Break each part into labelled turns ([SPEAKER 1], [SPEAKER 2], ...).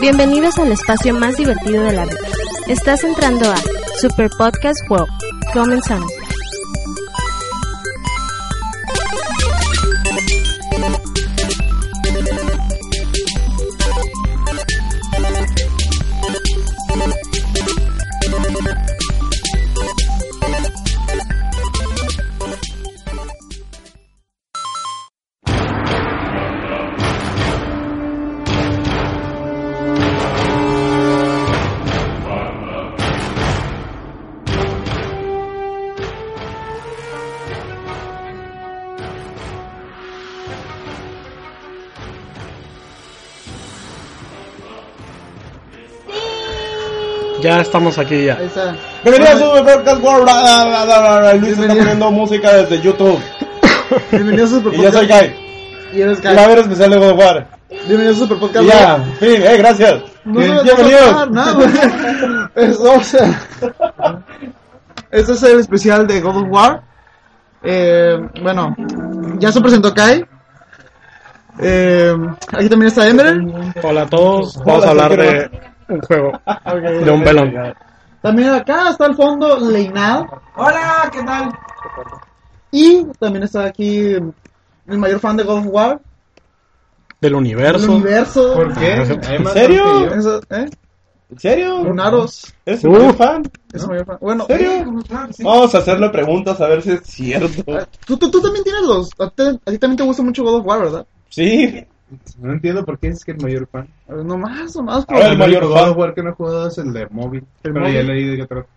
[SPEAKER 1] Bienvenidos al espacio más divertido de la red. Estás entrando a Super Podcast Wow. Comenzamos.
[SPEAKER 2] Ya estamos aquí ya.
[SPEAKER 3] Esa.
[SPEAKER 4] Bienvenidos a Super Podcast World. bla, bla, bla, bla, bla, bla. Luis está poniendo música desde YouTube.
[SPEAKER 3] Bienvenidos a Super
[SPEAKER 4] Y yo soy Kai.
[SPEAKER 3] Y eres
[SPEAKER 4] Y va a
[SPEAKER 3] Kai.
[SPEAKER 4] ver especial de God of War.
[SPEAKER 3] Bienvenidos a Super Podcast.
[SPEAKER 4] Y ya, fin, eh, gracias.
[SPEAKER 3] No
[SPEAKER 4] Bien,
[SPEAKER 3] no, no,
[SPEAKER 4] bienvenidos.
[SPEAKER 3] No, güey. Es- o sea, este es el especial de God of War. Eh, bueno, ya se presentó Kai. Eh, aquí también está Emerald.
[SPEAKER 2] Hola a todos. Vamos
[SPEAKER 4] Hola,
[SPEAKER 2] a hablar
[SPEAKER 4] soy
[SPEAKER 2] de un juego, de un pelón.
[SPEAKER 3] También acá está al fondo Leinal. Hola, ¿qué tal? Y también está aquí el mayor fan de God of War,
[SPEAKER 2] Del
[SPEAKER 3] el
[SPEAKER 2] universo.
[SPEAKER 3] universo.
[SPEAKER 5] ¿Por qué?
[SPEAKER 4] Ah, ¿En serio?
[SPEAKER 3] Eso, ¿eh?
[SPEAKER 4] ¿En serio?
[SPEAKER 3] Lunaros.
[SPEAKER 4] ¿Es
[SPEAKER 2] Uh.
[SPEAKER 4] muy fan?
[SPEAKER 3] Es el mayor fan. Bueno, eh, oh,
[SPEAKER 4] ¿En serio? Vamos a hacerle preguntas a ver si es cierto.
[SPEAKER 3] Tú, tú, tú también tienes los. A ti, a ti también te gusta mucho God of War, ¿verdad?
[SPEAKER 4] Sí.
[SPEAKER 5] No entiendo por qué es que el mayor fan.
[SPEAKER 3] A ver, No más, no más.
[SPEAKER 4] A ver, el mayor
[SPEAKER 5] único
[SPEAKER 4] fan.
[SPEAKER 5] God of War que no he jugado es el de móvil. pero
[SPEAKER 3] móvil.
[SPEAKER 5] ya leí de qué trata.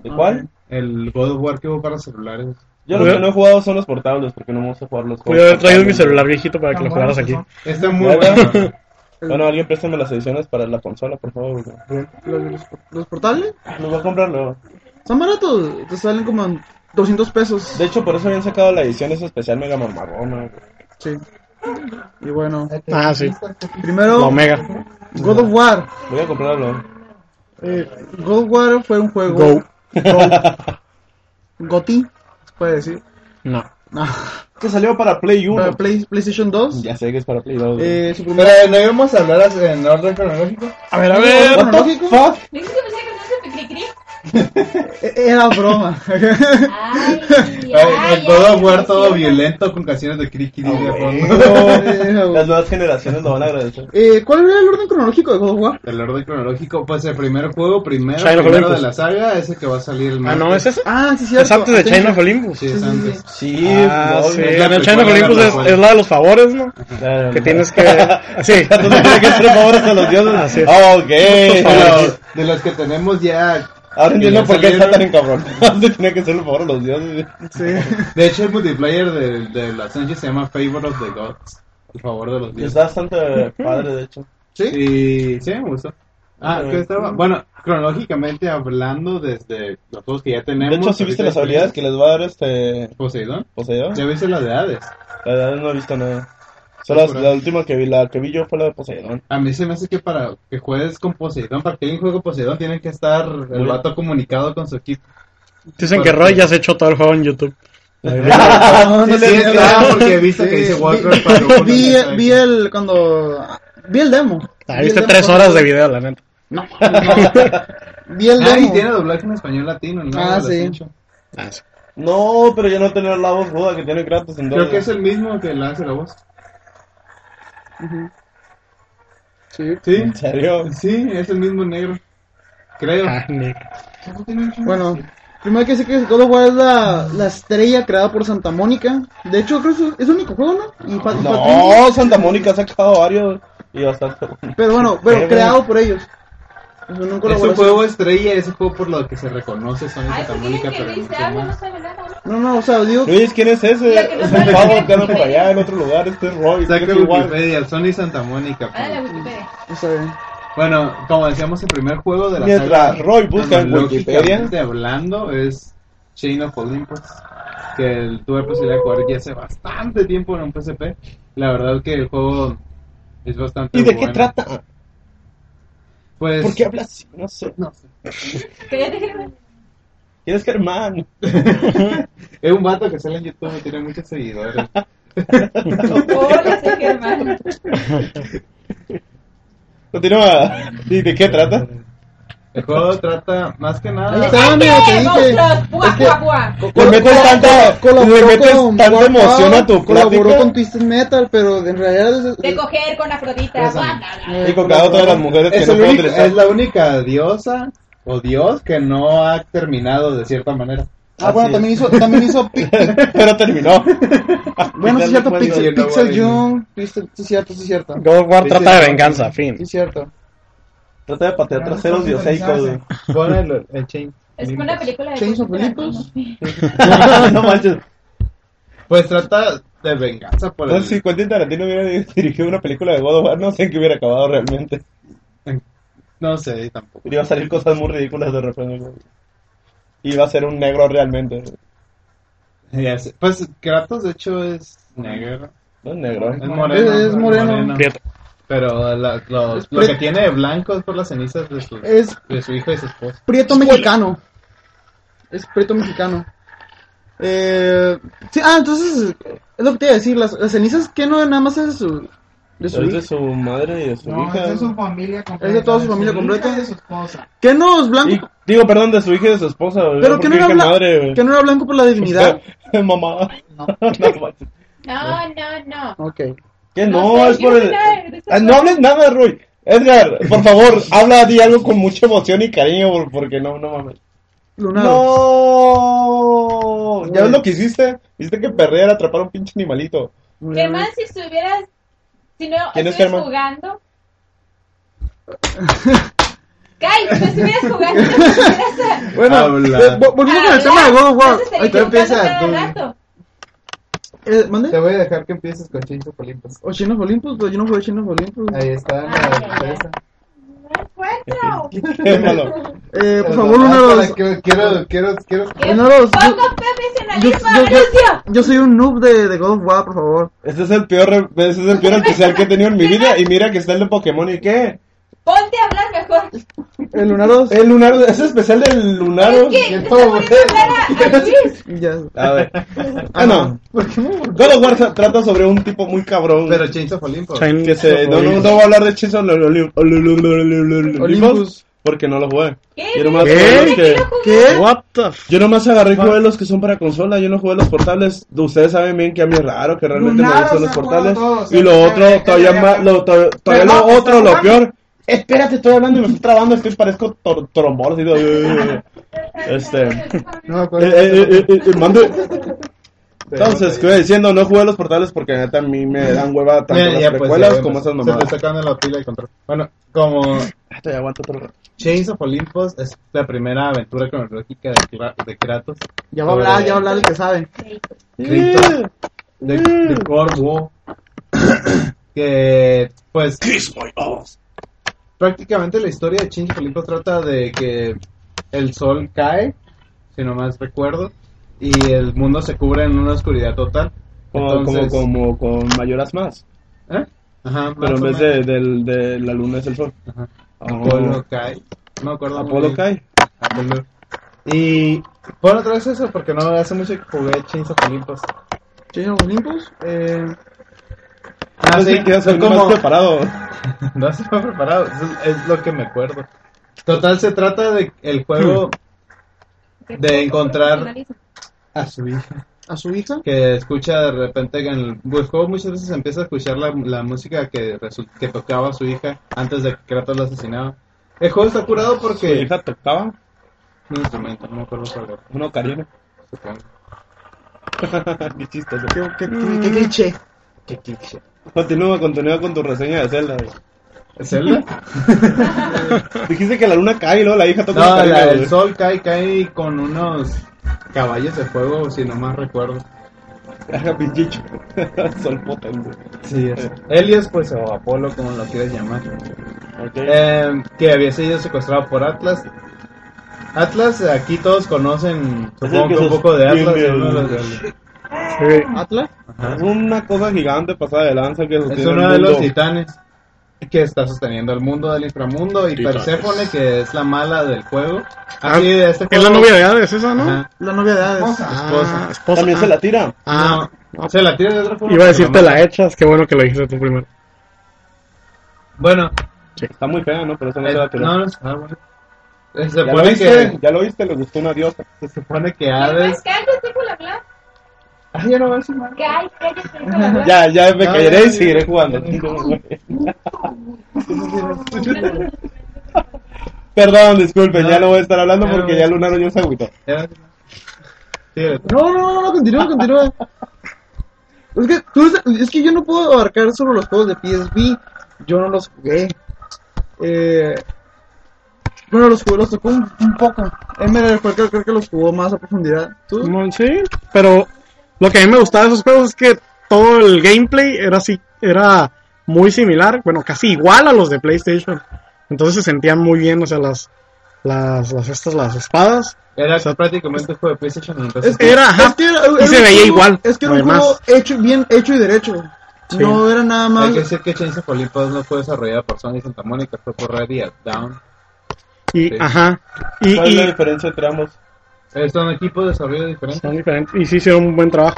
[SPEAKER 4] ¿De cuál?
[SPEAKER 5] El God of War que hubo para celulares.
[SPEAKER 4] Yo los que no he jugado son los portables porque no me gusta jugar los
[SPEAKER 2] Voy a haber
[SPEAKER 4] juegos.
[SPEAKER 2] traído mi celular viejito para que lo jugaras aquí.
[SPEAKER 5] Está muy
[SPEAKER 4] ¿Neta?
[SPEAKER 5] bueno.
[SPEAKER 4] Bueno, alguien préstame las ediciones para la consola, por favor. güey.
[SPEAKER 3] Los, los- los portables
[SPEAKER 4] Los voy a comprar luego.
[SPEAKER 3] son baratos. Te salen como en 200 pesos.
[SPEAKER 4] De hecho, por eso habían sacado la edición esa especial Mega Man Marrón.
[SPEAKER 3] Sí. Y bueno,
[SPEAKER 2] Ah, sí. La
[SPEAKER 3] primero,
[SPEAKER 2] Omega.
[SPEAKER 3] God of War.
[SPEAKER 4] Voy a comprarlo.
[SPEAKER 3] Eh, God of War fue un juego.
[SPEAKER 2] Go.
[SPEAKER 3] Goti, se puede decir.
[SPEAKER 2] No.
[SPEAKER 3] No.
[SPEAKER 4] Que salió para Play 1.
[SPEAKER 3] Para Play- PlayStation 2.
[SPEAKER 4] Ya sé que es para Play 2. güey.
[SPEAKER 3] Eh, su primer.
[SPEAKER 5] Pero no íbamos a hablar en orden cronológico.
[SPEAKER 2] A ver, a ver.
[SPEAKER 4] What the
[SPEAKER 3] cronológico.
[SPEAKER 4] fuck?
[SPEAKER 6] ¿Ves que pensé que no se me cree?
[SPEAKER 3] Eh, Era broma.
[SPEAKER 6] Ay,
[SPEAKER 5] El God of War todo violento con canciones de Cricky
[SPEAKER 4] Ah,
[SPEAKER 5] de fondo.
[SPEAKER 4] güey. Las nuevas generaciones lo van a agradecer.
[SPEAKER 3] Eh, ¿Cuál era el orden cronológico de God of War?
[SPEAKER 5] El orden cronológico, pues el primer juego, primero,
[SPEAKER 2] Shadow of
[SPEAKER 5] primero de
[SPEAKER 2] Olympus.
[SPEAKER 5] la saga, ese que va a salir el
[SPEAKER 2] Ah, no, ¿es ese?
[SPEAKER 3] Ah, sí, cierto.
[SPEAKER 2] Es antes de
[SPEAKER 3] Attention.
[SPEAKER 2] Chain of Olympus.
[SPEAKER 5] Sí, es
[SPEAKER 3] Sí, sí,
[SPEAKER 5] antes.
[SPEAKER 3] sí.
[SPEAKER 4] Sí,
[SPEAKER 2] Ah,
[SPEAKER 4] no,
[SPEAKER 2] sí.
[SPEAKER 4] güey.
[SPEAKER 2] La de Chain of
[SPEAKER 5] precuela,
[SPEAKER 2] Olympus
[SPEAKER 5] la
[SPEAKER 2] es,
[SPEAKER 5] precuela.
[SPEAKER 2] es la de los favores, ¿no?
[SPEAKER 4] Claro,
[SPEAKER 2] Que
[SPEAKER 4] no.
[SPEAKER 2] tienes que. Sí.
[SPEAKER 4] Tú no tienes que hacer favores a los dioses.
[SPEAKER 2] Así es.
[SPEAKER 4] Ah, ok.
[SPEAKER 2] Eh.
[SPEAKER 5] De
[SPEAKER 4] Pero
[SPEAKER 5] los- de los que tenemos ya.
[SPEAKER 4] ahora entiendo
[SPEAKER 5] Ya
[SPEAKER 4] por qué está tan
[SPEAKER 5] salieron.
[SPEAKER 4] encabronado. de tener que hacer el favor a los dioses.
[SPEAKER 3] Sí.
[SPEAKER 5] De hecho, el multiplayer de, de la Sánchez se llama Favor of the Gods. El favor de los dioses.
[SPEAKER 4] Está bastante padre, de hecho.
[SPEAKER 3] ¿Sí?
[SPEAKER 5] Y sí, me gustó. Ah,
[SPEAKER 4] Ok.
[SPEAKER 5] ¿qué estaba? Bueno, cronológicamente hablando, desde los juegos que ya tenemos.
[SPEAKER 4] De hecho, ¿sí viste las habilidades que les va a dar este
[SPEAKER 5] Poseidón.
[SPEAKER 4] Poseidón?
[SPEAKER 5] Ya viste las de Hades.
[SPEAKER 4] La verdad no he visto nada. Solo las- la última que vi, la que vi yo fue la de Poseidón.
[SPEAKER 5] A mí se me hace que para que juegues con Poseidón, para que alguien juegue con Poseidón, tiene que estar el vato comunicado con su equipo.
[SPEAKER 2] Dicen que Roy ya se echó todo el juego en YouTube.
[SPEAKER 5] Sí,
[SPEAKER 3] no,
[SPEAKER 5] sí,
[SPEAKER 3] no,
[SPEAKER 5] claro,
[SPEAKER 3] no.
[SPEAKER 5] porque viste que
[SPEAKER 3] Sí.
[SPEAKER 5] dice Warcraft para
[SPEAKER 3] Vi,
[SPEAKER 5] uno,
[SPEAKER 3] vi,
[SPEAKER 5] ya sabes.
[SPEAKER 3] vi el. Cuando. Vi el demo.
[SPEAKER 2] Ah,
[SPEAKER 3] Vi el
[SPEAKER 2] viste
[SPEAKER 3] demo
[SPEAKER 2] tres
[SPEAKER 3] cuando-
[SPEAKER 2] horas de video, la neta.
[SPEAKER 3] No, no. Vi el
[SPEAKER 5] Ah,
[SPEAKER 3] demo.
[SPEAKER 5] y tiene doblaje en español latino, ¿no?
[SPEAKER 3] Ah,
[SPEAKER 5] Lo
[SPEAKER 3] sí.
[SPEAKER 5] has dicho.
[SPEAKER 2] Ah, sí.
[SPEAKER 4] No, pero ya no tenía la voz ruda que tiene Kratos. en
[SPEAKER 5] Creo
[SPEAKER 4] Doom.
[SPEAKER 5] que es el mismo que la hace la voz.
[SPEAKER 3] Ujú. Sí.
[SPEAKER 5] Sí,
[SPEAKER 4] ¿En serio?
[SPEAKER 5] sí, es el mismo negro. Creo.
[SPEAKER 2] Ah, ni-
[SPEAKER 3] Bueno, primero hay que decir que God of War es la, la estrella creada por Santa Mónica. De hecho, creo que es- es el único juego, ¿no? Y pa- y
[SPEAKER 4] No,
[SPEAKER 3] Patrimonio.
[SPEAKER 4] Santa Mónica ha sacado varios y bastante.
[SPEAKER 3] Pero bueno, pero
[SPEAKER 4] Pero-
[SPEAKER 3] creado por ellos. Es un
[SPEAKER 5] Es
[SPEAKER 3] colaboración.
[SPEAKER 5] un juego estrella, ese juego por lo que se reconoce son
[SPEAKER 6] Ay,
[SPEAKER 5] Santa
[SPEAKER 6] ¿por qué
[SPEAKER 5] Mónica,
[SPEAKER 6] dicen que
[SPEAKER 5] pero
[SPEAKER 6] Luis
[SPEAKER 5] mucho
[SPEAKER 6] habla? No
[SPEAKER 5] más.
[SPEAKER 6] sabe nada.
[SPEAKER 3] No, no, o sea, digo,
[SPEAKER 4] Luis, ¿quién es ese?
[SPEAKER 6] Ya que no
[SPEAKER 4] Es
[SPEAKER 6] sabe
[SPEAKER 4] el pavo
[SPEAKER 6] quién
[SPEAKER 4] que anda
[SPEAKER 6] es.
[SPEAKER 4] por allá en otro lugar, este es Roy.
[SPEAKER 5] Saca
[SPEAKER 4] este es igual.
[SPEAKER 5] Wikipedia, Sony Santa Mónica.
[SPEAKER 6] Ah, la
[SPEAKER 5] pero-
[SPEAKER 6] Wikipedia.
[SPEAKER 3] o sea,
[SPEAKER 5] Bueno, como decíamos, el primer juego de la
[SPEAKER 4] Mientras
[SPEAKER 5] saga
[SPEAKER 4] Roy busca en
[SPEAKER 5] cronológicamente
[SPEAKER 4] Wikipedia.
[SPEAKER 5] hablando, es Chain of Olympus, que el- tuve posibilidad de jugar ya hace bastante tiempo en un PSP. La verdad que el juego es bastante
[SPEAKER 4] ¿Y de qué
[SPEAKER 5] bueno.
[SPEAKER 4] trata?
[SPEAKER 5] Pues,
[SPEAKER 4] ¿Por qué habla así? No sé.
[SPEAKER 5] No sé.
[SPEAKER 6] Cállate, Germán.
[SPEAKER 4] ¿Quién es Germán?
[SPEAKER 5] Es un vato que sale en YouTube y tiene muchos seguidores.
[SPEAKER 6] Oh, Hola, soy Germán.
[SPEAKER 4] Continúa. ¿Y de qué trata?
[SPEAKER 5] El juego trata más que
[SPEAKER 3] Ahí
[SPEAKER 5] nada.
[SPEAKER 3] está, mira, te dije.
[SPEAKER 6] monstruos! ¡Guau,
[SPEAKER 3] Es que-
[SPEAKER 6] guau, guau!
[SPEAKER 4] Le metes tanta, le metes tanta emoción a tu
[SPEAKER 3] Colaboró con
[SPEAKER 4] plática
[SPEAKER 3] Twisted Metal, pero en realidad...
[SPEAKER 6] De coger con
[SPEAKER 3] Pues,
[SPEAKER 6] Afrodita.
[SPEAKER 5] Esa.
[SPEAKER 6] guau, guau, guau.
[SPEAKER 4] y con cada otra de las mujeres que
[SPEAKER 5] Es,
[SPEAKER 4] no
[SPEAKER 5] el
[SPEAKER 4] puedo
[SPEAKER 5] único-
[SPEAKER 4] utilizar.
[SPEAKER 5] es la única diosa o dios que no ha terminado de cierta manera.
[SPEAKER 4] Ah, bueno, también hizo, también hizo Pixel, pero terminó.
[SPEAKER 3] Bueno, sí es cierto,
[SPEAKER 5] Cuando
[SPEAKER 3] Pixel,
[SPEAKER 5] yo no
[SPEAKER 3] Pixel
[SPEAKER 5] voy.
[SPEAKER 3] Young, Twisted, sí es cierto, sí es cierto.
[SPEAKER 2] God of War
[SPEAKER 4] Sí,
[SPEAKER 2] trata
[SPEAKER 4] sí.
[SPEAKER 2] de venganza, fin.
[SPEAKER 3] Sí es cierto.
[SPEAKER 4] Trata de patear traseros dioseicos, güey.
[SPEAKER 5] Pon el, el Chain.
[SPEAKER 6] Es como una película de.
[SPEAKER 3] ¿Chains of
[SPEAKER 6] cultura,
[SPEAKER 3] Olympus?
[SPEAKER 4] no manches.
[SPEAKER 5] Pues trata de venganza por el...
[SPEAKER 4] Entonces, si Quentin Tarantino hubiera dirigido una película de God of War, no sé en qué hubiera acabado realmente.
[SPEAKER 5] No sé, tampoco.
[SPEAKER 4] Iba a salir cosas muy ridículas de repente, güey. Iba a ser un negro realmente. güey.
[SPEAKER 5] Ya sé. Pues Kratos, de hecho, es negro.
[SPEAKER 4] No es negro,
[SPEAKER 5] Es
[SPEAKER 4] ¿eh?
[SPEAKER 5] moreno.
[SPEAKER 3] Es- es moreno.
[SPEAKER 2] Prieto.
[SPEAKER 5] Pero la- lo,
[SPEAKER 3] Es
[SPEAKER 5] lo
[SPEAKER 3] pre-
[SPEAKER 5] que tiene de blanco es por las cenizas de su,
[SPEAKER 3] Es
[SPEAKER 5] de su hijo y su esposa.
[SPEAKER 3] Prieto mexicano. Es Prieto mexicano. Eh, sí, ah, entonces, es lo que te iba a decir, las, las cenizas, que no, nada más es de su... De su
[SPEAKER 4] Es de
[SPEAKER 3] hija.
[SPEAKER 4] su madre y de su
[SPEAKER 7] No,
[SPEAKER 4] hija.
[SPEAKER 7] es de su familia completa.
[SPEAKER 3] Es de toda su familia
[SPEAKER 7] hija,
[SPEAKER 3] completa.
[SPEAKER 7] de su esposa.
[SPEAKER 3] ¿Qué no es blanco?
[SPEAKER 4] Y- digo, perdón, de su hija y de su esposa, güey.
[SPEAKER 3] Pero que
[SPEAKER 4] Porque
[SPEAKER 3] no, era
[SPEAKER 4] dije
[SPEAKER 3] blanco,
[SPEAKER 4] madre, güey.
[SPEAKER 3] que no era blanco por la divinidad.
[SPEAKER 4] Mamá.
[SPEAKER 7] No.
[SPEAKER 4] No manches.
[SPEAKER 6] No, no, no.
[SPEAKER 3] Ok.
[SPEAKER 4] Que no,
[SPEAKER 6] sé,
[SPEAKER 4] es por
[SPEAKER 6] yo
[SPEAKER 4] el.
[SPEAKER 6] sé, de
[SPEAKER 4] Ah, no hables nada, Rui. Edgar, por favor, habla de algo con mucha emoción y cariño, por- porque no, no mames.
[SPEAKER 3] Lunado.
[SPEAKER 4] No, ya
[SPEAKER 3] Güey.
[SPEAKER 4] ves lo que hiciste. Hiciste que perdiera atrapar a un pinche animalito.
[SPEAKER 3] Muy
[SPEAKER 6] ¿Qué
[SPEAKER 3] bien.
[SPEAKER 6] más si estuvieras. Si no
[SPEAKER 4] ¿Quién es
[SPEAKER 6] estuvieras
[SPEAKER 4] Germán?
[SPEAKER 6] jugando? ¡Kai! Si no estuvieras jugando, no estuvieras.
[SPEAKER 3] Bueno,
[SPEAKER 5] Habla.
[SPEAKER 3] eh, vo- volviendo con el tema de God of War. Ahí
[SPEAKER 6] Tú
[SPEAKER 3] te
[SPEAKER 5] empieza,
[SPEAKER 6] empiezas.
[SPEAKER 5] tú.
[SPEAKER 3] Eh, ¿Mande?
[SPEAKER 5] Te voy a dejar que empieces con Chains of Olympus.
[SPEAKER 3] O Chinos Olympus, pero yo no jugué Chinos Olympus.
[SPEAKER 5] Ahí está
[SPEAKER 6] Ah,
[SPEAKER 5] la
[SPEAKER 6] ya, ya.
[SPEAKER 5] empresa.
[SPEAKER 6] No encuentro.
[SPEAKER 4] Qué malo.
[SPEAKER 3] Eh, por
[SPEAKER 5] Pero
[SPEAKER 3] favor, uno de
[SPEAKER 5] nomás Ah, para
[SPEAKER 3] los.
[SPEAKER 5] que- Quiero, quiero, quiero...
[SPEAKER 6] ¿Qué?
[SPEAKER 3] Uno de los-
[SPEAKER 6] Pongo Pepe en la
[SPEAKER 3] Yo,
[SPEAKER 6] lista,
[SPEAKER 3] yo- yo-
[SPEAKER 6] Lucio.
[SPEAKER 3] yo soy un noob de, de God of War, por favor.
[SPEAKER 4] Este es el peor, re- este es el peor especial que he tenido en mi vida. Y mira que está el de Pokémon y qué.
[SPEAKER 6] Ponte a hablar mejor.
[SPEAKER 3] El Eh, Lunaros.
[SPEAKER 4] El lunar, ese especial del lunar.
[SPEAKER 6] ¿Qué? ¿Te
[SPEAKER 4] ¿Qué
[SPEAKER 6] está poniendo a hablar a, a Luis?
[SPEAKER 3] Ya.
[SPEAKER 4] A ver. Ah, no. God of War tra- trata sobre un tipo muy cabrón.
[SPEAKER 5] Pero Chains of Olympus.
[SPEAKER 2] Chain-
[SPEAKER 4] que se, no, no, no voy a hablar de hechizos Olympus
[SPEAKER 3] Olympus.
[SPEAKER 4] porque no lo jugué.
[SPEAKER 6] ¿Qué?
[SPEAKER 4] Yo nomás
[SPEAKER 2] ¿Qué?
[SPEAKER 4] jugué los
[SPEAKER 6] ¿Por qué
[SPEAKER 4] que-
[SPEAKER 6] no jugué?
[SPEAKER 5] ¿Eh?
[SPEAKER 3] ¿Qué?
[SPEAKER 2] What the f-
[SPEAKER 4] yo nomás agarré y jugué los que son para consola, yo no jugué los portables. Ustedes saben bien que a mí es raro que realmente
[SPEAKER 7] Lunar,
[SPEAKER 4] me gustan
[SPEAKER 7] o sea,
[SPEAKER 4] los portales.
[SPEAKER 7] jugado todos,
[SPEAKER 4] y lo
[SPEAKER 7] eh,
[SPEAKER 4] otro,
[SPEAKER 7] eh,
[SPEAKER 4] todavía
[SPEAKER 7] eh,
[SPEAKER 4] más,
[SPEAKER 7] eh,
[SPEAKER 4] lo, to- todavía
[SPEAKER 7] no,
[SPEAKER 4] lo
[SPEAKER 7] está
[SPEAKER 4] otro, lo
[SPEAKER 7] jugando.
[SPEAKER 4] peor. Espérate, estoy hablando y me estoy trabando, estoy parezco tor- trombón. así eh, de- Este.
[SPEAKER 3] No me
[SPEAKER 4] Eh,
[SPEAKER 3] acuerdo.
[SPEAKER 4] eh, eh, eh, eh, mande. Entonces, ¿qué voy diciendo? No jugué los portales porque la neta a mí me dan hueva tanto
[SPEAKER 5] Mira,
[SPEAKER 4] las
[SPEAKER 5] ya, pues,
[SPEAKER 4] precuelas
[SPEAKER 5] ya,
[SPEAKER 4] como
[SPEAKER 5] bueno,
[SPEAKER 4] esas
[SPEAKER 5] Se te
[SPEAKER 4] mamadas.
[SPEAKER 5] está acabando la pila de control. Bueno, como
[SPEAKER 4] Ah, todavía aguanto otro rato.
[SPEAKER 5] Chains of Olympus es la primera aventura cronológica de, Kra- de Kratos,
[SPEAKER 3] Ya va a hablar, ya va a hablar el que sabe.
[SPEAKER 5] Cristo. de, de Corvo, que pues prácticamente la historia de Chains of Olympus trata de que el sol cae, si no más recuerdo, y el mundo se cubre en una oscuridad total.
[SPEAKER 4] Como, como,
[SPEAKER 5] Entonces-
[SPEAKER 4] como con mayoras más.
[SPEAKER 5] ¿Eh? Ajá, más
[SPEAKER 4] Pero en
[SPEAKER 5] o
[SPEAKER 4] vez
[SPEAKER 5] menos.
[SPEAKER 4] de, del- de la luna es el sol.
[SPEAKER 5] Ajá.
[SPEAKER 4] Ah,
[SPEAKER 5] Apolo cae. No me acuerdo. muy
[SPEAKER 4] Apolo
[SPEAKER 5] bien.
[SPEAKER 4] cae.
[SPEAKER 5] Apolo. Y pon otra vez eso porque no hace mucho que jugué Chains of Olympus.
[SPEAKER 3] Chinos Olympus. Eh,
[SPEAKER 5] Ah,
[SPEAKER 4] No
[SPEAKER 5] sí,
[SPEAKER 4] sé qué hacer
[SPEAKER 5] fue
[SPEAKER 4] como...
[SPEAKER 5] como-
[SPEAKER 4] más preparado.
[SPEAKER 5] No se fue preparado, eso es, es lo que me acuerdo. Total, se trata de el juego de encontrar a su hija.
[SPEAKER 3] a su hija.
[SPEAKER 5] Que escucha de repente que en el, el juego muchas veces empieza a escuchar la, la música que, resu- que tocaba su hija antes de que Kratos la asesinaba. El juego está curado
[SPEAKER 4] Su
[SPEAKER 5] porque.
[SPEAKER 4] hija tocaba
[SPEAKER 5] Un instrumento, no me acuerdo cuál era,
[SPEAKER 4] una ocarina.
[SPEAKER 5] supongo.
[SPEAKER 4] Ah, Qué chiste.
[SPEAKER 3] Qué, qué, qué, qué cliché.
[SPEAKER 5] Qué cliché.
[SPEAKER 4] Continúa, continúa con tu reseña de Zelda. güey.
[SPEAKER 5] ¿Zelda?
[SPEAKER 4] Dijiste que la luna cae y luego la hija toca una
[SPEAKER 5] No,
[SPEAKER 4] ocarina,
[SPEAKER 5] la- el
[SPEAKER 4] güey.
[SPEAKER 5] sol cae, cae con unos caballos de fuego, si no más recuerdo.
[SPEAKER 4] Ajá, pinche Sol potente.
[SPEAKER 5] Sí, es. Helios, pues, o Apolo, como lo quieras llamar.
[SPEAKER 4] Okay.
[SPEAKER 5] Eh, que había sido secuestrado por Atlas. Atlas, aquí todos conocen,
[SPEAKER 4] el
[SPEAKER 5] supongo
[SPEAKER 4] que
[SPEAKER 5] que un
[SPEAKER 4] sos-
[SPEAKER 5] poco de
[SPEAKER 4] bien,
[SPEAKER 5] Atlas.
[SPEAKER 4] bien.
[SPEAKER 5] uno de los-
[SPEAKER 2] Sí.
[SPEAKER 5] Ah,
[SPEAKER 3] Atlas.
[SPEAKER 5] Ajá.
[SPEAKER 4] Es una cosa gigante pasada de lanza que sostiene
[SPEAKER 5] Es
[SPEAKER 4] el
[SPEAKER 5] uno de los
[SPEAKER 4] mundo.
[SPEAKER 5] titanes que está sosteniendo el mundo del inframundo. Y
[SPEAKER 2] Titanes.
[SPEAKER 5] Perséfone, que es la mala del juego.
[SPEAKER 2] Ah,
[SPEAKER 5] Así de este
[SPEAKER 2] Es la
[SPEAKER 5] juego-
[SPEAKER 2] novia de Hades esa, ¿no?
[SPEAKER 5] Ajá.
[SPEAKER 3] La novia de Hades.
[SPEAKER 2] Ah, esposa.
[SPEAKER 4] También se la tira.
[SPEAKER 2] Ah,
[SPEAKER 5] No, se la tira de otra
[SPEAKER 2] ah,
[SPEAKER 5] forma.
[SPEAKER 2] iba a
[SPEAKER 5] pero
[SPEAKER 2] decirte
[SPEAKER 5] no.
[SPEAKER 2] la echas, qué bueno que lo dijiste tú primero.
[SPEAKER 5] Bueno,
[SPEAKER 4] Está muy fea, ¿no? Pero eso no se va a
[SPEAKER 5] Eh,
[SPEAKER 4] tener.
[SPEAKER 5] No, no, ah, bueno. Eh, Se
[SPEAKER 4] ya, lo
[SPEAKER 5] supone
[SPEAKER 4] viste,
[SPEAKER 5] que,
[SPEAKER 4] ya lo viste, le gustó una diosa.
[SPEAKER 5] se supone que
[SPEAKER 6] Pues
[SPEAKER 5] Hades.
[SPEAKER 6] cállate, tipo la bla.
[SPEAKER 5] Ah, ya no va a ser mal.
[SPEAKER 6] Guy, cállate, tipo la bla.
[SPEAKER 4] Ya, ya me
[SPEAKER 5] No,
[SPEAKER 4] callaré
[SPEAKER 5] no,
[SPEAKER 4] y seguiré
[SPEAKER 5] no,
[SPEAKER 4] jugando.
[SPEAKER 5] no.
[SPEAKER 4] Perdón, disculpen,
[SPEAKER 5] No.
[SPEAKER 4] ya no voy a estar hablando
[SPEAKER 5] Ya no
[SPEAKER 4] porque
[SPEAKER 5] voy.
[SPEAKER 4] ya Lunaro ya se agüitó.
[SPEAKER 5] Ya no- Sí, güey.
[SPEAKER 3] No, no, no, no, continúa, continúa. Es que, tú, es que yo no puedo abarcar solo los juegos de PSP. Yo no los jugué. Eh, bueno, los jugué, los tocó un, un poco. Emerald fue el que creo que los jugó más a profundidad. ¿Tú?
[SPEAKER 2] No, sí, pero lo que a mí me gustaba de esos juegos es que todo el gameplay era así, era muy similar, bueno, casi igual a los de PlayStation. Entonces se sentían muy bien, o sea, las las las estas las espadas.
[SPEAKER 5] Era
[SPEAKER 2] O sea,
[SPEAKER 5] prácticamente un juego de PlayStation. Entonces,
[SPEAKER 3] Es que
[SPEAKER 2] Era, ajá.
[SPEAKER 3] es que era-
[SPEAKER 2] Y
[SPEAKER 3] era
[SPEAKER 2] se
[SPEAKER 3] un
[SPEAKER 2] veía
[SPEAKER 3] juego-
[SPEAKER 2] igual,
[SPEAKER 3] Es que era un
[SPEAKER 2] además.
[SPEAKER 3] juego hecho, bien hecho y derecho.
[SPEAKER 2] Sí.
[SPEAKER 3] No era nada más.
[SPEAKER 5] Hay que decir que Chains of Olympus no fue desarrollada por Sony Santa Mónica, fue por Radiant Down.
[SPEAKER 2] Y
[SPEAKER 5] Sí.
[SPEAKER 2] ajá, y,
[SPEAKER 4] ¿Cuál es la
[SPEAKER 2] y
[SPEAKER 4] diferencia entre ambos?
[SPEAKER 5] Eh, Son equipos de desarrollo diferentes.
[SPEAKER 2] son diferentes y sí hicieron un buen trabajo.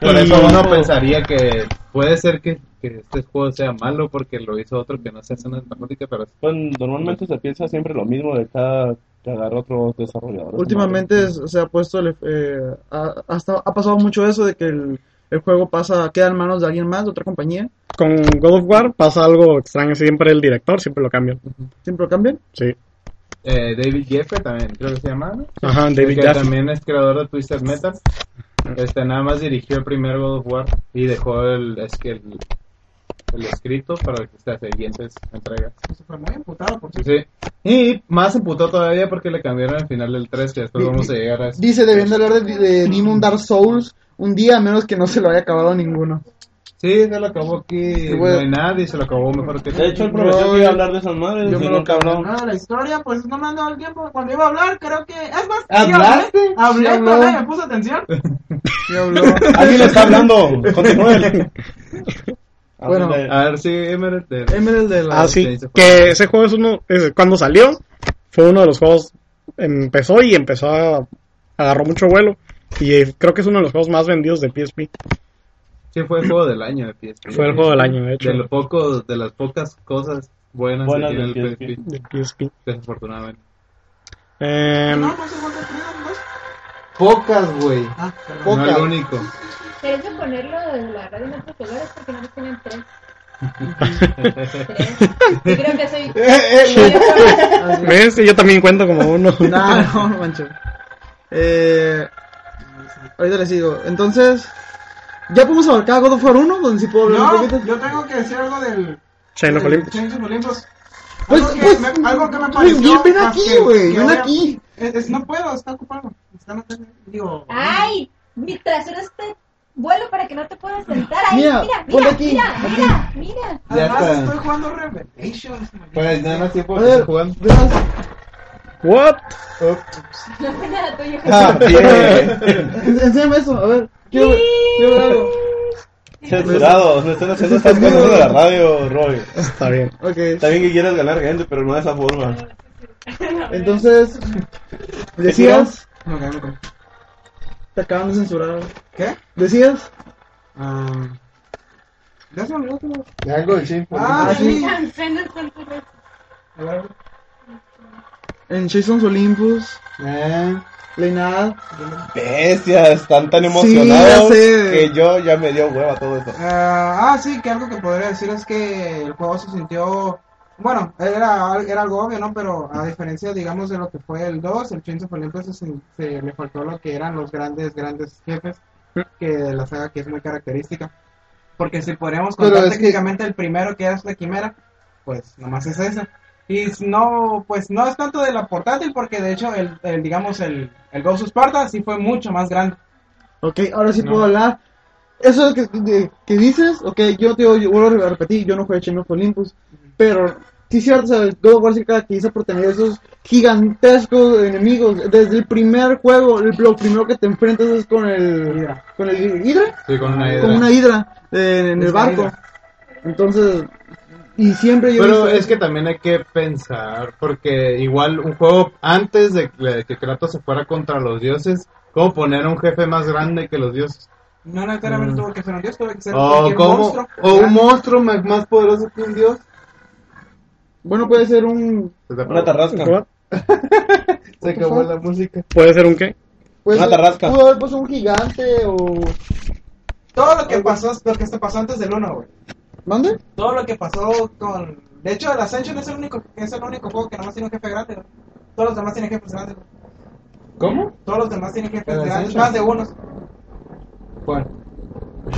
[SPEAKER 5] Por
[SPEAKER 2] Y-
[SPEAKER 5] eso uno pensaría que puede ser que, que este juego sea malo porque lo hizo otro que no sea Sony Santa Mónica, pero
[SPEAKER 4] Pues normalmente se piensa siempre lo mismo de cada, cada otro desarrollador.
[SPEAKER 3] Últimamente es- se ha puesto, el- eh, ha, hasta, ha pasado mucho eso de que el, el juego pasa, queda en manos de alguien más, de otra compañía.
[SPEAKER 2] con God of War pasa algo extraño, siempre el director siempre lo cambian.
[SPEAKER 3] Siempre lo cambian.
[SPEAKER 2] Sí.
[SPEAKER 5] eh, David Jeffer también creo que se llama, ¿no?
[SPEAKER 2] Ajá, David
[SPEAKER 5] que
[SPEAKER 2] Jaffe.
[SPEAKER 5] también es creador de Twisted Metal. Este, nada más dirigió el primer God of War y dejó el, es que el, el escrito para que las siguientes entregas.
[SPEAKER 8] Se fue muy emputado por
[SPEAKER 5] Sí. Y más emputó todavía porque le cambiaron el final del 3, que después vamos a llegar a eso.
[SPEAKER 3] Dice, debiendo hablar de, de Demon Dark Souls un día, a menos que no se lo haya acabado ninguno.
[SPEAKER 5] Sí, se lo acabó aquí.
[SPEAKER 3] güey.
[SPEAKER 5] No hay nadie, se lo acabó mejor que
[SPEAKER 4] De hecho, el profesor que iba a hablar de esas madres.
[SPEAKER 3] yo me
[SPEAKER 4] y
[SPEAKER 3] lo
[SPEAKER 4] nunca
[SPEAKER 3] acabo-
[SPEAKER 4] habló.
[SPEAKER 8] nada de la historia, pues no me han dado el tiempo. Cuando iba a hablar, creo que. Es más,
[SPEAKER 3] ¿Hablaste?
[SPEAKER 8] yo hablé,
[SPEAKER 3] Sí,
[SPEAKER 8] hablé
[SPEAKER 3] habló.
[SPEAKER 8] pero nadie me puso atención.
[SPEAKER 3] Y habló.
[SPEAKER 4] Alguien le está hablando. Continúe.
[SPEAKER 3] Bueno,
[SPEAKER 5] A ver, sí, Emerald. de-
[SPEAKER 3] Emerald de la...
[SPEAKER 2] Ah, sí,
[SPEAKER 5] Chains of
[SPEAKER 2] que ese juego es uno, es- cuando salió, fue uno de los juegos, empezó y empezó a, agarró mucho vuelo, y eh, creo que es uno de los juegos más vendidos de PSP,
[SPEAKER 5] Sí, fue el juego del año de PSP.
[SPEAKER 2] Fue el juego del año, de hecho.
[SPEAKER 5] De, lo poco, de las pocas cosas buenas,
[SPEAKER 4] Buenas
[SPEAKER 5] que tiene
[SPEAKER 4] del
[SPEAKER 5] el PSP,
[SPEAKER 4] PSP.
[SPEAKER 2] de PSP.
[SPEAKER 5] desafortunadamente.
[SPEAKER 2] Em,
[SPEAKER 8] No, no sé cuánto escribieron, pues.
[SPEAKER 5] Pocas, güey.
[SPEAKER 8] Ah,
[SPEAKER 5] No
[SPEAKER 8] perdón.
[SPEAKER 3] Pocas.
[SPEAKER 5] el único.
[SPEAKER 6] Pero eso ponerlo en la radio en otros colores porque no los tienen tres. Tres. Yo creo que
[SPEAKER 5] Eh,
[SPEAKER 6] soy.
[SPEAKER 2] ¿Ves? Yo también cuento como uno.
[SPEAKER 3] Nah, Ah, no, no manches. Eh, ahorita les digo. Entonces, ¿ya podemos abarcar God of War 1? Donde sí puedo hablar un
[SPEAKER 8] No,
[SPEAKER 3] poquito.
[SPEAKER 8] yo tengo que decir algo del.
[SPEAKER 2] Chain of
[SPEAKER 8] del
[SPEAKER 2] Olympus.
[SPEAKER 8] Chains of Olympus.
[SPEAKER 3] Pues-
[SPEAKER 8] Algo que
[SPEAKER 3] pues,
[SPEAKER 8] me- Algo que me
[SPEAKER 3] güey,
[SPEAKER 8] pareció.
[SPEAKER 3] bien, ven
[SPEAKER 8] más
[SPEAKER 3] aquí,
[SPEAKER 8] que-
[SPEAKER 3] güey,
[SPEAKER 8] que
[SPEAKER 3] ven
[SPEAKER 8] obvio.
[SPEAKER 3] aquí.
[SPEAKER 8] Es- es- no puedo, está ocupado. Está no tengo- digo.
[SPEAKER 6] ¡Ay! Mi trasero está en vuelo para que no te puedas sentar. ¡Ay,
[SPEAKER 3] Mira,
[SPEAKER 6] mira!
[SPEAKER 3] ponlo
[SPEAKER 6] ¡Mira!
[SPEAKER 3] aquí,
[SPEAKER 6] ¡Mira! ¡Mira! ¡Mira!
[SPEAKER 8] Además,
[SPEAKER 5] Ya está.
[SPEAKER 8] estoy jugando Revelations. maldita
[SPEAKER 5] Pues
[SPEAKER 8] sea.
[SPEAKER 5] nada más tiempo
[SPEAKER 3] A
[SPEAKER 5] que estoy
[SPEAKER 3] ver,
[SPEAKER 5] jugando.
[SPEAKER 3] veas,
[SPEAKER 2] What?
[SPEAKER 6] No fue nada tuyo.
[SPEAKER 4] Ah, bien.
[SPEAKER 3] en- Pues, enséñame eso, a ver. Quiero ver, quiero ver algo. pues,
[SPEAKER 4] Censurado. Me están haciendo estas cosas de la radio, Roy.
[SPEAKER 2] Está bien.
[SPEAKER 3] Ok.
[SPEAKER 4] Está bien que quieras ganar gente, pero no de esa forma.
[SPEAKER 3] Entonces, decías,
[SPEAKER 8] No, no, no.
[SPEAKER 3] te acaban de censurar.
[SPEAKER 8] ¿Qué?
[SPEAKER 3] Decías,
[SPEAKER 8] Ah. Ya se me olvidó todo.
[SPEAKER 5] Algo de Shameful.
[SPEAKER 8] Ah, sí.
[SPEAKER 3] en Jason's Olympus,
[SPEAKER 8] Eh,
[SPEAKER 3] Leinad,
[SPEAKER 4] Bestias, están tan
[SPEAKER 3] Sí,
[SPEAKER 4] emocionados
[SPEAKER 3] ya sé.
[SPEAKER 4] que yo ya me dio hueva todo eso.
[SPEAKER 8] ah, ah, sí, que algo que podría decir es que el juego se sintió. Bueno, era, era algo obvio, ¿no? Pero a diferencia, digamos, de lo que fue el 2, el Chains of Olympus se, sin- se le faltó lo que eran los grandes, grandes jefes que de la saga que es muy característica. Porque si podríamos
[SPEAKER 3] Pero
[SPEAKER 8] contar
[SPEAKER 3] es que-
[SPEAKER 8] técnicamente el primero que es la quimera, pues nomás es ese. Y si no, pues no es tanto de la portátil, porque de hecho, el, el, digamos, el, el Ghost of Sparta sí fue mucho más grande.
[SPEAKER 3] Ok, ahora sí puedo hablar. Eso que, de- que dices, ok, yo te digo, yo vuelvo a repetir, yo no jugué Chain of Olympus, pero sí es cierto, o sea, el God of War se caracteriza por tener esos gigantescos enemigos. Desde el primer juego, el- lo primero que te enfrentas es con el...
[SPEAKER 8] Mira.
[SPEAKER 3] ¿Con el Hydra?
[SPEAKER 5] Sí, con una
[SPEAKER 3] Con
[SPEAKER 5] idea.
[SPEAKER 3] una Hydra eh, en el
[SPEAKER 8] Es una
[SPEAKER 3] barco.
[SPEAKER 8] hidra.
[SPEAKER 3] Entonces, y siempre yo... he
[SPEAKER 5] Pero
[SPEAKER 3] visto-
[SPEAKER 5] es que también hay que pensar, porque igual un juego antes de que- que Kratos se fuera contra los dioses, ¿cómo poner un jefe más grande que los dioses?
[SPEAKER 8] No necesariamente
[SPEAKER 3] Mm.
[SPEAKER 8] tuvo que ser
[SPEAKER 3] Oh,
[SPEAKER 8] un dios, tuvo que ser
[SPEAKER 5] O,
[SPEAKER 8] cualquier
[SPEAKER 5] ¿cómo?
[SPEAKER 8] monstruo.
[SPEAKER 5] o un
[SPEAKER 8] Ya.
[SPEAKER 5] monstruo ma- más poderoso que un dios.
[SPEAKER 3] Bueno, puede ser un.
[SPEAKER 4] Una tarrasca.
[SPEAKER 2] ¿verdad?
[SPEAKER 3] Se acabó la música.
[SPEAKER 2] ¿Puede ser un qué?
[SPEAKER 3] Pues,
[SPEAKER 4] Una tarrasca.
[SPEAKER 3] Pudo haber puesto un gigante o.
[SPEAKER 8] Todo lo que pasó, lo que se pasó antes del 1, güey.
[SPEAKER 3] ¿Mande?
[SPEAKER 8] Todo lo que pasó con. De hecho, el Ascension es el único, es el único juego que nomás tiene un jefe grande, güey. Todos los demás tienen jefes grandes. güey.
[SPEAKER 9] ¿Cómo?
[SPEAKER 8] Todos los demás tienen jefes
[SPEAKER 9] ¿El
[SPEAKER 8] grandes,
[SPEAKER 9] Ascension?
[SPEAKER 8] más de uno.
[SPEAKER 9] ¿Cuál?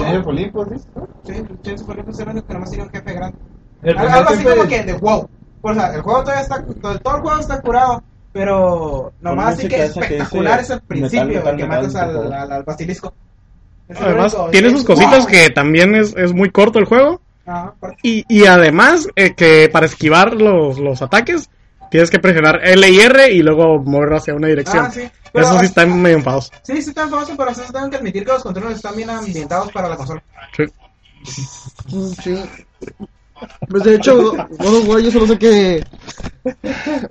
[SPEAKER 9] ¿El Olimpos, dices?
[SPEAKER 8] Sí, el Chains of Olympus es el único que nomás tiene un jefe grande.
[SPEAKER 9] El
[SPEAKER 8] Al-
[SPEAKER 9] primer
[SPEAKER 8] Algo así
[SPEAKER 9] jefe-
[SPEAKER 8] como que de wow. O sea, el juego todavía está. Todo, todo el juego está curado. Pero nomás sí
[SPEAKER 4] música
[SPEAKER 8] que
[SPEAKER 4] esa que
[SPEAKER 8] espectacular
[SPEAKER 4] dice
[SPEAKER 8] es el principio,
[SPEAKER 4] metal,
[SPEAKER 8] güey, que
[SPEAKER 4] metal,
[SPEAKER 8] matas
[SPEAKER 4] metal, por
[SPEAKER 8] al,
[SPEAKER 4] favor.
[SPEAKER 8] al, al basilisco. Es el
[SPEAKER 2] Además,
[SPEAKER 8] único-
[SPEAKER 2] tiene sus cositas
[SPEAKER 8] ¡Wow!
[SPEAKER 2] que también es, es muy corto el juego.
[SPEAKER 8] Ajá, aparte-
[SPEAKER 2] Y, y además, eh, que para esquivar los, los ataques, tienes que presionar L y R y luego mover hacia una dirección.
[SPEAKER 8] Ah, sí. Pero-
[SPEAKER 2] Eso sí está medio enfadoso.
[SPEAKER 8] Sí, sí, tan famoso, pero sí tengo que admitir que los controles están bien ambientados para la consola.
[SPEAKER 2] Sí.
[SPEAKER 3] Mm, Sí. Pues de hecho, God of War yo solo sé que.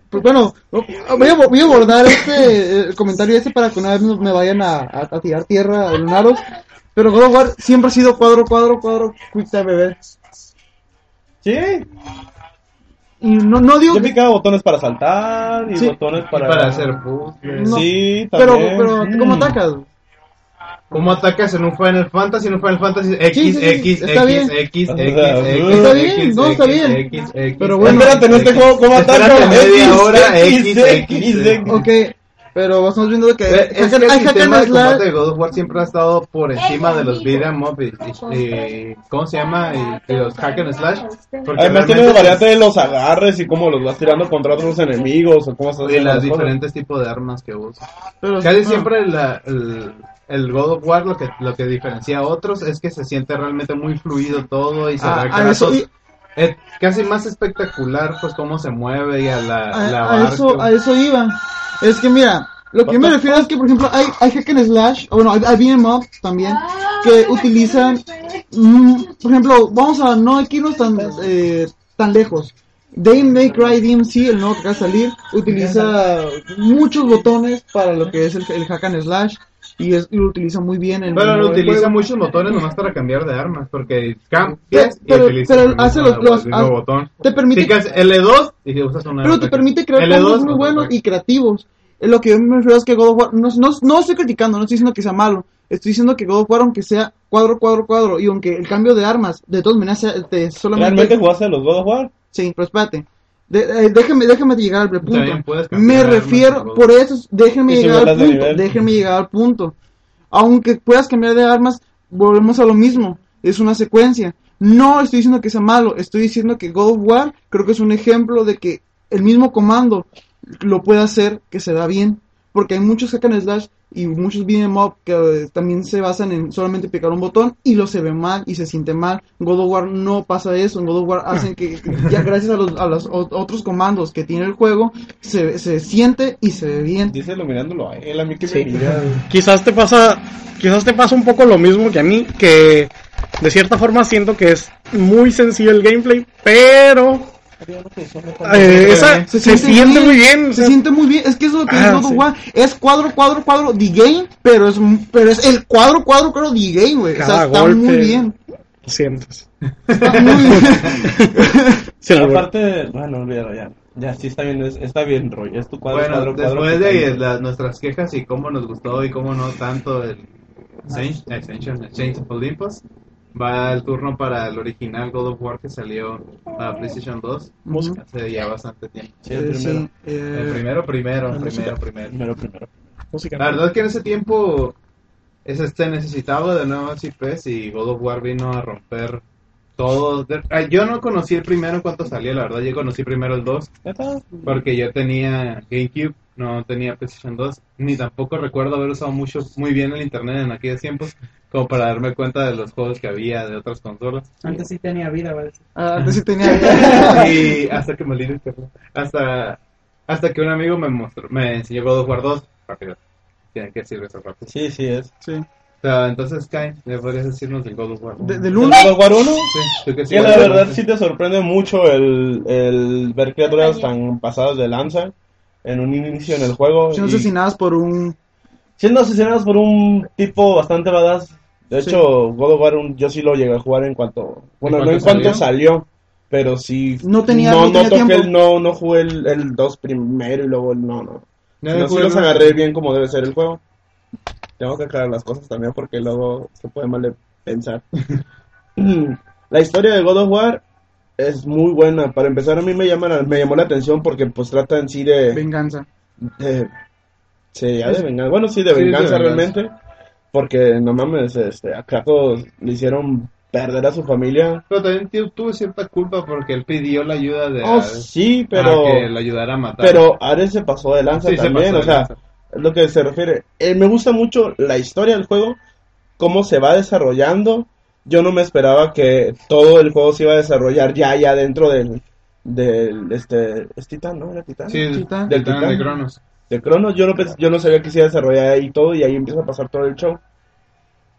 [SPEAKER 3] Pues bueno, voy a, voy a abordar este, el comentario este para que una vez me vayan a, a- a tirar tierra a lunaros. Pero God of War siempre ha sido cuadro, cuadro, cuadro, quick time, bebé.
[SPEAKER 4] Sí.
[SPEAKER 3] Y no, no digo.
[SPEAKER 4] Yo
[SPEAKER 3] que-
[SPEAKER 4] picaba botones para saltar y
[SPEAKER 3] Sí.
[SPEAKER 4] botones
[SPEAKER 9] Para,
[SPEAKER 4] para...
[SPEAKER 9] hacer puzzles.
[SPEAKER 3] No.
[SPEAKER 4] Sí,
[SPEAKER 3] pero,
[SPEAKER 4] también.
[SPEAKER 3] pero, ¿cómo
[SPEAKER 4] Mm.
[SPEAKER 3] atacas?
[SPEAKER 5] ¿Cómo atacas en un Final Fantasy? En un Final Fantasy X,
[SPEAKER 3] Sí, sí, sí,
[SPEAKER 5] X,
[SPEAKER 3] está
[SPEAKER 5] X,
[SPEAKER 3] bien.
[SPEAKER 5] X, X,
[SPEAKER 4] Está
[SPEAKER 5] X,
[SPEAKER 3] bien,
[SPEAKER 5] X,
[SPEAKER 3] no, está
[SPEAKER 5] X,
[SPEAKER 3] bien.
[SPEAKER 5] X, X,
[SPEAKER 3] Pero
[SPEAKER 4] Bueno,
[SPEAKER 3] bueno.
[SPEAKER 4] espérate, en este juego, ¿cómo
[SPEAKER 5] Espérate
[SPEAKER 4] ataco?
[SPEAKER 5] media hora,
[SPEAKER 4] X,
[SPEAKER 5] X,
[SPEAKER 4] X,
[SPEAKER 5] X,
[SPEAKER 4] X.
[SPEAKER 3] Ok, pero vamos viendo que.
[SPEAKER 5] Eh, Es que el
[SPEAKER 3] hay hack and
[SPEAKER 5] sistema de
[SPEAKER 3] slash.
[SPEAKER 5] combate de God of War siempre ha estado por encima de los beat em up y- y- y- ¿cómo se llama? Y, y los hack and slash. Porque
[SPEAKER 4] Además tiene
[SPEAKER 5] realmente-
[SPEAKER 4] variante de los agarres y cómo los vas tirando contra otros enemigos o cómo estás
[SPEAKER 5] y
[SPEAKER 4] haciendo
[SPEAKER 5] los
[SPEAKER 4] las cosas.
[SPEAKER 5] diferentes tipos de armas que usa.
[SPEAKER 3] pero-
[SPEAKER 5] Casi
[SPEAKER 3] ah.
[SPEAKER 5] siempre la- el, el God of War lo que, lo que diferencia a otros es que se siente realmente muy fluido todo y se
[SPEAKER 3] Ah,
[SPEAKER 5] ve
[SPEAKER 3] a eso-
[SPEAKER 5] gratos.
[SPEAKER 3] y-
[SPEAKER 5] Es casi más espectacular pues cómo se mueve y a la,
[SPEAKER 3] a,
[SPEAKER 5] la
[SPEAKER 3] a
[SPEAKER 5] barca.
[SPEAKER 3] eso, a eso iba. Es que mira, lo que yo me refiero es que, por ejemplo, hay, hay hack and slash, o bueno, hay, hay beat'em ups también, que utilizan, mm, por ejemplo, vamos a no irnos tan, eh, tan lejos. Day May Cry DMC, el nuevo que acaba de salir, utiliza muchos botones para lo que es el, el hack and slash y, es, y lo utiliza muy bien. En
[SPEAKER 5] Pero
[SPEAKER 3] en
[SPEAKER 5] lo
[SPEAKER 3] el
[SPEAKER 5] utiliza
[SPEAKER 3] juego.
[SPEAKER 5] muchos botones nomás para cambiar de armas, porque
[SPEAKER 3] Pero-
[SPEAKER 5] cambias y
[SPEAKER 3] pero-
[SPEAKER 5] utilizas
[SPEAKER 3] pero
[SPEAKER 5] el mismo
[SPEAKER 3] hace los- los-
[SPEAKER 5] el mismo
[SPEAKER 3] ah,
[SPEAKER 5] botón.
[SPEAKER 3] Te permite
[SPEAKER 5] Picas L2 y usas una
[SPEAKER 3] Pero te
[SPEAKER 5] ataque. pues,
[SPEAKER 3] permite crear
[SPEAKER 5] L2
[SPEAKER 3] combos muy
[SPEAKER 5] con
[SPEAKER 3] buenos
[SPEAKER 5] ataque.
[SPEAKER 3] y creativos. Es lo que yo me refiero es que God of War, no, no, no estoy criticando, no estoy diciendo que sea malo, estoy diciendo que God of War, aunque sea cuadro, cuadro, cuadro, y aunque el cambio de armas, de todas maneras, sea- te- solamente...
[SPEAKER 4] ¿Realmente jugaste a los God of War?
[SPEAKER 3] Sí, pero espérate. De- eh, déjame, déjame llegar al punto.
[SPEAKER 5] También puedes cambiar
[SPEAKER 3] Me
[SPEAKER 5] armas
[SPEAKER 3] refiero,
[SPEAKER 5] de modo.
[SPEAKER 3] por eso, déjame
[SPEAKER 4] Y si
[SPEAKER 3] llegar al
[SPEAKER 4] vuelas de
[SPEAKER 3] punto.
[SPEAKER 4] nivel.
[SPEAKER 3] Déjame llegar al punto. Aunque puedas cambiar de armas, volvemos a lo mismo. Es una secuencia. No estoy diciendo que sea malo, estoy diciendo que God of War creo que es un ejemplo de que el mismo comando lo puede hacer que se da bien. Porque hay muchos hack and slash y muchos beat'em up que eh, también se basan en solamente picar un botón y lo se ve mal y se siente mal. God of War no pasa eso. En God of War hacen que, ya gracias a los, a los o- otros comandos que tiene el juego, se, se siente y se ve bien.
[SPEAKER 4] Dice mirándolo a él, a mí que me mira.
[SPEAKER 2] quizás te pasa quizás te pasa un poco lo mismo que a mí que de cierta forma siento que es muy sencillo el gameplay pero eh, esa- se, siente muy bien o
[SPEAKER 3] Se
[SPEAKER 2] sea,
[SPEAKER 3] siente muy bien. Es que eso es lo que
[SPEAKER 2] Ah,
[SPEAKER 3] es God of
[SPEAKER 2] sí.
[SPEAKER 3] War. Es cuadro, cuadro, cuadro, de game, pero es, pero es el cuadro, cuadro, cuadro, de game, güey. O sea,
[SPEAKER 2] Cada
[SPEAKER 3] está
[SPEAKER 2] golpe.
[SPEAKER 3] muy bien.
[SPEAKER 2] lo sientes
[SPEAKER 3] Está muy bien.
[SPEAKER 2] Sin albur.
[SPEAKER 4] Aparte, bueno, olvídalo ya. Ya, sí está bien, es- está bien, Roy. Es tu cuadro,
[SPEAKER 5] Bueno,
[SPEAKER 4] cuadro, cuadro.
[SPEAKER 5] después
[SPEAKER 4] que
[SPEAKER 5] de
[SPEAKER 4] está bien.
[SPEAKER 5] las- nuestras quejas y cómo nos gustó y cómo no tanto el Ascension, Ascension, Ascension of Olympus, va el turno para el original God of War que salió para PlayStation 2
[SPEAKER 3] Música.
[SPEAKER 5] hace ya bastante tiempo.
[SPEAKER 4] Sí, el primero.
[SPEAKER 3] Sí, eh,
[SPEAKER 5] El primero, primero,
[SPEAKER 4] La música.
[SPEAKER 5] primero, primero.
[SPEAKER 4] Primero, primero.
[SPEAKER 2] Música.
[SPEAKER 5] La verdad es que en ese tiempo es este, necesitaba de nuevas IPs y God of War vino a romper todo. De- ah, Yo no conocí el primero cuando salió, la verdad. Yo conocí primero el 2
[SPEAKER 4] Ya está.
[SPEAKER 5] porque yo tenía GameCube, no tenía PlayStation 2, ni tampoco recuerdo haber usado mucho, muy bien el internet en aquellos tiempos como para darme cuenta de los juegos que había de otras consolas.
[SPEAKER 8] Antes sí tenía vida, güey.
[SPEAKER 3] ah, antes sí tenía.
[SPEAKER 5] y hasta que maldito internet. Hasta, hasta que un amigo me mostró, me enseñó God of War 2. Rápido, tienen que decir eso rápido.
[SPEAKER 4] Sí, sí, es.
[SPEAKER 3] Sí.
[SPEAKER 5] O sea, entonces, Kai, ¿me podrías decirnos del God of War?
[SPEAKER 3] De- del
[SPEAKER 4] ¿El
[SPEAKER 3] uno-
[SPEAKER 4] God of War 1?
[SPEAKER 5] Sí, tú que sí
[SPEAKER 4] Que la
[SPEAKER 5] conoces.
[SPEAKER 4] verdad sí te sorprende mucho el, el ver criaturas tan pasadas de lanza en un inicio en el juego.
[SPEAKER 3] Son
[SPEAKER 4] y
[SPEAKER 3] asesinadas por un.
[SPEAKER 4] siendo asesinadas por un tipo bastante badass. De hecho, God of War un- yo sí lo llegué a jugar en cuanto... Bueno, no
[SPEAKER 5] cuánto
[SPEAKER 4] en cuanto
[SPEAKER 5] salió?
[SPEAKER 4] salió. Pero sí.
[SPEAKER 3] No tenía-
[SPEAKER 4] No,
[SPEAKER 3] no tenía
[SPEAKER 4] toqué
[SPEAKER 3] tiempo.
[SPEAKER 4] el- no, no jugué el, el 2 primero y luego el no, no. No,
[SPEAKER 5] No, el
[SPEAKER 4] sí
[SPEAKER 5] juego
[SPEAKER 4] los
[SPEAKER 5] no.
[SPEAKER 4] agarré bien como debe ser el juego. Tengo que aclarar las cosas también porque luego se puede mal de pensar. la historia de God of War es muy buena. Para empezar, a mí me, llama la- me llamó la atención porque pues trata en sí de...
[SPEAKER 3] Venganza.
[SPEAKER 4] de sería de venganza. Bueno, sí, de
[SPEAKER 5] Sí, de
[SPEAKER 4] venganza
[SPEAKER 5] venganza.
[SPEAKER 4] realmente. Porque no mames, este, a Kratos le hicieron perder a su familia.
[SPEAKER 5] Pero también tío, tuvo cierta culpa porque él pidió la ayuda de.
[SPEAKER 4] Oh,
[SPEAKER 5] a-
[SPEAKER 4] sí,
[SPEAKER 5] a
[SPEAKER 4] pero.
[SPEAKER 5] que le ayudara a matar.
[SPEAKER 4] Pero Ares se pasó de lanza
[SPEAKER 5] Sí, se
[SPEAKER 4] también,
[SPEAKER 5] pasó de
[SPEAKER 4] o sea,
[SPEAKER 5] lanza.
[SPEAKER 4] es lo que se refiere. Eh, me gusta mucho la historia del juego, cómo se va desarrollando. Yo no me esperaba que todo el juego se iba a desarrollar ya, ya dentro del, del este, es Titán, ¿no? ¿Era Titán?
[SPEAKER 5] Sí, del
[SPEAKER 3] Titán.
[SPEAKER 5] titán,
[SPEAKER 4] Del
[SPEAKER 5] de
[SPEAKER 4] Titán.
[SPEAKER 5] Cronos.
[SPEAKER 4] De Cronos, yo no, pens- yo no sabía que se iba a desarrollar ahí todo y ahí empieza a pasar todo el show.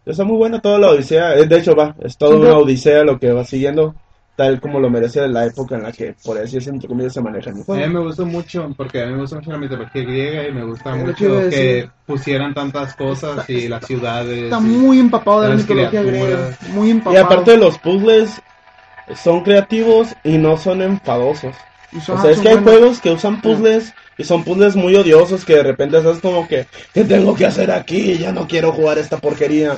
[SPEAKER 4] Está muy buena toda la odisea, eh, de hecho va, es toda una odisea lo que va siguiendo, tal como lo merece la época en la que, por así decirlo, entre comillas, se maneja el
[SPEAKER 5] A
[SPEAKER 4] juego.
[SPEAKER 5] mí me gustó mucho, porque a mí me gusta mucho la mitología griega y me gusta
[SPEAKER 3] Es lo que
[SPEAKER 5] mucho
[SPEAKER 3] iba a
[SPEAKER 5] que
[SPEAKER 3] decir.
[SPEAKER 5] pusieran tantas cosas y las ciudades.
[SPEAKER 3] Está
[SPEAKER 5] y-
[SPEAKER 3] muy empapado de la
[SPEAKER 5] Las
[SPEAKER 3] mitología griega.
[SPEAKER 5] criaturas.
[SPEAKER 3] Muy
[SPEAKER 4] Y
[SPEAKER 3] empapado.
[SPEAKER 4] aparte los puzzles son creativos y no son enfadosos.
[SPEAKER 3] Y son- Mm.
[SPEAKER 4] O sea, es
[SPEAKER 3] son
[SPEAKER 4] que hay
[SPEAKER 3] buenos.
[SPEAKER 4] juegos que usan puzzles y son puzzles muy odiosos que de repente haces como que, ¿qué tengo que hacer aquí? Ya no quiero jugar esta porquería.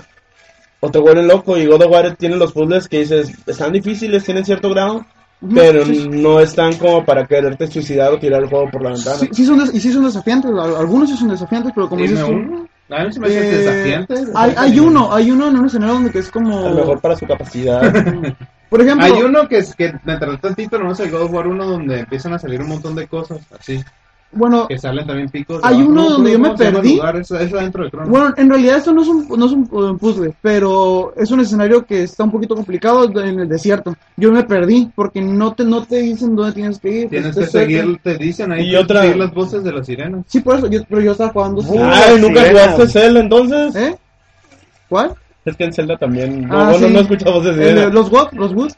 [SPEAKER 4] O te vuelven loco y God of War tiene los puzzles que dices, están difíciles, tienen cierto grado,
[SPEAKER 3] Ujú,
[SPEAKER 4] pero
[SPEAKER 3] sí, sí.
[SPEAKER 4] no están como para quererte suicidar o tirar el juego por la ventana.
[SPEAKER 3] Sí, sí son des- y sí son desafiantes, al- algunos sí son desafiantes, pero como
[SPEAKER 5] y
[SPEAKER 3] dices
[SPEAKER 5] me-
[SPEAKER 3] tú,
[SPEAKER 5] A mí se me hace
[SPEAKER 3] eh,
[SPEAKER 5] desafiante.
[SPEAKER 3] hay, hay uno, hay uno en un escenario donde que es
[SPEAKER 4] A lo
[SPEAKER 3] como,
[SPEAKER 4] mejor para su capacidad.
[SPEAKER 3] por ejemplo,
[SPEAKER 5] Hay uno que, es, que me trató tantito, no sé, God of War 1, donde empiezan a salir un montón de cosas, así,
[SPEAKER 3] bueno,
[SPEAKER 5] que salen también picos.
[SPEAKER 3] Hay
[SPEAKER 5] abajo.
[SPEAKER 3] uno
[SPEAKER 5] No me
[SPEAKER 3] donde yo me
[SPEAKER 5] acuerdo cómo se llama el
[SPEAKER 3] perdí.
[SPEAKER 5] lugar, Eso, eso dentro de Cronos.
[SPEAKER 3] bueno, en realidad esto no es un, no es un eh, puzzle, pero es un escenario que está un poquito complicado en el desierto. Yo me perdí porque no te, no te dicen dónde tienes que ir.
[SPEAKER 5] Tienes
[SPEAKER 3] te-
[SPEAKER 5] que
[SPEAKER 3] te-
[SPEAKER 5] seguir, te dicen ahí,
[SPEAKER 4] Y
[SPEAKER 5] tienes que
[SPEAKER 4] otra-
[SPEAKER 5] seguir las voces de las sirenas.
[SPEAKER 3] Sí, por eso, yo- pero yo estaba jugando. sin-
[SPEAKER 4] Ay, ¿nunca
[SPEAKER 2] sirena.
[SPEAKER 4] jugaste Zelda entonces?
[SPEAKER 3] Uh, ¿Eh? ¿Cuál?
[SPEAKER 4] Es que en Zelda también. No,
[SPEAKER 3] Ah,
[SPEAKER 4] bueno,
[SPEAKER 3] sí.
[SPEAKER 4] no escuchamos de
[SPEAKER 3] El de
[SPEAKER 4] sirena.
[SPEAKER 3] los Woods, los Woods.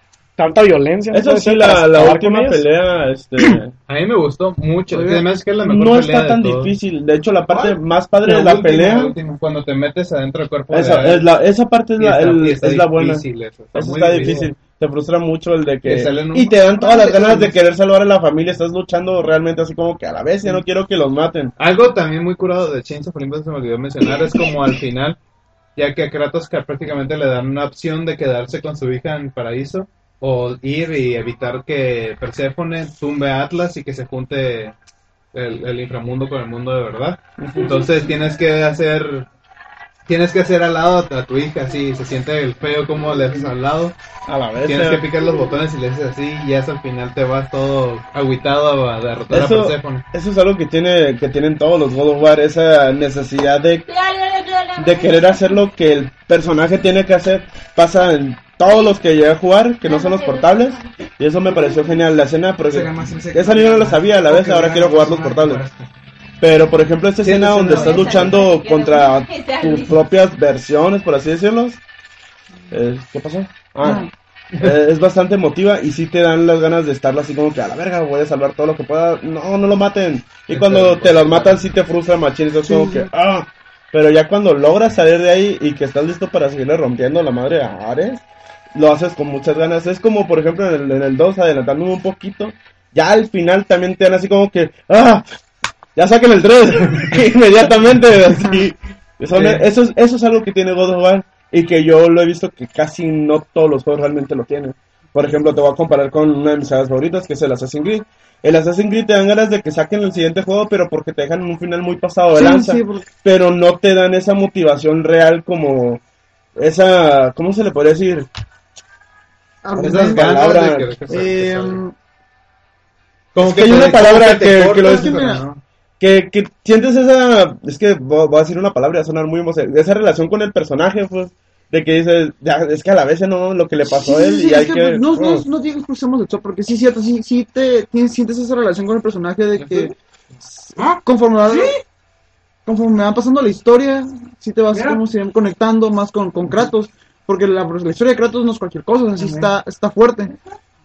[SPEAKER 2] tanta violencia. ¿no?
[SPEAKER 4] Eso
[SPEAKER 2] Puede
[SPEAKER 4] sí,
[SPEAKER 2] ser
[SPEAKER 4] la,
[SPEAKER 2] para
[SPEAKER 4] la
[SPEAKER 2] acabar
[SPEAKER 4] última
[SPEAKER 2] con ellas.
[SPEAKER 4] pelea, este...
[SPEAKER 5] A mí me gustó mucho.
[SPEAKER 3] Oye,
[SPEAKER 5] que Además, que es la mejor
[SPEAKER 4] no
[SPEAKER 5] pelea
[SPEAKER 4] está
[SPEAKER 5] de
[SPEAKER 4] tan
[SPEAKER 5] todas.
[SPEAKER 4] difícil. De hecho, la parte
[SPEAKER 5] ¿Cuál?
[SPEAKER 4] más padre de la
[SPEAKER 5] última,
[SPEAKER 4] pelea,
[SPEAKER 5] última, cuando te metes adentro del cuerpo
[SPEAKER 4] esa,
[SPEAKER 5] de
[SPEAKER 4] es la, esa parte es
[SPEAKER 5] y
[SPEAKER 4] la,
[SPEAKER 5] está-
[SPEAKER 4] el-
[SPEAKER 5] y está
[SPEAKER 4] es la buena. Eso
[SPEAKER 5] difícil, eso, muy
[SPEAKER 4] está difícil. Te frustra mucho el de que...
[SPEAKER 5] Que salen un-
[SPEAKER 4] Y te dan todas las
[SPEAKER 5] Madre,
[SPEAKER 4] ganas de
[SPEAKER 5] sí.
[SPEAKER 4] querer salvar a la familia. Estás luchando realmente así como que a la vez. Ya no quiero que los maten.
[SPEAKER 5] Algo también muy curado de Chains of Olympus se me olvidó mencionar es como al final, ya que a Kratos que prácticamente le dan una opción de quedarse con su hija en paraíso o ir y evitar que Perséfone tumbe a Atlas y que se junte el, el inframundo con el mundo de verdad. Entonces tienes que hacer tienes que hacer al lado a tu hija así, se siente el feo como le haces al lado.
[SPEAKER 4] A la vez.
[SPEAKER 5] Tienes
[SPEAKER 4] eh.
[SPEAKER 5] que picar los botones y le haces así y ya hasta el final te vas todo aguitado a derrotar a
[SPEAKER 4] Eso,
[SPEAKER 5] Perséfone.
[SPEAKER 4] eso es algo que tiene que tienen todos los God of War. Esa necesidad de de querer hacer lo que el personaje tiene que hacer pasa en todos los que llegué a jugar que no son los portables y eso me pareció genial la escena porque
[SPEAKER 8] Será más insecto.
[SPEAKER 4] esa yo no lo sabía a la vez
[SPEAKER 8] Porque
[SPEAKER 4] ahora
[SPEAKER 8] ya
[SPEAKER 4] quiero
[SPEAKER 8] no
[SPEAKER 4] jugar
[SPEAKER 8] es
[SPEAKER 4] los
[SPEAKER 8] una
[SPEAKER 4] portables
[SPEAKER 8] cuarta.
[SPEAKER 4] pero por ejemplo esta escena
[SPEAKER 5] esa
[SPEAKER 4] donde
[SPEAKER 5] no.
[SPEAKER 4] estás
[SPEAKER 6] Esa no,
[SPEAKER 4] luchando
[SPEAKER 6] esa no.
[SPEAKER 4] contra
[SPEAKER 6] Esa no.
[SPEAKER 4] tus propias versiones por así decirlo Eh, ¿qué pasó? Ah, eh, es bastante emotiva y sí te dan las ganas de estarla así como que a la verga voy a salvar todo lo que pueda no no lo maten y
[SPEAKER 5] Este,
[SPEAKER 4] cuando te
[SPEAKER 5] pues,
[SPEAKER 4] los matan sí te frustra machín eso es como que ah pero ya cuando logras salir de ahí y que estás listo para seguirle rompiendo la madre a Ares, lo haces con muchas ganas. Es como, por ejemplo, en el, en el 2, adelantándome un poquito, ya al final también te dan así como que, ¡ah! Ya saquen el 3, inmediatamente, así. Son-
[SPEAKER 5] Sí.
[SPEAKER 4] eso, es, eso es algo que tiene God of War y que yo lo he visto que casi no todos los juegos realmente lo tienen. Por ejemplo, te voy a comparar con una de mis sagas favoritas, que es el Assassin's Creed. El Assassin's Creed te dan ganas de que saquen el siguiente juego, pero porque te dejan un final muy pasado de
[SPEAKER 3] Sí,
[SPEAKER 4] lanza
[SPEAKER 3] sí, porque-
[SPEAKER 4] pero no te dan esa motivación real como esa, ¿cómo se le podría decir?
[SPEAKER 5] Esas ganas
[SPEAKER 4] palabras,
[SPEAKER 5] de que- que se- que
[SPEAKER 3] Eh,
[SPEAKER 5] se-
[SPEAKER 4] Es que hay una palabra que, que lo
[SPEAKER 5] cortas,
[SPEAKER 4] es-
[SPEAKER 5] pero
[SPEAKER 3] mira,
[SPEAKER 5] no.
[SPEAKER 4] que, que sientes esa, es que vo- voy a decir una palabra, va a sonar muy emocionante, esa relación con el personaje, pues, de que dices, ya, es que a la vez no, lo que le pasó a
[SPEAKER 3] Sí,
[SPEAKER 4] él
[SPEAKER 3] sí, sí,
[SPEAKER 4] y
[SPEAKER 3] es
[SPEAKER 4] hay
[SPEAKER 3] que,
[SPEAKER 4] que...
[SPEAKER 3] pues, no, no,
[SPEAKER 4] oh.
[SPEAKER 3] no digo que crucemos de hecho, porque sí es cierto, sí, sí te tienes- sientes esa relación con el personaje de que conforme va, conforme va pasando la historia, sí te vas
[SPEAKER 8] Mira.
[SPEAKER 3] como si, conectando más con, con Kratos. Porque la, pues, la historia de Kratos no es cualquier cosa, así está, está fuerte.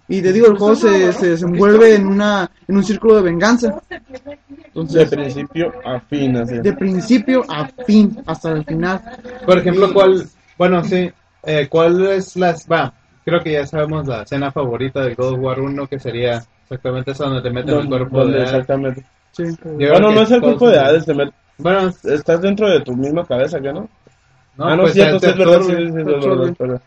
[SPEAKER 3] Y te digo, el juego se, se desenvuelve en, una, en un círculo de venganza.
[SPEAKER 4] De
[SPEAKER 3] Entonces,
[SPEAKER 4] principio a fin, así.
[SPEAKER 3] de principio a fin, hasta el final.
[SPEAKER 5] Por ejemplo, ¿cuál? Bueno, sí. eh, ¿Cuál es la... Va, creo que ya sabemos la escena favorita del God of War 1, que sería exactamente esa donde te meten el
[SPEAKER 4] Donde-
[SPEAKER 5] cuerpo
[SPEAKER 4] donde
[SPEAKER 5] de Hades.
[SPEAKER 4] exactamente.
[SPEAKER 3] Sí.
[SPEAKER 5] Yo
[SPEAKER 4] bueno,
[SPEAKER 5] creo
[SPEAKER 4] no
[SPEAKER 5] que
[SPEAKER 4] es el
[SPEAKER 5] todos
[SPEAKER 4] cuerpo de
[SPEAKER 5] son-
[SPEAKER 4] Hades, te met-
[SPEAKER 5] Bueno,
[SPEAKER 4] estás dentro de tu misma cabeza, ¿qué no?
[SPEAKER 5] no,
[SPEAKER 4] ah, no,
[SPEAKER 5] pues
[SPEAKER 4] es cierto, sí,
[SPEAKER 5] te
[SPEAKER 4] es verdad, sí, sí,
[SPEAKER 5] absorbe.
[SPEAKER 4] sí, es
[SPEAKER 3] te
[SPEAKER 4] verdad,
[SPEAKER 3] absorbe.
[SPEAKER 4] es verdad.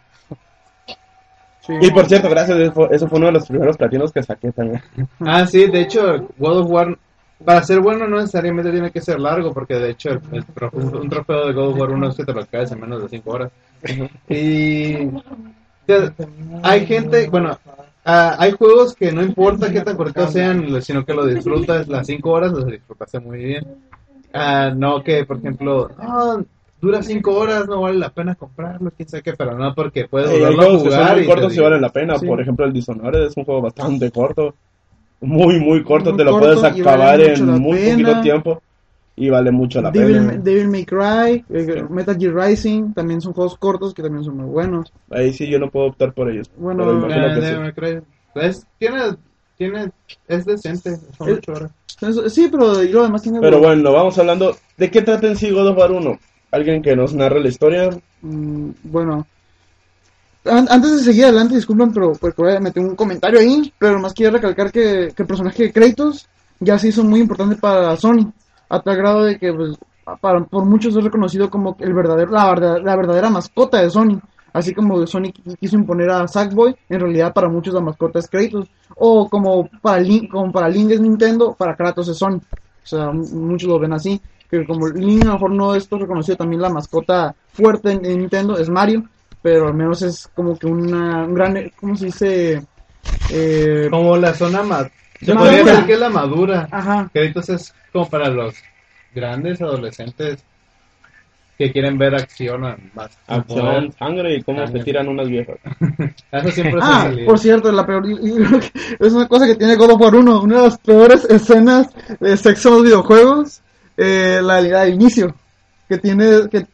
[SPEAKER 4] Y por cierto, gracias, eso fue- eso fue uno de los primeros platinos que saqué también.
[SPEAKER 5] Ah, sí, de hecho, God of War, para ser bueno no necesariamente tiene que ser largo, porque de hecho el, el tro- un trofeo de God of War 1 es que te lo caes en menos de 5 horas. Y te- hay gente, bueno, ah, hay juegos que no importa qué tan cortos sean, lo- sino que lo disfrutas, las 5 horas las disfrutaste muy bien. Ah, no que, por ejemplo, "Ah, dura 5 horas, no vale la pena comprarlo, quién sabe qué, pero no, porque puedes
[SPEAKER 4] Y hay
[SPEAKER 5] volverlo a
[SPEAKER 4] juegos Eh, que son
[SPEAKER 5] jugar.
[SPEAKER 4] muy
[SPEAKER 5] y te
[SPEAKER 4] cortos y
[SPEAKER 5] digo-
[SPEAKER 4] valen la pena. Por ejemplo, el Dishonored es un juego bastante corto. Muy, muy corto.
[SPEAKER 3] Muy
[SPEAKER 4] te lo
[SPEAKER 3] corto
[SPEAKER 4] puedes
[SPEAKER 3] y vale
[SPEAKER 4] acabar
[SPEAKER 3] mucho la
[SPEAKER 4] en muy
[SPEAKER 3] pena.
[SPEAKER 4] poquito tiempo. Y vale mucho la pena.
[SPEAKER 3] Devil, Devil May Cry, eh, Metal Gear Rising, también son juegos cortos que también son muy buenos.
[SPEAKER 4] Ahí sí yo no puedo optar por ellos.
[SPEAKER 3] Bueno,
[SPEAKER 4] pero
[SPEAKER 5] Eh,
[SPEAKER 4] imagino que sí.
[SPEAKER 5] Devil May Cry. Es, tiene, tiene, es decente, son
[SPEAKER 3] Es-
[SPEAKER 5] ocho horas.
[SPEAKER 3] Entonces, sí, pero y lo demás tiene...
[SPEAKER 4] Pero bueno, vamos hablando. ¿De qué trata en sí God of War 1? Alguien que nos narre la historia.
[SPEAKER 3] Mm, bueno. An- antes de seguir adelante, disculpen, pero pues, porque voy a meter un comentario ahí, pero más quiero recalcar que, que el personaje de Kratos ya se hizo muy importante para Sony, a tal grado de que pues, para- por muchos es reconocido como el verdadero, la, verdad- la verdadera mascota de Sony, así como Sony qui- quiso imponer a Sackboy, en realidad para muchos la mascota es Kratos, o como para Link, como para Link es Nintendo, para Kratos es Sony, o sea, m- muchos lo ven así, que como Link a lo mejor no es tan reconocido, también la mascota fuerte en, en Nintendo es Mario, pero al menos es como que una, un gran, ¿cómo se dice? Eh,
[SPEAKER 5] Como la zona madura. Yo
[SPEAKER 3] Madura.
[SPEAKER 5] podría decir que es la madura.
[SPEAKER 3] ajá,
[SPEAKER 5] Créditos es como para los grandes adolescentes que quieren ver acción a- más.
[SPEAKER 4] Acción, sangre y cómo
[SPEAKER 5] Sangre.
[SPEAKER 4] se tiran unas viejas.
[SPEAKER 5] Eso siempre es
[SPEAKER 3] Ah,
[SPEAKER 5] el-
[SPEAKER 3] por cierto, la peor. Es una cosa que tiene God of War 1, una de las peores escenas de sexo en los videojuegos. Eh, la, la de inicio, que tiene. que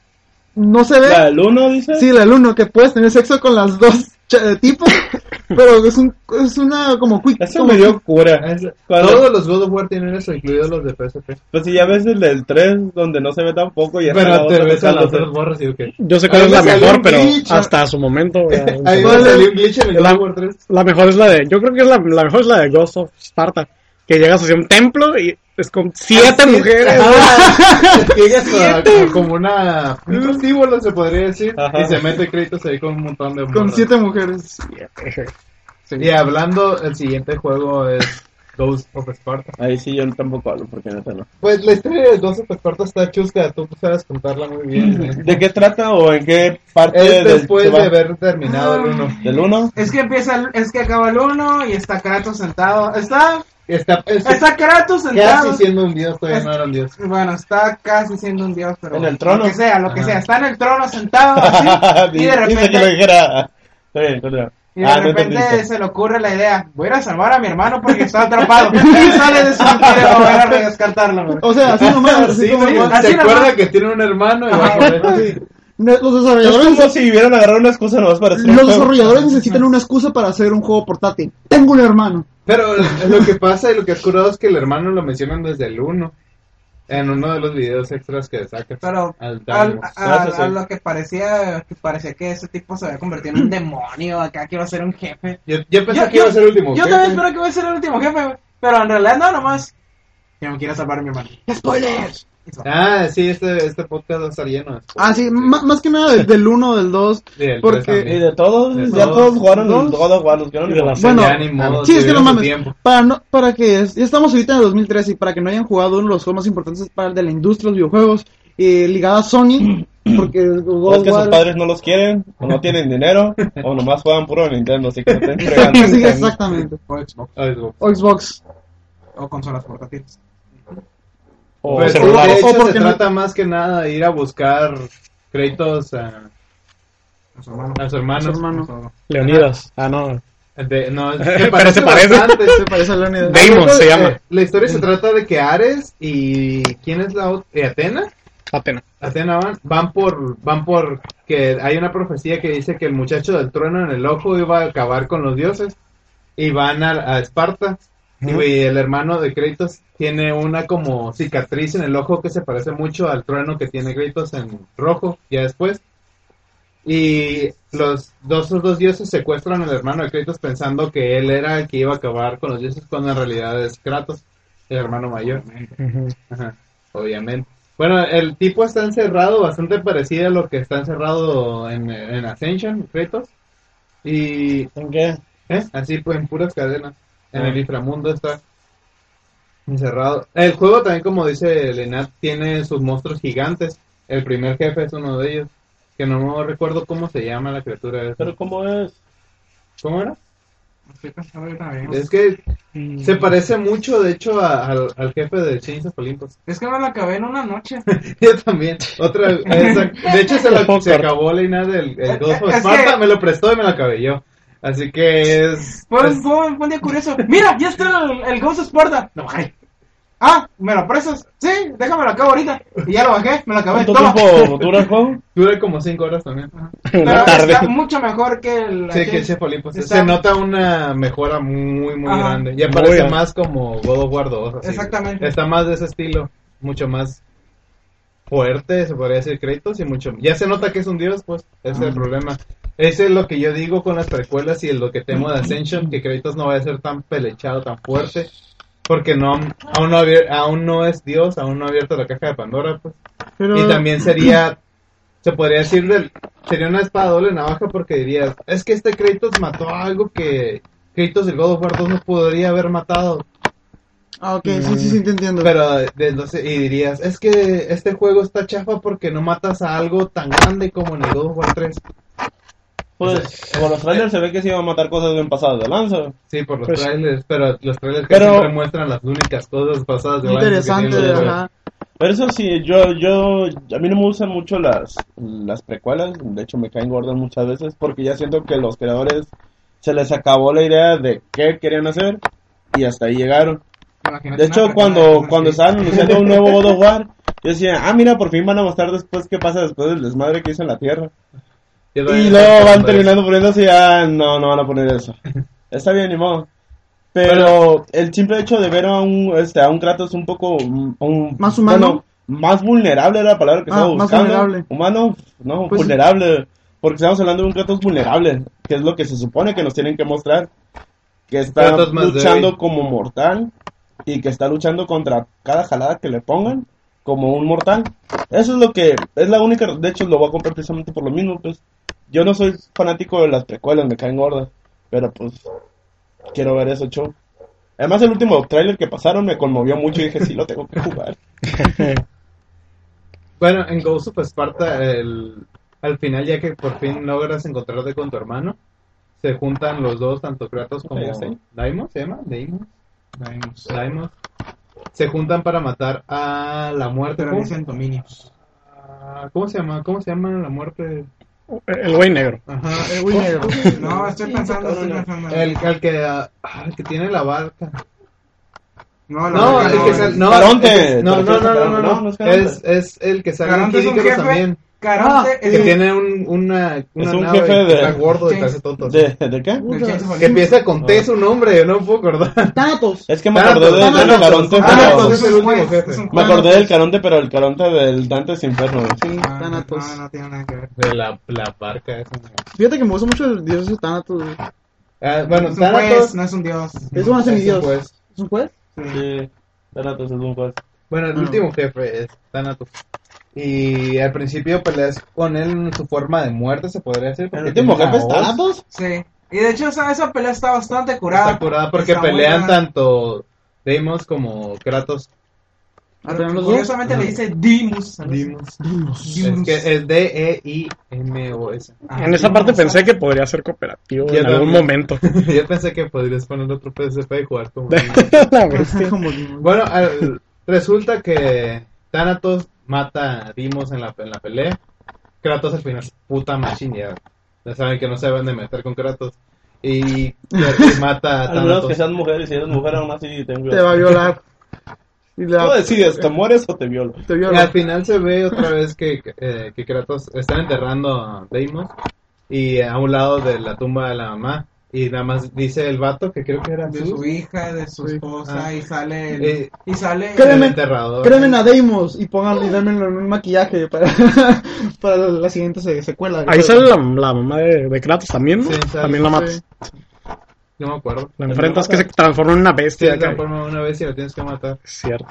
[SPEAKER 3] No se ve.
[SPEAKER 4] ¿La del 1 dice?
[SPEAKER 3] Sí, la del 1, que puedes tener sexo con las dos cha- eh, tipos. pero es, un, es una como quick.
[SPEAKER 4] Eso
[SPEAKER 3] como
[SPEAKER 4] me dio cura.
[SPEAKER 5] es-
[SPEAKER 4] Cuando-
[SPEAKER 5] Todos los God of War tienen eso, incluidos los de PSP.
[SPEAKER 4] Pues si ya ves el del 3 donde no se ve tampoco y está
[SPEAKER 5] Pero
[SPEAKER 4] la
[SPEAKER 5] te
[SPEAKER 4] otra
[SPEAKER 5] ves a las
[SPEAKER 4] besándose.
[SPEAKER 5] dos morras y ok.
[SPEAKER 2] Yo sé cuál
[SPEAKER 5] Ahí
[SPEAKER 2] es
[SPEAKER 5] me
[SPEAKER 2] la
[SPEAKER 5] salió
[SPEAKER 2] mejor,
[SPEAKER 5] un
[SPEAKER 2] pero
[SPEAKER 5] glitch.
[SPEAKER 2] hasta su momento. ya, no
[SPEAKER 5] Ahí
[SPEAKER 2] sé.
[SPEAKER 5] va a salir un glitch en el God
[SPEAKER 2] La-
[SPEAKER 5] of War 3.
[SPEAKER 2] La mejor es la de. Yo creo que es la, la mejor es la de Ghost of Sparta. Que llegas hacia un templo y es con siete mujeres.
[SPEAKER 5] Llegas a- a- como una. Un prostíbulo se podría decir.
[SPEAKER 4] Ajá.
[SPEAKER 5] Y se mete créditos ahí con un montón de.
[SPEAKER 3] Con
[SPEAKER 5] morras.
[SPEAKER 3] siete mujeres.
[SPEAKER 5] Y hablando, el siguiente juego es Ghost of Sparta.
[SPEAKER 4] Ahí sí yo tampoco hablo porque neta no.
[SPEAKER 5] Pues la historia de Ghost of Sparta está chusca, tú sabes contarla muy bien. ¿eh?
[SPEAKER 4] ¿De qué trata o en qué parte
[SPEAKER 5] Es
[SPEAKER 4] del- se
[SPEAKER 5] después
[SPEAKER 4] va?
[SPEAKER 5] de haber terminado el 1.
[SPEAKER 8] Ah.
[SPEAKER 4] del 1?
[SPEAKER 8] Es que empieza, el- es que acaba el uno y está Kratos sentado. Está,
[SPEAKER 5] Está, es-
[SPEAKER 8] está Kratos
[SPEAKER 5] casi
[SPEAKER 8] sentado.
[SPEAKER 5] siendo un dios, todavía no era un dios.
[SPEAKER 8] Bueno, está casi siendo un dios, pero.
[SPEAKER 4] En el trono.
[SPEAKER 8] Lo que sea, lo que
[SPEAKER 5] Ajá.
[SPEAKER 8] sea. Está en el trono sentado así. y de
[SPEAKER 4] Dice que lo
[SPEAKER 8] repente,
[SPEAKER 4] dijera. Está bien, está bien.
[SPEAKER 8] y de
[SPEAKER 4] Ah, no
[SPEAKER 8] repente
[SPEAKER 4] entendiste.
[SPEAKER 8] se le ocurre la idea: voy a ir a salvar a mi hermano porque está atrapado. y sale de su mochila para volver a rescatarlo. güey.
[SPEAKER 3] O sea, así nomás. Así
[SPEAKER 5] Sí,
[SPEAKER 3] como
[SPEAKER 5] sí,
[SPEAKER 3] igual.
[SPEAKER 8] así
[SPEAKER 5] se
[SPEAKER 8] nomás.
[SPEAKER 5] acuerda que tiene un hermano y va a correr.
[SPEAKER 3] No, Los
[SPEAKER 4] Es
[SPEAKER 3] desarrolladores.
[SPEAKER 4] como si hubieran agarrado una excusa nomás para hacer un
[SPEAKER 3] Los
[SPEAKER 4] juego.
[SPEAKER 3] desarrolladores necesitan una excusa para hacer un juego portátil. Tengo un hermano.
[SPEAKER 5] Pero lo que pasa y lo que es curado es que el hermano lo mencionan desde el 1. En uno de los videos extras que saca.
[SPEAKER 8] Pero
[SPEAKER 5] Al
[SPEAKER 8] al-
[SPEAKER 5] Daimon.
[SPEAKER 8] a,
[SPEAKER 4] Ah, sí, sí.
[SPEAKER 8] a lo que parecía que parecía que ese tipo se había convertido en un demonio, acá que iba a ser un jefe.
[SPEAKER 5] Yo, yo pensé
[SPEAKER 8] Yo-
[SPEAKER 5] que iba a
[SPEAKER 8] yo-
[SPEAKER 5] ser el último.
[SPEAKER 8] Yo
[SPEAKER 5] jefe.
[SPEAKER 8] también espero que voy a ser el último jefe, güey, pero en realidad no, nomás. Yo me quiero salvar a mi hermano. ¡Spoilers!
[SPEAKER 5] Ah, sí, este, este podcast va a estar lleno.
[SPEAKER 3] Ah, sí, más, más que nada del- del 1, del 2.
[SPEAKER 5] Sí, el
[SPEAKER 3] porque-
[SPEAKER 5] tres
[SPEAKER 4] Y
[SPEAKER 5] también.
[SPEAKER 4] de todos,
[SPEAKER 5] De
[SPEAKER 4] ya
[SPEAKER 5] todos.
[SPEAKER 4] todos jugaron
[SPEAKER 3] Todos.
[SPEAKER 4] el God of War, los que no
[SPEAKER 2] Y de
[SPEAKER 4] jugaron.
[SPEAKER 2] las-
[SPEAKER 3] Bueno,
[SPEAKER 5] Ya ni modo,
[SPEAKER 3] sí, es que no
[SPEAKER 5] tuvieron su
[SPEAKER 3] mames.
[SPEAKER 5] tiempo.
[SPEAKER 3] Para, no, para que es- ya estamos ahorita en el 2013 y para que no hayan jugado uno de los juegos más importantes para el de la industria de los videojuegos, eh, ligada a Sony, porque el
[SPEAKER 4] O
[SPEAKER 3] God
[SPEAKER 4] es
[SPEAKER 3] of
[SPEAKER 4] que sus
[SPEAKER 3] War.
[SPEAKER 4] padres no los quieren, o no tienen dinero, o nomás juegan puro Nintendo, así que no estén fregando.
[SPEAKER 3] Sí, exactamente.
[SPEAKER 8] O Xbox,
[SPEAKER 5] Ah, es bueno.
[SPEAKER 3] O Xbox.
[SPEAKER 8] o consolas portátiles.
[SPEAKER 2] O
[SPEAKER 5] Pues,
[SPEAKER 2] celulares.
[SPEAKER 5] de hecho,
[SPEAKER 3] O porque
[SPEAKER 5] se
[SPEAKER 3] no-
[SPEAKER 5] trata más que nada de ir a buscar créditos a,
[SPEAKER 8] con su hermano.
[SPEAKER 5] a su hermano.
[SPEAKER 3] Su hermano.
[SPEAKER 8] Todo.
[SPEAKER 2] Leonidas. Ah, no.
[SPEAKER 5] De- no, es
[SPEAKER 2] Pero
[SPEAKER 5] que
[SPEAKER 2] se
[SPEAKER 5] parece
[SPEAKER 2] parece.
[SPEAKER 5] bastante.
[SPEAKER 3] Se parece a Leonidas.
[SPEAKER 2] Ve- Damon
[SPEAKER 5] La neta,
[SPEAKER 2] se llama.
[SPEAKER 5] eh, la historia se trata de que Ares y. ¿Quién es la otra? ¿Atena?
[SPEAKER 2] Atena.
[SPEAKER 5] Atena van, van por van por que hay una profecía que dice que el muchacho del trueno en el ojo iba a acabar con los dioses y van a, a Esparta. Y güey, el hermano de Kratos tiene una como cicatriz en el ojo que se parece mucho al trueno que tiene Kratos en rojo, ya después. Y los dos, los dos dioses secuestran al hermano de Kratos pensando que él era el que iba a acabar con los dioses, cuando en realidad es Kratos, el hermano mayor. Ajá, obviamente. Bueno, el tipo está encerrado, bastante parecido a lo que está encerrado en, en Ascension, Kratos. Y
[SPEAKER 4] ¿En qué?
[SPEAKER 5] ¿Eh? Así pues, en puras cadenas. En el inframundo está encerrado. El juego también, como dice Lenat, tiene sus monstruos gigantes. El primer jefe es uno de ellos. Que no recuerdo cómo se llama la criatura. esa.
[SPEAKER 4] Pero ¿cómo es?
[SPEAKER 5] ¿Cómo era?
[SPEAKER 8] Estoy pensando yo también.
[SPEAKER 5] Es que
[SPEAKER 2] Mm.
[SPEAKER 5] se parece mucho, de hecho, a- al, al jefe de Chains of Olympus.
[SPEAKER 8] Es que me la acabé en una noche.
[SPEAKER 5] Yo también. Otra, esa- de hecho, se, la, se acabó Lenat el, el Ghost of
[SPEAKER 8] Es que-
[SPEAKER 5] Sparta. Me lo prestó y me la acabé yo. Así que es.
[SPEAKER 8] Fue,
[SPEAKER 5] es-
[SPEAKER 8] fue, fue un día curioso. Mira, ya está el, el Ghost Sparta. Lo bajé. Ah, ¿me lo prestas? Sí, déjamelo acá ahorita. Y ya lo bajé, me lo acabé.
[SPEAKER 4] ¿Cuánto
[SPEAKER 8] Toma.
[SPEAKER 4] tiempo dura el juego?
[SPEAKER 5] dura como 5 horas también.
[SPEAKER 8] Pero
[SPEAKER 2] Una tarde.
[SPEAKER 8] está mucho mejor que el...
[SPEAKER 5] Sí, que el Chef Olympus.
[SPEAKER 8] Está-
[SPEAKER 5] Se nota una mejora muy, muy
[SPEAKER 8] Ajá.
[SPEAKER 5] grande. Y aparece
[SPEAKER 2] grande.
[SPEAKER 5] más como God of War 2. así.
[SPEAKER 8] Exactamente.
[SPEAKER 5] Está más de ese estilo. Mucho más fuerte, se podría decir, Kratos. Y mucho. Ya se nota que es un dios, pues. Ese es el problema. Ese es lo que yo digo con las precuelas y es lo que temo de Ascension: que Kratos no va a ser tan pelechado, tan fuerte. Porque no, aún no, abier- aún no es dios, aún no ha abierto la caja de Pandora, pues.
[SPEAKER 3] Pero,
[SPEAKER 5] Y también sería, se podría decir, del- sería una espada doble navaja porque dirías, es que este Kratos mató algo que Kratos del God of War 2 no podría haber matado. Mm,
[SPEAKER 3] ah, ok, sí, sí, sí, te entiendo.
[SPEAKER 5] Pero, de- no sé, y dirías, es que este juego está chafa porque no matas a algo tan grande como en el God of War 3.
[SPEAKER 4] Pues, por los trailers se ve que se iba a matar cosas bien pasadas de lanza.
[SPEAKER 5] Sí, por los
[SPEAKER 2] Pues-
[SPEAKER 5] trailers, pero los trailers que
[SPEAKER 4] Pero-
[SPEAKER 5] siempre muestran las únicas cosas pasadas de Bioware que
[SPEAKER 3] Interesante,
[SPEAKER 5] tienen los juegos.
[SPEAKER 3] ajá.
[SPEAKER 4] Pero eso sí, yo, yo, a mí no me gustan mucho las, las precuelas, de hecho me caen gordas muchas veces, porque ya siento que los creadores se les acabó la idea de qué querían hacer y hasta ahí llegaron.
[SPEAKER 8] Imagínate
[SPEAKER 4] De
[SPEAKER 8] una
[SPEAKER 4] hecho,
[SPEAKER 8] persona
[SPEAKER 4] cuando,
[SPEAKER 8] así.
[SPEAKER 4] cuando estaban anunciando un nuevo God of War, yo decía, ah, mira, por fin van a mostrar después qué pasa después del desmadre que hizo en la Tierra. Y luego van terminando poniéndose y ya, no, no van a poner eso. Está bien, ni modo. Pero el simple hecho de ver a un, este, a un Kratos un poco... mm, un-
[SPEAKER 3] Más humano.
[SPEAKER 4] bueno, más vulnerable era la palabra que
[SPEAKER 3] Ah,
[SPEAKER 4] estaba
[SPEAKER 3] más
[SPEAKER 4] buscando.
[SPEAKER 3] vulnerable.
[SPEAKER 4] Humano, no,
[SPEAKER 3] Pues sí.
[SPEAKER 4] vulnerable. Porque estamos hablando de un Kratos vulnerable, que es lo que se supone que nos tienen que mostrar. Que está
[SPEAKER 5] Kratos más
[SPEAKER 4] luchando
[SPEAKER 5] débil.
[SPEAKER 4] como mortal y que está luchando contra cada jalada que le pongan como un mortal. Eso es lo que es la única, de hecho lo voy a comprar precisamente por lo mismo, pues yo no soy fanático de las precuelas, me caen gordas, pero pues quiero ver eso show. Además el último tráiler que pasaron me conmovió mucho y dije, sí, lo tengo que jugar.
[SPEAKER 5] Bueno, en Ghost of Sparta, el- al final, ya que por fin logras encontrarte con tu hermano, se juntan los dos, tanto Kratos como
[SPEAKER 4] Ya sé.
[SPEAKER 5] Daimon, ¿se llama? Daimon. Daimon. Se juntan para matar a la muerte.
[SPEAKER 8] Pero
[SPEAKER 5] ¿Cómo,
[SPEAKER 8] dicen dominios.
[SPEAKER 5] Ah, ¿cómo se llama? ¿Cómo se llama la muerte?
[SPEAKER 2] El güey negro.
[SPEAKER 5] Ajá.
[SPEAKER 3] Eh, güey, negro.
[SPEAKER 8] No, estoy pensando, estoy pensando.
[SPEAKER 5] El, el que, ah, el que tiene la barca.
[SPEAKER 8] No, la
[SPEAKER 5] No,
[SPEAKER 8] verdad
[SPEAKER 5] el que sale- no,
[SPEAKER 4] Caronte,
[SPEAKER 5] el que- no,
[SPEAKER 4] ¿te
[SPEAKER 5] no,
[SPEAKER 4] refieres a
[SPEAKER 5] no, no,
[SPEAKER 4] Caronte?
[SPEAKER 5] no,
[SPEAKER 4] No, no es Caronte.
[SPEAKER 5] es, es el que sale en
[SPEAKER 8] Caronte es
[SPEAKER 5] Kid
[SPEAKER 8] un
[SPEAKER 5] Icarus
[SPEAKER 8] jefe.
[SPEAKER 5] también.
[SPEAKER 8] Caronte
[SPEAKER 3] Ah,
[SPEAKER 8] es
[SPEAKER 5] Ah, que
[SPEAKER 8] el-
[SPEAKER 5] tiene un, una, una
[SPEAKER 4] Es un
[SPEAKER 5] nave
[SPEAKER 4] jefe
[SPEAKER 5] que
[SPEAKER 4] de-
[SPEAKER 5] está gordo y
[SPEAKER 8] eh, Sí.
[SPEAKER 5] casi tonto.
[SPEAKER 4] ¿De, Ah. de qué?
[SPEAKER 8] del James Bond.
[SPEAKER 5] Que empieza con T su nombre, yo no me puedo acordar.
[SPEAKER 3] Thanatos.
[SPEAKER 4] Es que me
[SPEAKER 5] Thanos,
[SPEAKER 4] acordé de- del
[SPEAKER 5] Thanos,
[SPEAKER 4] Caronte,
[SPEAKER 5] Thanos,
[SPEAKER 4] pero-
[SPEAKER 5] Thanos.
[SPEAKER 8] es
[SPEAKER 5] el
[SPEAKER 8] un
[SPEAKER 5] último
[SPEAKER 8] juez,
[SPEAKER 5] jefe.
[SPEAKER 8] es un
[SPEAKER 4] me
[SPEAKER 8] juez.
[SPEAKER 4] acordé del Caronte, pero el Caronte del Dante's Inferno.
[SPEAKER 3] Sí,
[SPEAKER 8] Ah,
[SPEAKER 3] Thanatos.
[SPEAKER 8] No, no tiene nada que ver.
[SPEAKER 5] De la, la barca esa.
[SPEAKER 3] Fíjate que me gusta mucho el dios ese Thanatos. güey.
[SPEAKER 5] Ah, bueno,
[SPEAKER 8] es un
[SPEAKER 5] Thanatos.
[SPEAKER 8] juez, no es un dios.
[SPEAKER 3] Es un semidios.
[SPEAKER 5] es un juez.
[SPEAKER 3] ¿Es un juez?
[SPEAKER 4] Sí, Thanatos es un juez.
[SPEAKER 5] Bueno, el
[SPEAKER 3] Ah.
[SPEAKER 5] último jefe es Thanatos. Y al principio peleas con él en su forma de muerte, se podría decir.
[SPEAKER 4] ¿El
[SPEAKER 5] porque
[SPEAKER 8] ¿Este
[SPEAKER 4] último
[SPEAKER 5] tiene
[SPEAKER 4] jefe
[SPEAKER 5] una
[SPEAKER 4] es
[SPEAKER 5] hoz.
[SPEAKER 4] Thanatos?
[SPEAKER 8] Sí. Y de hecho, esa, esa pelea está bastante curada.
[SPEAKER 5] Está curada porque
[SPEAKER 8] Está muy
[SPEAKER 5] pelean
[SPEAKER 8] curada.
[SPEAKER 5] tanto Deimos como Kratos.
[SPEAKER 3] ¿A tener Ah, los dos?
[SPEAKER 8] Curiosamente le dice Dimus.
[SPEAKER 5] Dimos. Es
[SPEAKER 8] Dimus.
[SPEAKER 5] que es E D-E-I-M-O-S.
[SPEAKER 8] Ah,
[SPEAKER 2] en esa
[SPEAKER 8] Dimus,
[SPEAKER 2] parte
[SPEAKER 8] ah.
[SPEAKER 2] pensé que podría ser cooperativo
[SPEAKER 5] Yo
[SPEAKER 2] en algún
[SPEAKER 5] también.
[SPEAKER 2] momento.
[SPEAKER 5] Yo pensé que podrías poner otro PSP y jugar como.
[SPEAKER 2] La
[SPEAKER 3] Pues,
[SPEAKER 2] bestia.
[SPEAKER 3] como digo.
[SPEAKER 5] Bueno, al- resulta que Thanatos mata a Dimos en la, en la pelea. Kratos al final, puta machine, ya. Ya saben que no se van de meter con Kratos. Y, y mata a
[SPEAKER 4] Al menos que
[SPEAKER 5] Thanatos.
[SPEAKER 4] sean mujeres, si eres mujer aún así tengo
[SPEAKER 3] Te va a violar. Y
[SPEAKER 4] Tú
[SPEAKER 3] la,
[SPEAKER 4] decides, ¿te ¿este mueres o te violo?
[SPEAKER 3] te
[SPEAKER 5] Y
[SPEAKER 3] viola.
[SPEAKER 5] al final se ve otra vez que, eh, que Kratos está enterrando a Deimos y a un lado de la tumba de la mamá. Y nada más dice el vato que creo que era
[SPEAKER 8] de
[SPEAKER 5] Zeus,
[SPEAKER 8] su hija, de su
[SPEAKER 5] Sí.
[SPEAKER 8] esposa,
[SPEAKER 5] Ah.
[SPEAKER 8] y sale el-
[SPEAKER 5] Eh,
[SPEAKER 8] y sale el-
[SPEAKER 5] el
[SPEAKER 3] Créeme.
[SPEAKER 5] enterrador.
[SPEAKER 3] Cremen a Deimos y pónganle y dámelo en un maquillaje para, para la siguiente se- secuela.
[SPEAKER 2] Ahí sale la, la mamá de, de Kratos también, ¿no?
[SPEAKER 5] Sí, sale,
[SPEAKER 2] también la
[SPEAKER 5] sí.
[SPEAKER 2] matas.
[SPEAKER 5] No me acuerdo.
[SPEAKER 2] La enfrentas que se transforma en una
[SPEAKER 5] Sí,
[SPEAKER 2] bestia.
[SPEAKER 5] de
[SPEAKER 2] acá.
[SPEAKER 5] esa forma una vez y la tienes que matar.
[SPEAKER 2] Es cierto.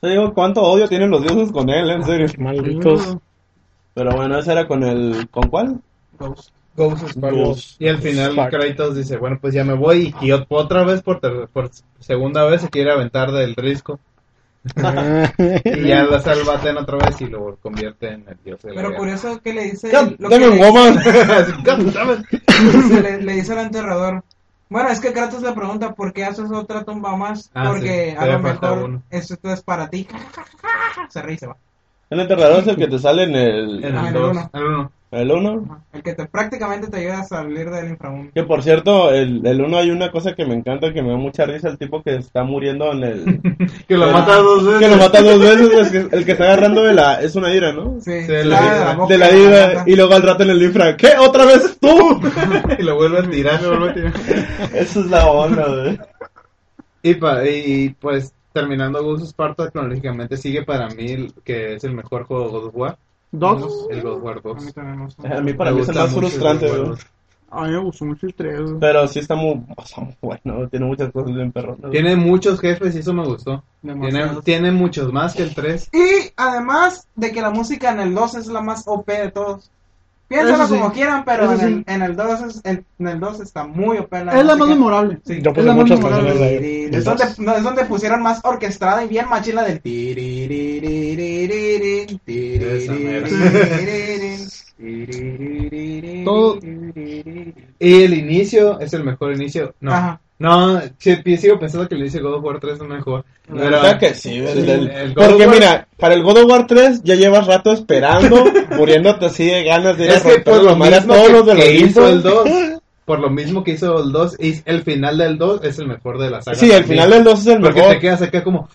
[SPEAKER 4] Te digo, cuánto odio tienen los dioses con él, en serio.
[SPEAKER 2] Malditos.
[SPEAKER 4] Pero bueno, ese era con el... ¿Con cuál?
[SPEAKER 8] Ghost.
[SPEAKER 2] Dios.
[SPEAKER 5] Y al final
[SPEAKER 2] Fuck.
[SPEAKER 5] Kratos dice, bueno, pues ya me voy. Y Kiot otra vez, por, ter- por segunda vez, se quiere aventar del risco.
[SPEAKER 2] Ah.
[SPEAKER 5] Y ya la salva Aten otra vez y lo convierte en el dios de la
[SPEAKER 8] Pero
[SPEAKER 5] guerra.
[SPEAKER 8] curioso que le dice
[SPEAKER 4] Ya,
[SPEAKER 8] lo que
[SPEAKER 4] ¡Dame un
[SPEAKER 8] le-
[SPEAKER 4] goma!
[SPEAKER 5] Ah,
[SPEAKER 8] se le, le dice al enterrador. Bueno, es que Kratos le pregunta por qué haces otra tumba más,
[SPEAKER 5] Ah, sí,
[SPEAKER 8] porque a
[SPEAKER 5] todavía
[SPEAKER 8] lo
[SPEAKER 5] falta
[SPEAKER 8] mejor
[SPEAKER 5] uno.
[SPEAKER 8] esto es para ti. Se ríe y se va.
[SPEAKER 4] El enterrador es el que te sale en el...
[SPEAKER 5] En
[SPEAKER 8] Ah, en
[SPEAKER 5] el
[SPEAKER 8] el
[SPEAKER 5] 2.
[SPEAKER 8] uno.
[SPEAKER 4] ¿El 1?
[SPEAKER 8] Ajá. El que te, prácticamente te ayuda a salir del inframundo.
[SPEAKER 4] Que por cierto, el 1 hay una cosa que me encanta, que me da mucha risa, el tipo que está muriendo en el...
[SPEAKER 5] Que lo
[SPEAKER 4] Ah.
[SPEAKER 5] mata dos veces.
[SPEAKER 4] que lo mata dos veces, el que, el que está agarrando de la... Es una ira, ¿no?
[SPEAKER 8] Sí,
[SPEAKER 5] de
[SPEAKER 8] sale
[SPEAKER 5] la
[SPEAKER 8] de
[SPEAKER 5] hidra,
[SPEAKER 8] boca
[SPEAKER 4] De la
[SPEAKER 8] de la
[SPEAKER 4] ira,
[SPEAKER 8] gata.
[SPEAKER 4] y luego al rato en el infra, ¿qué? ¿Otra vez tú?
[SPEAKER 5] y lo vuelve a tirar, lo vuelve a tirar.
[SPEAKER 4] Esa es la onda, güey.
[SPEAKER 5] Y, pa- y, pues terminando Ghost of Sparta, cronológicamente sigue para mí el- que es el mejor juego de God of War.
[SPEAKER 3] Dogs.
[SPEAKER 5] El God of War 2.
[SPEAKER 8] A mí también me gusta.
[SPEAKER 4] A mí para
[SPEAKER 5] Me
[SPEAKER 4] mí es el
[SPEAKER 5] gusta
[SPEAKER 4] más
[SPEAKER 5] mucho el
[SPEAKER 4] frustrante,
[SPEAKER 5] God of War
[SPEAKER 4] güey.
[SPEAKER 5] 2.
[SPEAKER 3] A mí me gustó mucho el 3.
[SPEAKER 4] Pero sí está muy, o sea, muy bueno, tiene muchas cosas bien perronas. güey.
[SPEAKER 5] Tiene muchos jefes y eso me gustó. Tiene,
[SPEAKER 8] Demasiado.
[SPEAKER 5] tiene muchos más que el 3.
[SPEAKER 8] Y además de que la música en el 2 es la más OP de todos. Piénsalo
[SPEAKER 3] Eso sí.
[SPEAKER 8] como quieran, pero
[SPEAKER 3] Eso
[SPEAKER 8] en,
[SPEAKER 3] sí.
[SPEAKER 8] el, en el 2 es- en, en el 2 está muy OP la
[SPEAKER 3] Es la más
[SPEAKER 8] música.
[SPEAKER 3] memorable.
[SPEAKER 8] Sí.
[SPEAKER 2] Yo
[SPEAKER 3] Es
[SPEAKER 2] puse
[SPEAKER 3] la
[SPEAKER 2] muchas
[SPEAKER 3] mano
[SPEAKER 2] canciones de ahí.
[SPEAKER 8] Es donde, no, es donde pusieron más orquestada y bien machila del tiriririririn, tiriririririn, tiriririririn.
[SPEAKER 5] Todo- Y el inicio es el mejor inicio. No,
[SPEAKER 8] Ajá.
[SPEAKER 5] no sí, pi- sigo pensando que el inicio de God of War 3 es el mejor.
[SPEAKER 4] La verdad que sí, güey,
[SPEAKER 5] Sí,
[SPEAKER 4] del-
[SPEAKER 5] el God of
[SPEAKER 4] Porque
[SPEAKER 5] War-
[SPEAKER 4] mira, para el God of War 3 ya llevas rato esperando, muriéndote así de ganas de ir
[SPEAKER 5] es que por lo
[SPEAKER 4] mareas
[SPEAKER 5] mismo
[SPEAKER 4] todos
[SPEAKER 5] que,
[SPEAKER 4] los de
[SPEAKER 5] que
[SPEAKER 4] los
[SPEAKER 5] hizo el
[SPEAKER 4] Infra.
[SPEAKER 5] 2, por lo mismo que hizo el 2, y el final del 2 es el mejor de la saga.
[SPEAKER 4] Sí, el
[SPEAKER 5] también.
[SPEAKER 4] final del 2 es el
[SPEAKER 5] Porque
[SPEAKER 4] mejor.
[SPEAKER 5] te quedas acá como...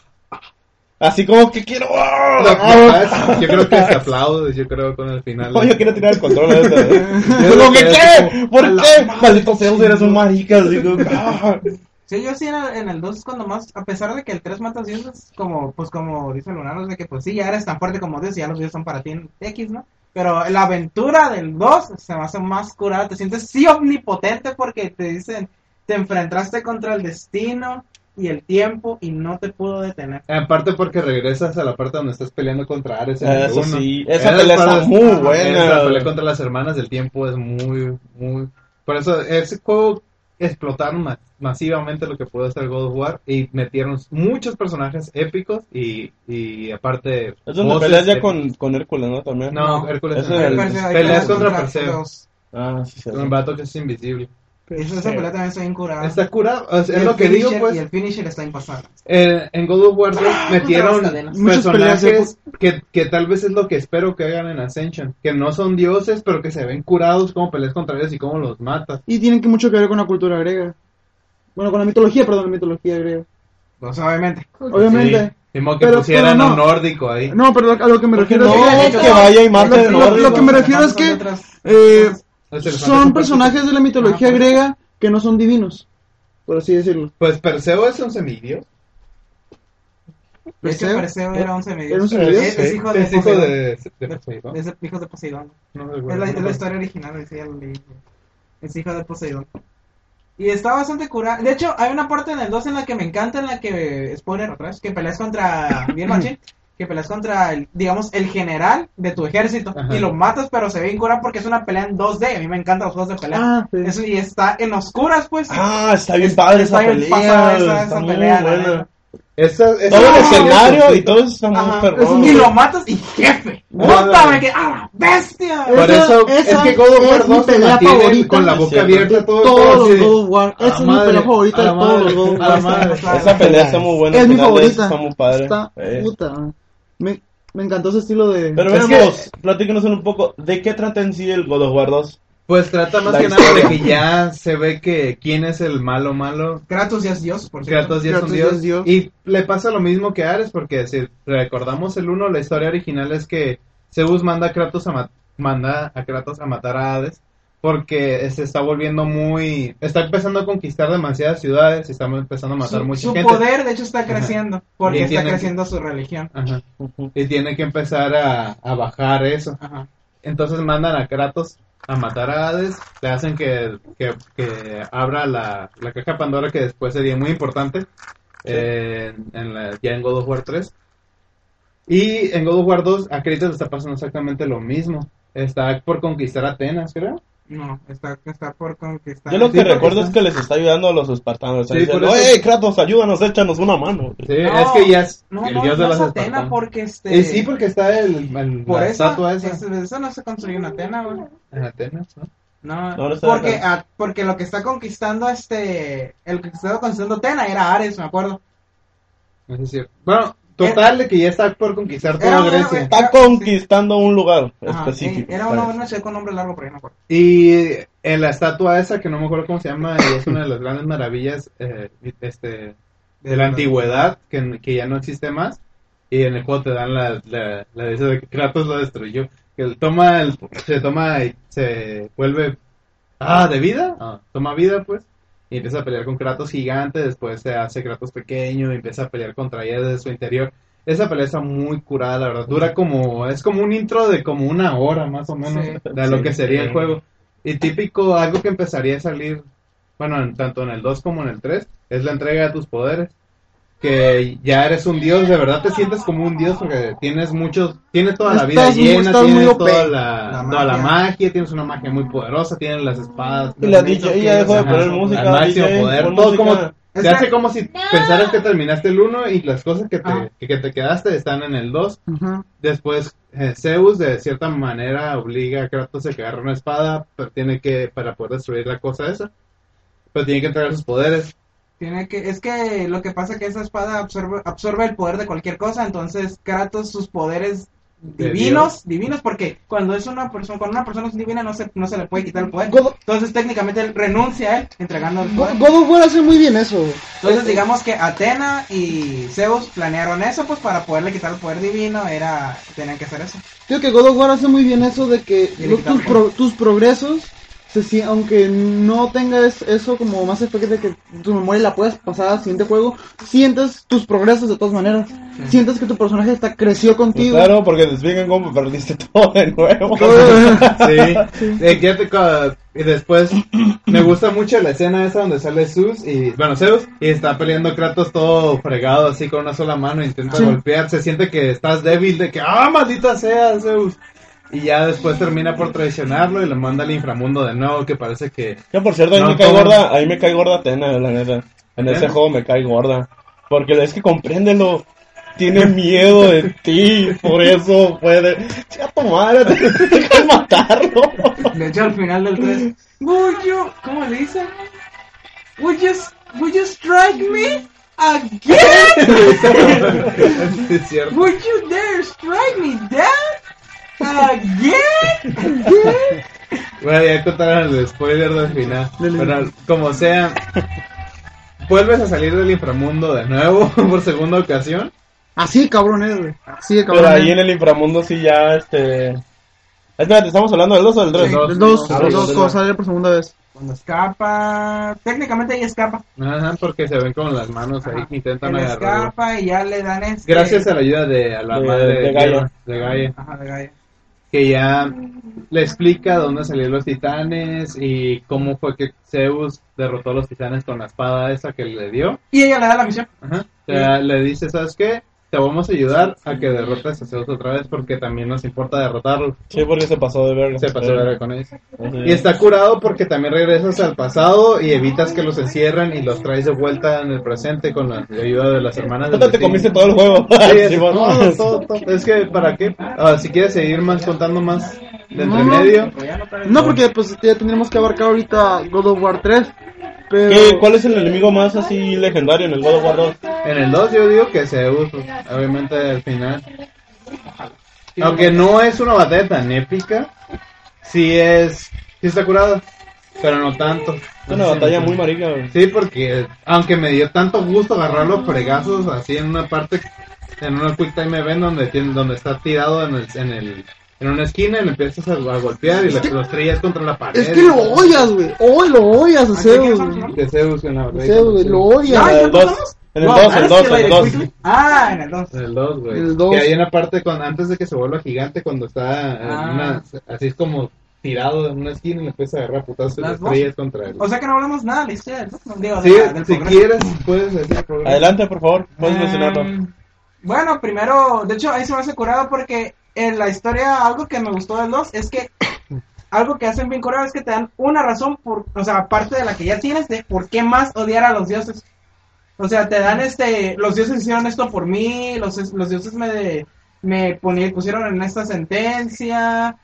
[SPEAKER 4] Así como que quiero. ¡ah!
[SPEAKER 5] "Ah,
[SPEAKER 4] ¡Ah!
[SPEAKER 5] ah". Yo creo que te aplaudes, yo creo, con el final.
[SPEAKER 4] Oh, yo quiero tirar el control a eso, güey.
[SPEAKER 5] Yo creo
[SPEAKER 4] Como que
[SPEAKER 5] que es
[SPEAKER 4] qué?
[SPEAKER 5] como,
[SPEAKER 4] ¿Por
[SPEAKER 5] "A la
[SPEAKER 4] qué? Maldito Zeus, eres un marica. así como, ¡ah!
[SPEAKER 8] Sí, yo sí en el, en el 2 es cuando más, a pesar de que el 3 mata dioses, como, pues como dice Lunaros, de que pues sí, ya eres tan fuerte como Dios y ya los dioses son para ti en X, ¿no? Pero la aventura del 2 se me hace más curada, te sientes sí omnipotente porque te dicen, te enfrentaste contra el destino y el tiempo y no te pudo detener.
[SPEAKER 5] Aparte porque regresas a la parte donde estás peleando contra Ares. en el
[SPEAKER 4] Ah, Eso
[SPEAKER 5] uno.
[SPEAKER 4] sí, esa
[SPEAKER 5] Era
[SPEAKER 4] pelea
[SPEAKER 5] para-
[SPEAKER 4] está muy
[SPEAKER 5] Ajá, esa
[SPEAKER 4] buena.
[SPEAKER 5] pelea
[SPEAKER 4] güey.
[SPEAKER 5] contra las hermanas del tiempo es muy, muy... Por eso ese juego explotaron ma- masivamente lo que pudo hacer God of War y metieron muchos personajes épicos y, y aparte...
[SPEAKER 4] Es donde
[SPEAKER 5] voces
[SPEAKER 4] peleas ya
[SPEAKER 5] épicas.
[SPEAKER 4] con, con Hércules, ¿no? También.
[SPEAKER 5] No,
[SPEAKER 8] No.
[SPEAKER 5] Hércules...
[SPEAKER 4] Ese
[SPEAKER 5] no.
[SPEAKER 4] es el-
[SPEAKER 8] Perseo, ahí
[SPEAKER 5] peleas
[SPEAKER 8] peleas
[SPEAKER 5] contra Perseo.
[SPEAKER 8] Zeus.
[SPEAKER 4] Ah, sí, sí.
[SPEAKER 5] Un vato que es invisible.
[SPEAKER 8] Esa, esa pelea también está bien curada.
[SPEAKER 5] Está curado. o sea,
[SPEAKER 8] Ah. Y
[SPEAKER 5] es
[SPEAKER 8] el
[SPEAKER 5] lo que digo,
[SPEAKER 8] finisher-
[SPEAKER 5] pues...
[SPEAKER 8] Y el finisher está impasable.
[SPEAKER 5] Eh, en God of War 2 metieron
[SPEAKER 8] contra las cadenas.
[SPEAKER 3] Muchas peleas
[SPEAKER 5] personajes que, que tal vez es lo que espero que hagan en Ascension. Que no son dioses, pero que se ven curados, como peleas contra ellos y cómo los matas.
[SPEAKER 3] Y tienen que mucho que ver con la cultura griega. Bueno, con la mitología, perdón, la mitología griega.
[SPEAKER 8] Pues obviamente.
[SPEAKER 3] Obviamente.
[SPEAKER 5] Sí, como que
[SPEAKER 3] Pero-
[SPEAKER 5] pusieran
[SPEAKER 3] pero no.
[SPEAKER 5] un nórdico ahí.
[SPEAKER 3] No, pero a lo que me refiero
[SPEAKER 4] No,
[SPEAKER 3] es
[SPEAKER 4] que vaya y mate de
[SPEAKER 3] Lo- lo
[SPEAKER 4] Norris,
[SPEAKER 3] que me
[SPEAKER 4] güey.
[SPEAKER 3] refiero es que,
[SPEAKER 8] Otras-
[SPEAKER 3] que eh,
[SPEAKER 5] Los elefantes
[SPEAKER 3] son personajes de la mitología
[SPEAKER 8] Ah, por-
[SPEAKER 3] griega que no son divinos, por así decirlo.
[SPEAKER 5] Pues Perseo es un semidio.
[SPEAKER 8] De hecho,
[SPEAKER 3] Perseo.
[SPEAKER 8] Perseo era un semidios.
[SPEAKER 3] ¿Era un semidios?
[SPEAKER 8] Es, es hijo de
[SPEAKER 5] Es hijo
[SPEAKER 8] Poseidón.
[SPEAKER 5] de, de Poseidón.
[SPEAKER 8] De- Es hijo de Poseidón.
[SPEAKER 5] No
[SPEAKER 8] Es
[SPEAKER 5] recuerdo.
[SPEAKER 8] la, es la historia original, decía el libro. Es hijo de Poseidón. Y está bastante curada. De hecho, hay una parte en el 2 en la que me encanta, en la que, spoiler otra vez, que peleas contra, bien machín, que peleas contra, el, digamos, el general de tu ejército.
[SPEAKER 5] Ajá.
[SPEAKER 8] Y lo matas, pero se ve bien curada porque es una pelea en 2D. A mí me encantan los juegos de pelea.
[SPEAKER 3] Ah, sí.
[SPEAKER 8] Eso, y está en oscuras, pues.
[SPEAKER 4] Ah, está bien padre
[SPEAKER 8] Está
[SPEAKER 4] esa
[SPEAKER 8] bien
[SPEAKER 4] pelea.
[SPEAKER 8] pasada esa-
[SPEAKER 4] Está
[SPEAKER 8] esa
[SPEAKER 4] muy
[SPEAKER 8] pelea, la
[SPEAKER 4] buena.
[SPEAKER 8] neta.
[SPEAKER 5] Esa- esa-
[SPEAKER 4] Todo el
[SPEAKER 8] Ah,
[SPEAKER 4] escenario y todo eso está muy
[SPEAKER 8] Ajá.
[SPEAKER 4] perrón.
[SPEAKER 8] Y lo matas y jefe.
[SPEAKER 5] Ah.
[SPEAKER 8] ¡Puta! Me quedé, ¡ah, la bestia!
[SPEAKER 5] Por
[SPEAKER 3] Esa-
[SPEAKER 5] eso
[SPEAKER 3] esa
[SPEAKER 5] es que God of
[SPEAKER 3] es
[SPEAKER 5] War
[SPEAKER 3] mi
[SPEAKER 5] 2 se
[SPEAKER 3] pelea
[SPEAKER 5] mantiene
[SPEAKER 3] favorita
[SPEAKER 5] con la
[SPEAKER 4] de
[SPEAKER 5] boca
[SPEAKER 4] siempre.
[SPEAKER 5] abierta. Todo,
[SPEAKER 3] todos los
[SPEAKER 5] así.
[SPEAKER 3] God of War.
[SPEAKER 5] A
[SPEAKER 3] Esa es mi
[SPEAKER 5] madre,
[SPEAKER 3] pelea favorita
[SPEAKER 5] a
[SPEAKER 3] de
[SPEAKER 5] la
[SPEAKER 3] todos
[SPEAKER 5] madre,
[SPEAKER 3] los God of
[SPEAKER 5] a la
[SPEAKER 3] War.
[SPEAKER 5] madre.
[SPEAKER 4] Esa pelea está muy buena.
[SPEAKER 3] Es
[SPEAKER 4] el
[SPEAKER 3] mi
[SPEAKER 4] final de eso
[SPEAKER 3] favorita.
[SPEAKER 4] Está muy padre.
[SPEAKER 3] Está
[SPEAKER 4] Eh.
[SPEAKER 3] puta. Me, me encantó ese estilo de.
[SPEAKER 4] Pero
[SPEAKER 5] Es
[SPEAKER 4] veamos, platíquenos un poco de qué trata en sí el God of War 2.
[SPEAKER 5] Pues trata más
[SPEAKER 4] La
[SPEAKER 5] que nada de
[SPEAKER 4] historia.
[SPEAKER 5] que ya se ve que quién es el malo malo.
[SPEAKER 8] Kratos ya es Dios, por cierto.
[SPEAKER 5] Kratos ya es un
[SPEAKER 3] Kratos
[SPEAKER 5] dios.
[SPEAKER 3] ya es dios.
[SPEAKER 5] Y le pasa lo mismo que a Ares, porque si recordamos el 1, la historia original es que Zeus manda a Kratos a, ma- manda a, Kratos a matar a Hades porque se está volviendo muy... Está empezando a conquistar demasiadas ciudades y está empezando a matar
[SPEAKER 8] su,
[SPEAKER 5] mucha
[SPEAKER 8] su
[SPEAKER 5] gente.
[SPEAKER 8] poder, de hecho, está creciendo. Porque
[SPEAKER 5] Y
[SPEAKER 8] está
[SPEAKER 5] tiene-
[SPEAKER 8] creciendo su religión.
[SPEAKER 5] Ajá. Y tiene que empezar a, a bajar eso.
[SPEAKER 8] Ajá.
[SPEAKER 5] Entonces mandan a Kratos a matar a Hades, le hacen que, que- que abra la, la caja de Pandora, que después sería muy importante eh, en, en la- ya en God of War 3. Y en God of War 2 a Kratos le está pasando exactamente lo mismo. Está por conquistar Atenas, creo.
[SPEAKER 8] No, está, está por conquistar.
[SPEAKER 4] Yo lo que
[SPEAKER 8] Sí, porque
[SPEAKER 4] recuerdo
[SPEAKER 8] está-
[SPEAKER 4] es que les está ayudando a los espartanos.
[SPEAKER 5] Sí,
[SPEAKER 4] Sí, diciendo,
[SPEAKER 5] por eso-
[SPEAKER 4] ¡Ey, Kratos, ayúdanos, échanos una mano!
[SPEAKER 5] Sí,
[SPEAKER 8] No,
[SPEAKER 5] es que ya es
[SPEAKER 8] No,
[SPEAKER 5] el
[SPEAKER 8] no,
[SPEAKER 5] dios
[SPEAKER 8] no
[SPEAKER 5] de las
[SPEAKER 8] es Atena
[SPEAKER 5] espartanas.
[SPEAKER 8] porque este.
[SPEAKER 5] Eh, sí, porque está el, el-
[SPEAKER 8] por
[SPEAKER 5] la
[SPEAKER 8] eso,
[SPEAKER 5] estatua esa
[SPEAKER 8] es- eso no se construyó en Atena, güey.
[SPEAKER 5] en Atenas, ¿no?
[SPEAKER 8] No,
[SPEAKER 4] No, no está
[SPEAKER 8] porque,
[SPEAKER 4] acá.
[SPEAKER 8] ah, porque lo que está conquistando este. El que estaba conquistando Atena era Ares, me acuerdo.
[SPEAKER 5] No sé si- Bueno, total de que ya está por conquistar toda
[SPEAKER 8] Eh, Era-
[SPEAKER 5] Grecia.
[SPEAKER 8] era-
[SPEAKER 4] Está conquistando un lugar
[SPEAKER 8] Ajá,
[SPEAKER 4] específico.
[SPEAKER 8] eh, era una, una ciudad con nombre largo, pero yo no me acuerdo.
[SPEAKER 5] Y en la estatua esa, que no me acuerdo cómo se llama, y es una de las grandes maravillas eh, este, de la antigüedad, que, que ya no existe más. Y en el juego te dan la, la, la de eso de que Kratos lo destruyó. Que él toma, el, se toma y se vuelve. Ah, ¿de vida? Ah, toma vida, pues. Y empieza a pelear con Kratos gigante, después se hace Kratos pequeño y empieza a pelear contra ella desde su interior. Esa pelea está muy curada, la verdad. Dura como. Es como un intro de como una hora, más o menos,
[SPEAKER 8] Sí.
[SPEAKER 5] de lo
[SPEAKER 4] Sí.
[SPEAKER 5] que sería el juego. Y típico, algo que empezaría a salir, bueno, en- tanto en el 2 como en el 3, es la entrega de tus poderes. Que ya eres un dios, de verdad te sientes como un dios porque tienes muchos, tienes toda la vida
[SPEAKER 3] Estás muy-
[SPEAKER 5] llena,
[SPEAKER 3] estás muy
[SPEAKER 5] tienes
[SPEAKER 3] OP.
[SPEAKER 5] toda la,
[SPEAKER 8] La
[SPEAKER 5] toda la
[SPEAKER 8] magia.
[SPEAKER 5] magia, tienes una magia muy poderosa, tienes las espadas,
[SPEAKER 4] Y la
[SPEAKER 5] los
[SPEAKER 4] DJ
[SPEAKER 5] hechos
[SPEAKER 4] ya
[SPEAKER 5] que
[SPEAKER 4] dejó de
[SPEAKER 5] ellos-
[SPEAKER 4] poner
[SPEAKER 5] ajá,
[SPEAKER 4] música.
[SPEAKER 5] al máximo
[SPEAKER 4] DJ,
[SPEAKER 5] poder,
[SPEAKER 4] pon
[SPEAKER 5] todo
[SPEAKER 4] música. pues,
[SPEAKER 5] como te
[SPEAKER 8] Está-
[SPEAKER 5] hace como si pensaras que terminaste el 1 y las cosas que te,
[SPEAKER 8] Ah.
[SPEAKER 5] que, que te quedaste están en el 2.
[SPEAKER 3] Ujú.
[SPEAKER 5] Después, eh, Zeus de cierta manera obliga a Kratos a que agarre una espada, pero tiene que, para poder destruir la cosa esa. Pero tiene que entregar sus poderes.
[SPEAKER 8] Tiene que, es que lo que pasa es que esa espada absorbe, absorbe el poder de cualquier cosa, entonces Kratos sus poderes
[SPEAKER 5] De
[SPEAKER 8] divinos, divinos, porque cuando es una persona, cuando una persona es divina no se, no se le puede quitar el poder.
[SPEAKER 3] God-
[SPEAKER 8] Entonces técnicamente él renuncia a él entregando el
[SPEAKER 3] Go-
[SPEAKER 8] poder.
[SPEAKER 3] God of War hace muy bien eso. güey.
[SPEAKER 8] Entonces digamos que Atena y Zeus planearon eso pues para poderle quitar el poder divino era tenían que hacer eso.
[SPEAKER 3] Digo que God of War hace muy bien eso de que
[SPEAKER 8] Tiene
[SPEAKER 3] lo-
[SPEAKER 8] que
[SPEAKER 3] tus,
[SPEAKER 8] estar
[SPEAKER 3] pro- tus progresos, se si- aunque no tengas eso como más efecto de que tu memoria la puedas pasar al siguiente juego, sientes tus progresos de todas maneras. Sientes que tu personaje está, creció
[SPEAKER 4] Pues
[SPEAKER 3] contigo.
[SPEAKER 4] claro, porque les explican cómo perdiste todo de nuevo.
[SPEAKER 5] Sí. Eh, ya te co- y después, me gusta mucho la escena esa donde sale Zeus y, bueno, Zeus, y está peleando Kratos todo fregado así con una sola mano, intenta
[SPEAKER 3] Sí.
[SPEAKER 5] golpear, se siente que estás débil, de que, ah, maldita sea Zeus. Y ya después termina por traicionarlo y lo manda al inframundo de nuevo, que parece que
[SPEAKER 4] Que por cierto, ahí
[SPEAKER 5] No,
[SPEAKER 4] me cae
[SPEAKER 5] todo.
[SPEAKER 4] gorda, ahí me cae gorda Atena, la neta. En ese
[SPEAKER 5] ¿Atena?
[SPEAKER 4] juego me cae gorda. Porque es que compréndelo. Tiene miedo de ti, por eso puede. Ya tu madre, tienes que matarlo.
[SPEAKER 8] De hecho, al final del 3,
[SPEAKER 3] Mm.
[SPEAKER 8] Would you, ¿cómo le dice? Would you, would you strike me again?
[SPEAKER 5] es cierto.
[SPEAKER 8] Would you dare strike me down again?
[SPEAKER 5] Bueno, ya contaron el spoiler del final. Pero como sea, vuelves a salir del inframundo de nuevo por segunda ocasión.
[SPEAKER 3] Así, cabrón, eh, güey. Así de cabrón.
[SPEAKER 4] Pero ahí
[SPEAKER 3] eh.
[SPEAKER 4] en el inframundo sí ya, este. Espérate, estamos hablando del 2 o del 3.
[SPEAKER 5] Sí.
[SPEAKER 3] Los dos,
[SPEAKER 4] Ah,
[SPEAKER 3] los
[SPEAKER 4] sí,
[SPEAKER 3] dos
[SPEAKER 4] sí.
[SPEAKER 3] cosas sale por segunda vez.
[SPEAKER 8] Cuando escapa, técnicamente ella escapa.
[SPEAKER 5] Ajá, porque se ven con las manos ahí que intentan
[SPEAKER 8] Él
[SPEAKER 5] agarrar.
[SPEAKER 8] escapa y ya le dan este.
[SPEAKER 5] Gracias a la ayuda de a la
[SPEAKER 4] De-
[SPEAKER 5] madre
[SPEAKER 4] de Gaia.
[SPEAKER 5] de Gaia,
[SPEAKER 8] Ajá, de Gaia.
[SPEAKER 5] que ya le explica dónde salieron los titanes y cómo fue que Zeus derrotó a los titanes con la espada esa que le dio.
[SPEAKER 8] Y ella le da la misión.
[SPEAKER 5] Ajá. O sea, le dice, ¿sabes qué? Te vamos a ayudar a que derrotes a Zeus otra vez porque también nos importa derrotarlo.
[SPEAKER 4] Sí, porque se pasó de verga.
[SPEAKER 5] Se pasó de verga con eso.
[SPEAKER 4] Así
[SPEAKER 5] Y está curado porque también regresas al pasado y evitas que los encierren y los traes de vuelta en el presente con la ayuda de las hermanas. de
[SPEAKER 4] Puta, te
[SPEAKER 5] Destino.
[SPEAKER 4] comiste todo el juego.
[SPEAKER 5] Sí, es,
[SPEAKER 4] Sí, bueno.
[SPEAKER 5] todo, todo, todo. Es que, ¿para qué? Ah, si quieres seguir más contando más de entre
[SPEAKER 3] No, no.
[SPEAKER 5] medio.
[SPEAKER 3] No, porque pues ya tendríamos que abarcar ahorita God of War 3. Pero...
[SPEAKER 4] ¿Qué- ¿Cuál es el enemigo más así legendario en el God of War 2?
[SPEAKER 5] En el 2 yo digo que Zeus, obviamente al final. Aunque no es una batalla tan épica, sí es Sí está curado, pero no tanto.
[SPEAKER 4] Es una batalla muy marica, güey.
[SPEAKER 5] Sí, porque aunque me dio tanto gusto agarrar los fregazos así en una parte, en una quick time event donde tiene, donde está tirado en el, en el, en una esquina y le empiezas a, a golpear y lo, lo estrellas contra la pared.
[SPEAKER 3] Es que lo odias, güey. Hoy lo odias a Zeus, güey.
[SPEAKER 5] De Zeus en la batalla
[SPEAKER 3] Zeus,
[SPEAKER 5] con
[SPEAKER 3] güey, lo
[SPEAKER 5] Zeus.
[SPEAKER 3] odias.
[SPEAKER 4] En el 2, Eh, en el 2, el 2, el 2.
[SPEAKER 8] Ah, en el 2.
[SPEAKER 5] En El 2, güey.
[SPEAKER 3] El dos.
[SPEAKER 5] Que hay una parte cuando, antes de que se vuelva gigante, cuando está en
[SPEAKER 8] Ah.
[SPEAKER 5] una, así es como tirado en una esquina y le empiezas a agarrar putazos y lo
[SPEAKER 8] Las dos.
[SPEAKER 5] estrellas contra él.
[SPEAKER 8] O sea que no hablamos nada de la historia del fútbol, digo, de
[SPEAKER 5] Sí,
[SPEAKER 8] la- del
[SPEAKER 5] si
[SPEAKER 8] progreso.
[SPEAKER 5] quieres, puedes decir el programa.
[SPEAKER 4] Adelante, por favor, puedes
[SPEAKER 8] Eh,
[SPEAKER 4] mencionarlo.
[SPEAKER 8] Bueno, primero, de hecho, ahí se me hace curado porque en la historia, algo que me gustó del 2 es que algo que hacen bien curado es que te dan una razón, por, o sea, aparte de la que ya tienes, de por qué más odiar a los dioses. O sea, te dan este, los dioses hicieron esto por mí, los, los dioses me, me poni- pusieron en esta sentencia,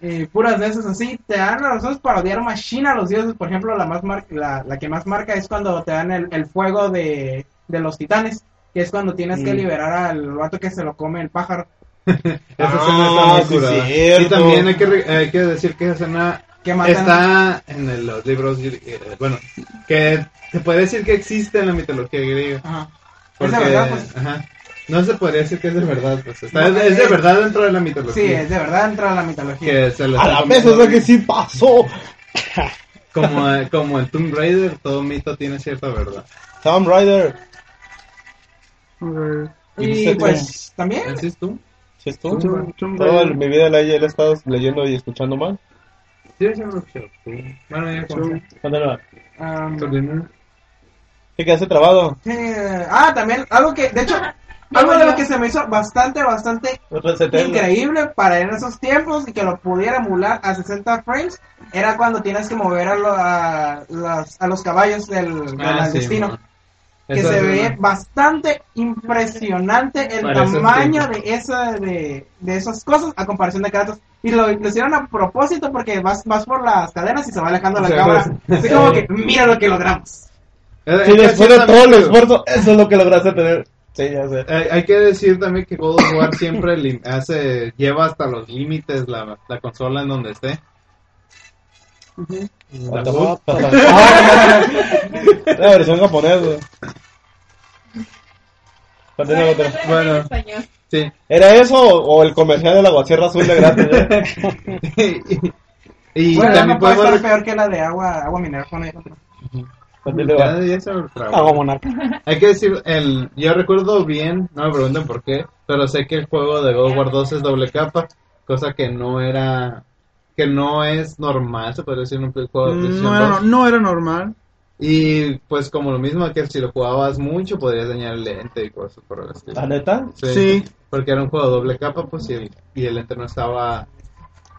[SPEAKER 8] eh, puras de esas así, te dan las razones para odiar más China a los dioses. Por ejemplo, la, más mar- la, la que más marca es cuando te dan el, el fuego de, de los titanes, que es cuando tienes que
[SPEAKER 4] Mm.
[SPEAKER 8] liberar al vato que se lo come el pájaro.
[SPEAKER 5] Esa
[SPEAKER 4] Ah,
[SPEAKER 5] escena está muy
[SPEAKER 4] sí,
[SPEAKER 5] curada.
[SPEAKER 4] cierto.
[SPEAKER 5] Y también hay que, re- hay que decir que esa escena
[SPEAKER 8] Que matan
[SPEAKER 5] está en el- los libros, grie- eh, bueno, que se puede decir que existe en la mitología griega.
[SPEAKER 8] Ajá.
[SPEAKER 5] Porque,
[SPEAKER 8] Es de verdad, pues.
[SPEAKER 5] ajá, no se podría decir que es de verdad, pues, está-
[SPEAKER 8] No,
[SPEAKER 5] es, es de
[SPEAKER 8] eh,
[SPEAKER 5] verdad dentro de la mitología.
[SPEAKER 8] Sí, es de verdad entra a la mitología.
[SPEAKER 5] que se lo
[SPEAKER 4] A
[SPEAKER 5] está
[SPEAKER 4] la mesa, es
[SPEAKER 5] comiendo,
[SPEAKER 4] lo que sí pasó.
[SPEAKER 5] como, eh, como en Tomb Raider, todo mito tiene cierta verdad.
[SPEAKER 4] Tom Rider,
[SPEAKER 8] Y pues también.
[SPEAKER 5] ¿Así es tú?
[SPEAKER 4] ¿sí es tú? Toda mi vida la he la he estado leyendo y escuchando mal.
[SPEAKER 5] Sí, yo creo que tú. Bueno, ya como-
[SPEAKER 4] Continúa.
[SPEAKER 8] am,
[SPEAKER 5] continúa.
[SPEAKER 4] ¿Qué quedaste trabado?
[SPEAKER 8] eh, ah, también algo que, de hecho, algo de lo que se me hizo bastante, bastante
[SPEAKER 4] Increíble.
[SPEAKER 8] increíble para en esos tiempos y que lo pudiera emular a 60 frames era cuando tienes que mover a, lo- a, las- a los caballos del, del
[SPEAKER 5] Ah, sí,
[SPEAKER 8] destino.
[SPEAKER 5] man.
[SPEAKER 8] que
[SPEAKER 5] Esa
[SPEAKER 8] se
[SPEAKER 5] es
[SPEAKER 8] ve
[SPEAKER 5] una-
[SPEAKER 8] bastante impresionante el
[SPEAKER 5] Para esos
[SPEAKER 8] tamaño
[SPEAKER 5] tiempos.
[SPEAKER 8] de esa de, de esas cosas a comparación de Kratos y lo, lo hicieron a propósito porque vas vas por las cadenas y se va alejando
[SPEAKER 5] O
[SPEAKER 8] la
[SPEAKER 5] sea,
[SPEAKER 8] cámara
[SPEAKER 5] pues-
[SPEAKER 8] así como que mira lo que logramos
[SPEAKER 5] Eh,
[SPEAKER 4] Sí,
[SPEAKER 5] hay
[SPEAKER 4] después
[SPEAKER 5] que
[SPEAKER 4] de
[SPEAKER 5] decir
[SPEAKER 4] todo el
[SPEAKER 5] también que-
[SPEAKER 4] esfuerzo, eso es lo que lograste tener. Sí, ya sé.
[SPEAKER 5] eh, hay que decir también que God of War siempre lim- hace, lleva hasta los límites la, la consola en donde esté.
[SPEAKER 4] What the fuck? Ah, La versión japonesa. Continúa, continúa.
[SPEAKER 5] Bueno.
[SPEAKER 6] Bueno. Español.
[SPEAKER 5] Sí.
[SPEAKER 4] ¿Era eso o o el comercial de la Guasierra Azul de gratis? eh?
[SPEAKER 5] y y
[SPEAKER 8] bueno,
[SPEAKER 5] también
[SPEAKER 8] no puede
[SPEAKER 5] podemos...
[SPEAKER 8] estar peor que la de agua agua mineral con el-
[SPEAKER 4] Continúa.
[SPEAKER 5] Ya, ya se me trabó.
[SPEAKER 2] Hago monarca.
[SPEAKER 5] Hay que decir, el, yo recuerdo bien, no me pregunten por qué, pero sé que el juego de God of War 2 es doble capa, cosa que no era, que no es normal, se podría decir en un play- juego de PlayStation
[SPEAKER 3] No era,
[SPEAKER 5] 2.
[SPEAKER 3] no era normal.
[SPEAKER 5] Y pues como lo mismo que si lo jugabas mucho podrías dañar el lente y cosas por el estilo.
[SPEAKER 4] ¿La neta?
[SPEAKER 5] Sí,
[SPEAKER 3] Sí.
[SPEAKER 5] Porque era un juego de doble capa, pues y el, y el lente no estaba...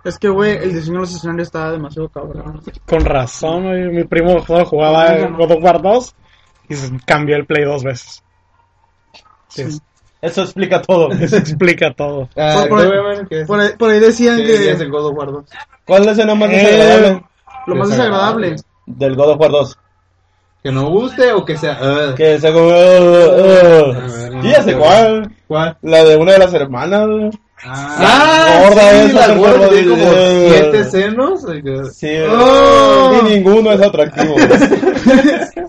[SPEAKER 3] Es que, güey, el diseño de los escenarios estaba demasiado cabrón.
[SPEAKER 2] Con razón, güey, mi primo solo jugaba God of War 2 y se cambió el Play dos veces. Sí,
[SPEAKER 4] Eso explica todo.
[SPEAKER 2] Eso explica todo.
[SPEAKER 5] Ah,
[SPEAKER 3] por-
[SPEAKER 5] ¿tú, Evan, qué es?
[SPEAKER 3] Por ahí, por ahí decían
[SPEAKER 5] ¿Qué es el
[SPEAKER 3] que
[SPEAKER 5] God of War 2?
[SPEAKER 4] ¿Cuál es la escena más
[SPEAKER 2] Eh,
[SPEAKER 4] desagradable
[SPEAKER 3] lo más desagradable.
[SPEAKER 4] del God of War 2?
[SPEAKER 5] Que no guste o que sea... ah,
[SPEAKER 4] Que se como... uh, uh. Sí, ya sé cuál.
[SPEAKER 5] ¿Cuál?
[SPEAKER 4] La de una de las hermanas. güey.
[SPEAKER 5] Ah,
[SPEAKER 4] gorda
[SPEAKER 5] sí,
[SPEAKER 4] esa,
[SPEAKER 5] la
[SPEAKER 4] por
[SPEAKER 5] gorda
[SPEAKER 4] favor,
[SPEAKER 5] que tiene como
[SPEAKER 4] eh.
[SPEAKER 5] siete senos. ay, que-
[SPEAKER 4] Sí. eh,
[SPEAKER 3] Oh.
[SPEAKER 4] Y ninguno es atractivo. güey.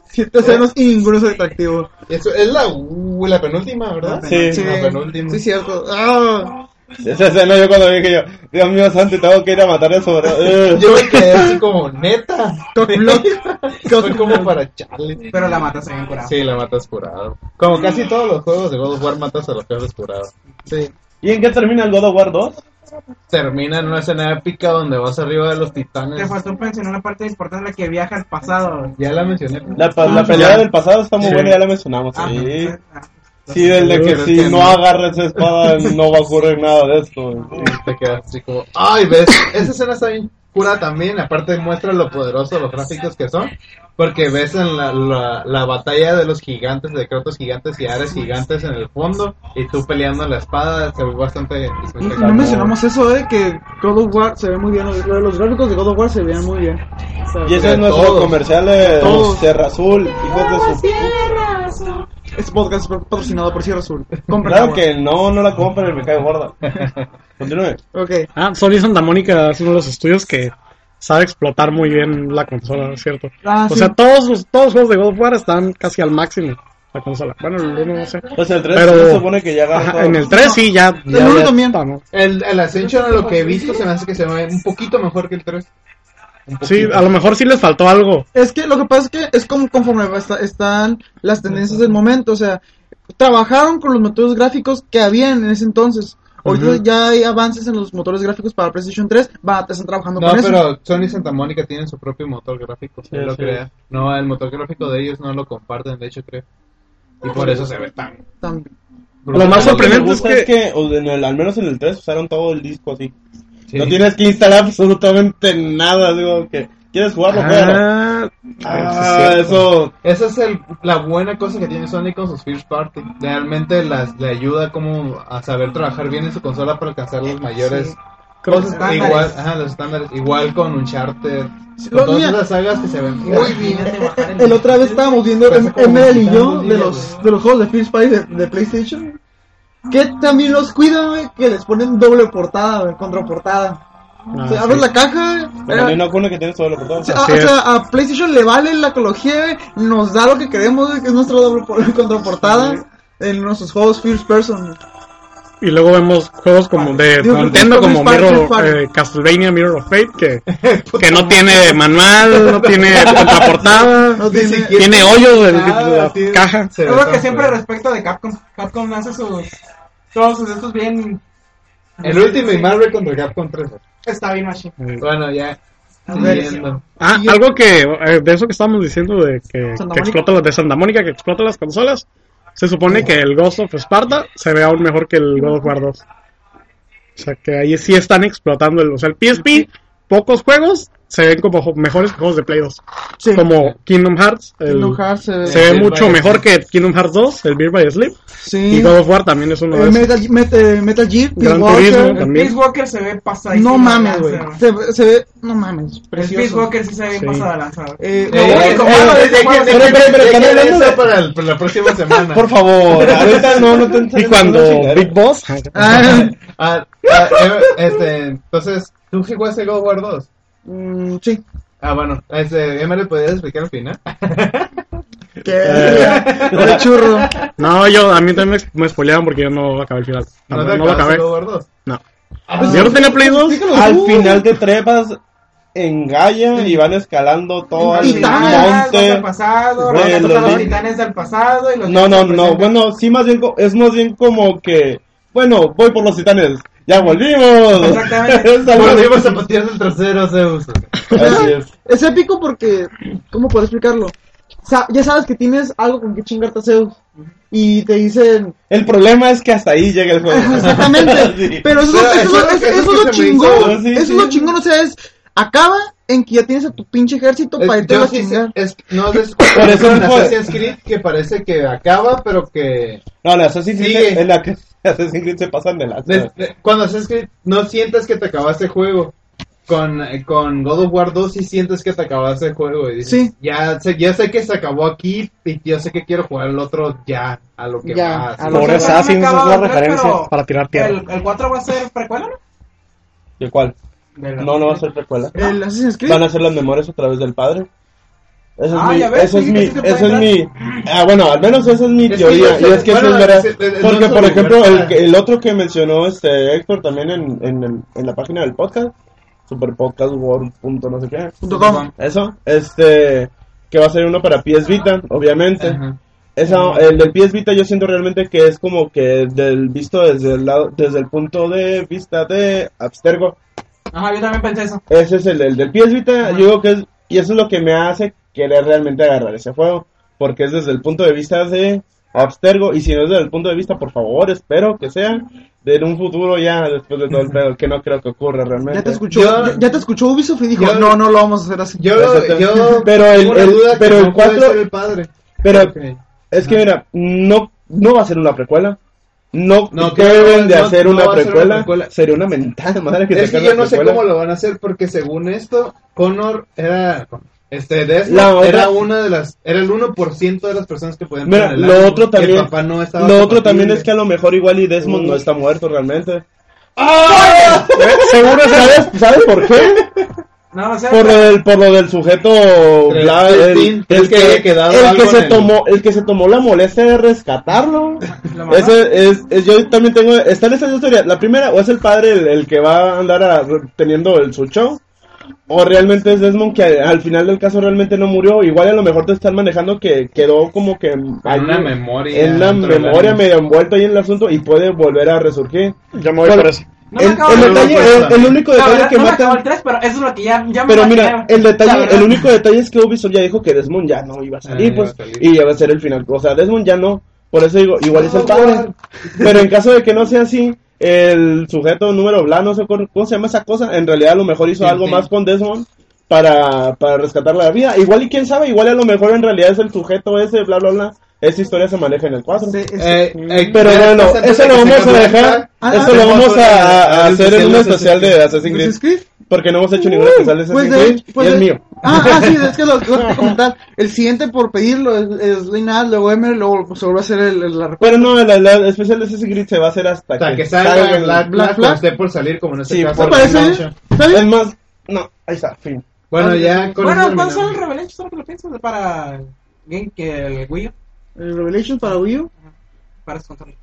[SPEAKER 3] Siete senos y ninguno es atractivo.
[SPEAKER 5] Eso es la, u- la penúltima, ¿verdad?
[SPEAKER 4] Sí.
[SPEAKER 3] Sí,
[SPEAKER 5] La penúltima.
[SPEAKER 3] sí, cierto. Ah,
[SPEAKER 4] Esa escena yo cuando dije yo, Dios mío santo, tengo que ir a matar eso, ¿verdad?
[SPEAKER 5] Yo me quedé así como neta.
[SPEAKER 3] Cockblock.
[SPEAKER 5] Fue como para Charlie.
[SPEAKER 8] pero la mata se bien curada
[SPEAKER 5] Sí, la matas curado. Como casi todos los juegos de God of War matas a los jefes curados.
[SPEAKER 3] Sí.
[SPEAKER 4] ¿Y en qué termina el God of War 2?
[SPEAKER 5] Termina en una escena épica donde vas arriba de los
[SPEAKER 8] te
[SPEAKER 5] titanes.
[SPEAKER 8] faltó mencionar la parte importante la que viaja al pasado
[SPEAKER 5] Ya la mencioné.
[SPEAKER 4] La, pa-
[SPEAKER 2] Ah,
[SPEAKER 4] la pelea del pasado está muy buena, ya la mencionamos.
[SPEAKER 8] Ah,
[SPEAKER 4] Sí,
[SPEAKER 8] entonces, ah,
[SPEAKER 4] sí el de que
[SPEAKER 5] Creo
[SPEAKER 4] si
[SPEAKER 5] que
[SPEAKER 4] no
[SPEAKER 5] no.
[SPEAKER 4] agarras esa espada no va a ocurrir nada de esto. güey.
[SPEAKER 5] Te quedas así como, ay, ves, esa escena está bien cura también, aparte muestra lo poderoso los gráficos que son, porque ves en la, la, la batalla de los gigantes, de Kratos gigantes y Ares gigantes en el fondo, y tú peleando la espada, se ve bastante...
[SPEAKER 3] Y No mencionamos eso, eh, que God of War se ve muy bien. Los, los gráficos de God of War se veían muy bien. O sea,
[SPEAKER 4] Y ese
[SPEAKER 5] De
[SPEAKER 4] es nuestro
[SPEAKER 5] todos.
[SPEAKER 4] comercial de
[SPEAKER 3] todos.
[SPEAKER 4] Sierra Azul, hijos
[SPEAKER 3] Ah,
[SPEAKER 4] de su...
[SPEAKER 3] Este podcast es patrocinado por Sierra Azul. Compra
[SPEAKER 4] Claro que no, no la compren, me cae gorda. Continúe.
[SPEAKER 3] Ok.
[SPEAKER 2] Ah, Sony Santa Mónica es uno de los estudios que sabe explotar muy bien la consola, ¿es cierto?
[SPEAKER 3] Ah,
[SPEAKER 2] o
[SPEAKER 3] sí.
[SPEAKER 2] sea, todos, los- todos los juegos de God of War están casi al máximo la consola. Bueno, el uno no sé.
[SPEAKER 4] O sea, Pues el 3
[SPEAKER 2] Pero-
[SPEAKER 4] se supone que ya agarra
[SPEAKER 2] Ajá,
[SPEAKER 4] todo.
[SPEAKER 2] en el 3 sí, ya.
[SPEAKER 3] El
[SPEAKER 2] ya-
[SPEAKER 3] uno
[SPEAKER 2] ya
[SPEAKER 3] también.
[SPEAKER 2] está, ¿no?
[SPEAKER 5] El, el Ascension, a lo que he visto, se me hace que se ve un poquito mejor que el 3.
[SPEAKER 2] Sí, a lo mejor sí les faltó algo.
[SPEAKER 3] Es que lo que pasa es que es como conforme va- está- están las tendencias del momento, o sea, trabajaron con los motores gráficos que habían en ese entonces. Ahorita
[SPEAKER 2] Ujú.
[SPEAKER 3] ya hay avances en los motores gráficos para PlayStation 3, va, están trabajando
[SPEAKER 5] No,
[SPEAKER 3] con eso.
[SPEAKER 5] pero Sony y Santa Mónica tienen su propio motor gráfico.
[SPEAKER 4] Sí,
[SPEAKER 5] es lo
[SPEAKER 4] sí.
[SPEAKER 5] que da. No, el motor gráfico de ellos no lo comparten, de hecho, creo. Y por eso se ve tan.
[SPEAKER 3] Tam-
[SPEAKER 2] Lo más sorprendente
[SPEAKER 4] me
[SPEAKER 2] es
[SPEAKER 4] gusta
[SPEAKER 2] que.
[SPEAKER 4] o en el- al menos en el 3 usaron todo el disco así.
[SPEAKER 5] Sí.
[SPEAKER 4] No tienes que instalar absolutamente nada, digo que quieres jugarlo, juégalo.
[SPEAKER 2] Ah,
[SPEAKER 4] Ah, eso
[SPEAKER 5] Esa es el- la buena cosa que tiene Sony con sus first party. Realmente las, le ayuda como a saber trabajar bien en su consola para alcanzar los mayores
[SPEAKER 2] creo-
[SPEAKER 8] Los estándares.
[SPEAKER 5] Igual, ajá, los estándares. Igual con Uncharted.
[SPEAKER 3] Sí,
[SPEAKER 5] Con
[SPEAKER 3] lo-
[SPEAKER 5] todas
[SPEAKER 3] mira.
[SPEAKER 5] esas sagas que se ven muy
[SPEAKER 8] Muy
[SPEAKER 5] bien.
[SPEAKER 8] bien. bajar
[SPEAKER 3] El otra vez estábamos viendo
[SPEAKER 5] Pasa
[SPEAKER 3] em-
[SPEAKER 5] como
[SPEAKER 3] Emerald y yo
[SPEAKER 5] quitando
[SPEAKER 3] de
[SPEAKER 5] días,
[SPEAKER 3] los
[SPEAKER 5] güey.
[SPEAKER 3] de los juegos de First Party de, de PlayStation, que también los cuidan, güey, que les ponen doble portada, güey, contraportada.
[SPEAKER 2] ah,
[SPEAKER 3] o sea,
[SPEAKER 2] sí.
[SPEAKER 3] abres la caja,
[SPEAKER 4] Pero
[SPEAKER 3] era-
[SPEAKER 4] no hay una que tiene solo, perdón.
[SPEAKER 3] O sea, a,
[SPEAKER 2] Así
[SPEAKER 3] Ah, o
[SPEAKER 2] es.
[SPEAKER 3] sea, a PlayStation le vale la ecología, güey, nos da lo que queremos, güey, que es nuestra doble por- contraportada en nuestros juegos First Person.
[SPEAKER 2] Y luego vemos juegos como de
[SPEAKER 3] Digo,
[SPEAKER 2] Nintendo,
[SPEAKER 3] Space
[SPEAKER 2] como
[SPEAKER 3] Park, Space
[SPEAKER 2] Mirror,
[SPEAKER 3] Park.
[SPEAKER 2] eh, Castlevania Mirror of Fate, que, que no tiene manual, no tiene
[SPEAKER 3] No Ah,
[SPEAKER 2] contraportada,
[SPEAKER 3] tiene-
[SPEAKER 2] tiene hoyos en la
[SPEAKER 5] Nada, tiene-
[SPEAKER 2] caja.
[SPEAKER 5] se ve
[SPEAKER 8] Yo creo que
[SPEAKER 5] tan
[SPEAKER 8] siempre
[SPEAKER 5] feo.
[SPEAKER 8] respecto de Capcom, Capcom hace sus. Todos sus estos bien.
[SPEAKER 5] El último y Marvel contra Capcom 3.
[SPEAKER 8] Está bien, machi.
[SPEAKER 5] Bueno, ya.
[SPEAKER 3] ver,
[SPEAKER 5] Siguiendo.
[SPEAKER 2] Ah,
[SPEAKER 3] Y yo-
[SPEAKER 2] algo que eh, de eso que estábamos diciendo de que,
[SPEAKER 3] Santa
[SPEAKER 2] que
[SPEAKER 3] Mónica.
[SPEAKER 2] explota las de Santa Mónica, que explota las consolas, se supone que el Ghost of Sparta se ve aún mejor que el God of War 2. O sea que ahí sí están explotando, el, o sea, el PSP, pocos juegos se ven como jo- mejores que juegos de Play 2,
[SPEAKER 3] Sí.
[SPEAKER 2] como Kingdom Hearts, el-
[SPEAKER 3] Kingdom Hearts, eh,
[SPEAKER 2] se ve
[SPEAKER 5] Beat
[SPEAKER 2] mucho
[SPEAKER 5] by
[SPEAKER 2] mejor que Kingdom Hearts 2, el Beat by Sleep, y
[SPEAKER 3] sí.
[SPEAKER 2] God of War también es uno de
[SPEAKER 3] Eh,
[SPEAKER 2] esos.
[SPEAKER 3] Metal, Met- eh, Metal Gear, Peace
[SPEAKER 2] Gran
[SPEAKER 3] Walker.
[SPEAKER 2] Turismo
[SPEAKER 8] El
[SPEAKER 2] también.
[SPEAKER 8] Peace Walker se ve pasadísimo.
[SPEAKER 3] No
[SPEAKER 8] de
[SPEAKER 3] mames,
[SPEAKER 8] lanza,
[SPEAKER 3] güey. Se, ve- se ve, no mames,
[SPEAKER 8] El Peace
[SPEAKER 3] precioso.
[SPEAKER 8] Walker sí se ve
[SPEAKER 2] Sí.
[SPEAKER 8] bien pasada de lanza. güey.
[SPEAKER 3] Eh,
[SPEAKER 5] Eh,
[SPEAKER 3] no,
[SPEAKER 5] eh,
[SPEAKER 8] bueno,
[SPEAKER 5] eh,
[SPEAKER 8] bueno,
[SPEAKER 5] dejen-
[SPEAKER 8] bueno,
[SPEAKER 5] dejen-
[SPEAKER 4] bueno,
[SPEAKER 5] dejen-
[SPEAKER 4] pero
[SPEAKER 5] dejen
[SPEAKER 4] están hablando
[SPEAKER 5] eso
[SPEAKER 4] de-
[SPEAKER 5] para, el- para la próxima semana.
[SPEAKER 4] Por favor, ahorita no, no te
[SPEAKER 2] Y
[SPEAKER 4] enseñes
[SPEAKER 2] cuando
[SPEAKER 4] una chingadera.
[SPEAKER 2] Big Boss,
[SPEAKER 3] ah,
[SPEAKER 5] Ah, ah, eh, este, entonces, ¿tú sí jugaste God of War 2?
[SPEAKER 3] mm, sí.
[SPEAKER 5] Ah, bueno, este, Emery, ¿podrías explicar al final?
[SPEAKER 3] Que, de churro.
[SPEAKER 2] Eh, no, yo a mí también me, me spoilearon porque yo no acabé el final, no, no lo
[SPEAKER 5] acabaste
[SPEAKER 2] acabé,
[SPEAKER 5] God of War 2?
[SPEAKER 2] no. Yo no tenía Play 2.
[SPEAKER 4] Al final te trepas en Gaia y van escalando todo
[SPEAKER 8] Los
[SPEAKER 4] al
[SPEAKER 8] titanes del
[SPEAKER 4] monte.
[SPEAKER 8] pasado,
[SPEAKER 4] Güey,
[SPEAKER 8] rescatan
[SPEAKER 4] los
[SPEAKER 8] a los
[SPEAKER 4] vi-
[SPEAKER 8] titanes del pasado y los
[SPEAKER 4] No, no,
[SPEAKER 8] dioses del
[SPEAKER 4] no,
[SPEAKER 8] presente.
[SPEAKER 4] bueno, sí, más bien, co- es más bien como que, bueno, voy por los titanes, ya volvimos.
[SPEAKER 8] Exactamente.
[SPEAKER 5] Volvimos a patear el trasero, Zeus.
[SPEAKER 4] Así es.
[SPEAKER 3] Es épico porque, ¿cómo puedo explicarlo? Sa- ya sabes que tienes algo con que chingarte a Zeus. Y te dicen,
[SPEAKER 4] El problema es que hasta ahí llega el juego.
[SPEAKER 3] Exactamente.
[SPEAKER 4] Sí.
[SPEAKER 3] Pero eso,
[SPEAKER 5] Pero
[SPEAKER 3] es- eso,
[SPEAKER 5] eso-
[SPEAKER 3] es-
[SPEAKER 5] eso
[SPEAKER 3] eso
[SPEAKER 5] es
[SPEAKER 3] es
[SPEAKER 5] que
[SPEAKER 3] lo
[SPEAKER 5] se me
[SPEAKER 3] chingón.
[SPEAKER 4] hizo, sí,
[SPEAKER 3] eso es
[SPEAKER 4] sí.
[SPEAKER 3] lo chingón. O sea, es. Acaba en que ya tienes a tu pinche ejército
[SPEAKER 5] Es-
[SPEAKER 3] para irte
[SPEAKER 5] yo
[SPEAKER 3] a
[SPEAKER 5] sí sé-
[SPEAKER 3] chingar.
[SPEAKER 5] es- no, es
[SPEAKER 4] Por eso
[SPEAKER 5] en
[SPEAKER 4] fue-
[SPEAKER 5] Assassin's Creed que parece que acaba, pero que
[SPEAKER 4] No, en Assassin's Creed,
[SPEAKER 5] Sigue.
[SPEAKER 4] en la que Assassin's Creed se pasan de las.
[SPEAKER 5] de- de- cuando Assassin's Creed no sientes que te acabaste el juego. Con, eh, con God of War 2 sí sientes que te acabaste el juego. Y dices,
[SPEAKER 3] Sí.
[SPEAKER 5] Ya sé, ya sé que se acabó aquí y yo sé que quiero jugar el otro ya, a lo que
[SPEAKER 3] Ya,
[SPEAKER 5] va.
[SPEAKER 3] a
[SPEAKER 5] así.
[SPEAKER 3] lo-
[SPEAKER 2] Por
[SPEAKER 8] Los
[SPEAKER 2] eso, ah, sí, esa
[SPEAKER 8] Titanes
[SPEAKER 2] es la
[SPEAKER 8] acabaron tres,
[SPEAKER 2] referencia
[SPEAKER 8] pero
[SPEAKER 2] para tirar tierra.
[SPEAKER 8] El, el 4 va a ser precuela, ¿no?
[SPEAKER 4] ¿De cuál?
[SPEAKER 8] De la-
[SPEAKER 4] No, no va a ser precuela.
[SPEAKER 3] El Assassin's Creed.
[SPEAKER 4] Van a ser las memorias otra vez del padre. Eso es
[SPEAKER 8] Ah,
[SPEAKER 4] mi,
[SPEAKER 8] ya ves,
[SPEAKER 4] eso es
[SPEAKER 8] sí,
[SPEAKER 4] mi,
[SPEAKER 8] sí se puede
[SPEAKER 4] eso es mi, ah, bueno, al menos esa es mi
[SPEAKER 5] que
[SPEAKER 4] teoría,
[SPEAKER 5] yo
[SPEAKER 4] y
[SPEAKER 5] sé-
[SPEAKER 4] es que
[SPEAKER 5] bueno,
[SPEAKER 4] eso es verdad,
[SPEAKER 5] es- es- es
[SPEAKER 4] porque
[SPEAKER 5] nuestro
[SPEAKER 4] por ejemplo, el,
[SPEAKER 5] universo.
[SPEAKER 4] que- el otro que mencionó este Héctor también en, en, el- en la página del podcast, superpodcastworld. punto no sé qué,
[SPEAKER 3] Punto com.
[SPEAKER 4] eso, este, que va a ser uno para PS Vita, obviamente,
[SPEAKER 5] Ajá.
[SPEAKER 4] Esa, el del PS Vita yo siento realmente que es como que del visto desde el lado, desde el punto de vista de Abstergo.
[SPEAKER 8] Ajá, yo también pensé eso.
[SPEAKER 4] Ese es el, el del PS Vita, yo digo que es, y eso es lo que me hace querer realmente agarrar ese juego, porque es desde el punto de vista de Abstergo, y si no es desde el punto de vista, por favor, espero que sea de un futuro ya después de todo el pedo, que no creo que ocurra
[SPEAKER 3] Ya te
[SPEAKER 4] realmente.
[SPEAKER 3] escuchó,
[SPEAKER 5] Yo-
[SPEAKER 3] ya, ya te escuchó Ubisoft y dijo,
[SPEAKER 5] yo-
[SPEAKER 3] no, no lo vamos a hacer así.
[SPEAKER 5] Yo,
[SPEAKER 4] Exactamente.
[SPEAKER 5] yo
[SPEAKER 4] Pero el-
[SPEAKER 5] tengo una
[SPEAKER 4] el-
[SPEAKER 5] duda que
[SPEAKER 4] pero el
[SPEAKER 5] no puede
[SPEAKER 4] cuatro-
[SPEAKER 5] ser el padre.
[SPEAKER 4] Pero
[SPEAKER 5] Ok.
[SPEAKER 4] es que mira, no, no va a ser una precuela. No,
[SPEAKER 5] No, que
[SPEAKER 4] deben
[SPEAKER 5] no-
[SPEAKER 4] de
[SPEAKER 5] no-
[SPEAKER 4] hacer
[SPEAKER 5] no
[SPEAKER 4] una,
[SPEAKER 5] va a ser una
[SPEAKER 4] precuela.
[SPEAKER 5] precuela.
[SPEAKER 4] Sería una mentada madre que
[SPEAKER 5] Es que
[SPEAKER 4] sacaran
[SPEAKER 5] yo
[SPEAKER 4] una
[SPEAKER 5] no sé
[SPEAKER 4] precuela.
[SPEAKER 5] cómo lo van a hacer porque según esto, Connor era este Desmond
[SPEAKER 4] La otra-
[SPEAKER 5] era una de las era el 1% de las personas que podían
[SPEAKER 4] Mira,
[SPEAKER 5] tener el
[SPEAKER 4] lo
[SPEAKER 5] ánimo.
[SPEAKER 4] otro también.
[SPEAKER 5] el papá no estaba
[SPEAKER 4] lo otro también
[SPEAKER 5] compatible.
[SPEAKER 4] es que a lo mejor igual y Desmond no está muerto realmente.
[SPEAKER 2] Seguro es
[SPEAKER 4] ¡Ah! ¿Sabes, ¿Sabes por qué?
[SPEAKER 8] No lo sé.
[SPEAKER 4] Por lo
[SPEAKER 8] pero-
[SPEAKER 4] del, por lo del sujeto
[SPEAKER 5] Tres,
[SPEAKER 4] bla-
[SPEAKER 5] tres,
[SPEAKER 4] el,
[SPEAKER 5] tin,
[SPEAKER 4] el
[SPEAKER 5] tres que
[SPEAKER 4] que,
[SPEAKER 5] haya quedado
[SPEAKER 4] el
[SPEAKER 5] algo
[SPEAKER 4] que
[SPEAKER 5] en
[SPEAKER 4] se
[SPEAKER 5] el-
[SPEAKER 4] tomó, el que se tomó la molestia de rescatarlo.
[SPEAKER 8] ¿Lo mató?
[SPEAKER 4] Ese es, es- yo también tengo, están estas dos teorías. La primera, o es el padre el, el que va a andar a- teniendo el su show, o realmente es Desmond que al final del caso realmente no murió. Igual a lo mejor te están manejando que quedó como que
[SPEAKER 5] En una
[SPEAKER 4] ahí,
[SPEAKER 5] memoria.
[SPEAKER 4] en la
[SPEAKER 5] dentro del
[SPEAKER 4] memoria
[SPEAKER 5] anime.
[SPEAKER 4] medio envuelto ahí en el asunto y puede volver a resurgir.
[SPEAKER 2] Yo me voy
[SPEAKER 4] Pero-
[SPEAKER 2] por eso.
[SPEAKER 8] No me
[SPEAKER 4] el,
[SPEAKER 8] acabo
[SPEAKER 4] el detalle-
[SPEAKER 8] de-
[SPEAKER 5] no me
[SPEAKER 4] el-
[SPEAKER 5] acuerdo.
[SPEAKER 4] el único
[SPEAKER 8] La
[SPEAKER 4] detalle
[SPEAKER 8] verdad,
[SPEAKER 4] que
[SPEAKER 8] no me
[SPEAKER 4] matan-
[SPEAKER 8] acabó el 3, pero eso es lo que ya, ya me
[SPEAKER 4] Pero
[SPEAKER 8] imaginaba.
[SPEAKER 4] mira, el
[SPEAKER 8] La
[SPEAKER 4] detalle,
[SPEAKER 8] verdad.
[SPEAKER 4] el único detalle es que Ubisoft ya dijo que Desmond ya no iba a
[SPEAKER 5] Ah,
[SPEAKER 4] salir,
[SPEAKER 5] iba
[SPEAKER 4] pues,
[SPEAKER 5] a salir.
[SPEAKER 4] y ya va a ser el final. O sea, Desmond ya no. Por eso digo, igual es el padre. Pero en caso de que no sea así, el sujeto número bla, no sé cómo cómo se llama esa cosa, en realidad a lo mejor hizo
[SPEAKER 5] Sí,
[SPEAKER 4] algo
[SPEAKER 5] sí.
[SPEAKER 4] más con Desmond para, para rescatar la vida. Igual y quién sabe, igual a lo mejor en realidad es el sujeto ese, bla, bla, bla. Esa historia se maneja en el 4.
[SPEAKER 8] Sí, sí.
[SPEAKER 3] Este,
[SPEAKER 5] Eh,
[SPEAKER 3] mm,
[SPEAKER 5] eh,
[SPEAKER 4] Pero
[SPEAKER 5] ya
[SPEAKER 4] bueno,
[SPEAKER 5] estás antes
[SPEAKER 4] eso
[SPEAKER 5] de
[SPEAKER 4] lo
[SPEAKER 5] que se
[SPEAKER 4] vamos a
[SPEAKER 5] acabe
[SPEAKER 4] dejar,
[SPEAKER 5] la-
[SPEAKER 4] eso lo
[SPEAKER 5] Ah,
[SPEAKER 4] vamos a, a
[SPEAKER 5] el
[SPEAKER 4] hacer en un especial de Assassin's
[SPEAKER 3] ¿Assassin's
[SPEAKER 4] Creed.
[SPEAKER 3] Creed?
[SPEAKER 4] Porque no hemos hecho ningún especial de
[SPEAKER 3] Pues
[SPEAKER 4] Assassin's
[SPEAKER 3] de-
[SPEAKER 4] Creed y
[SPEAKER 3] pues
[SPEAKER 4] el
[SPEAKER 3] de-
[SPEAKER 4] mío.
[SPEAKER 3] Ah, ah, sí, es que lo, lo que comentar. El siguiente por pedirlo es, es Linal, luego Emer, luego se vuelve a hacer el, el- la
[SPEAKER 4] Pero no, el, el especial de Assassin's Creed se va a hacer hasta,
[SPEAKER 5] Hasta que
[SPEAKER 4] salga
[SPEAKER 5] salga
[SPEAKER 4] el-
[SPEAKER 5] Black,
[SPEAKER 3] Black
[SPEAKER 5] Black
[SPEAKER 3] Flag.
[SPEAKER 5] Flag. Esté por salir como en este
[SPEAKER 4] Sí,
[SPEAKER 5] caso.
[SPEAKER 3] ¿Te
[SPEAKER 4] por-
[SPEAKER 3] parece bien? ¿Está
[SPEAKER 4] Es
[SPEAKER 3] bien?
[SPEAKER 4] más, no, ahí está, fin.
[SPEAKER 5] Bueno, ya con
[SPEAKER 8] Bueno,
[SPEAKER 5] eso
[SPEAKER 3] pues,
[SPEAKER 8] ¿cuáles son
[SPEAKER 5] terminamos.
[SPEAKER 8] los Revelations? ¿Solo que lo piensas? Para Game que el Wii U,
[SPEAKER 3] El Revelation para Wii U.
[SPEAKER 8] para sus controles.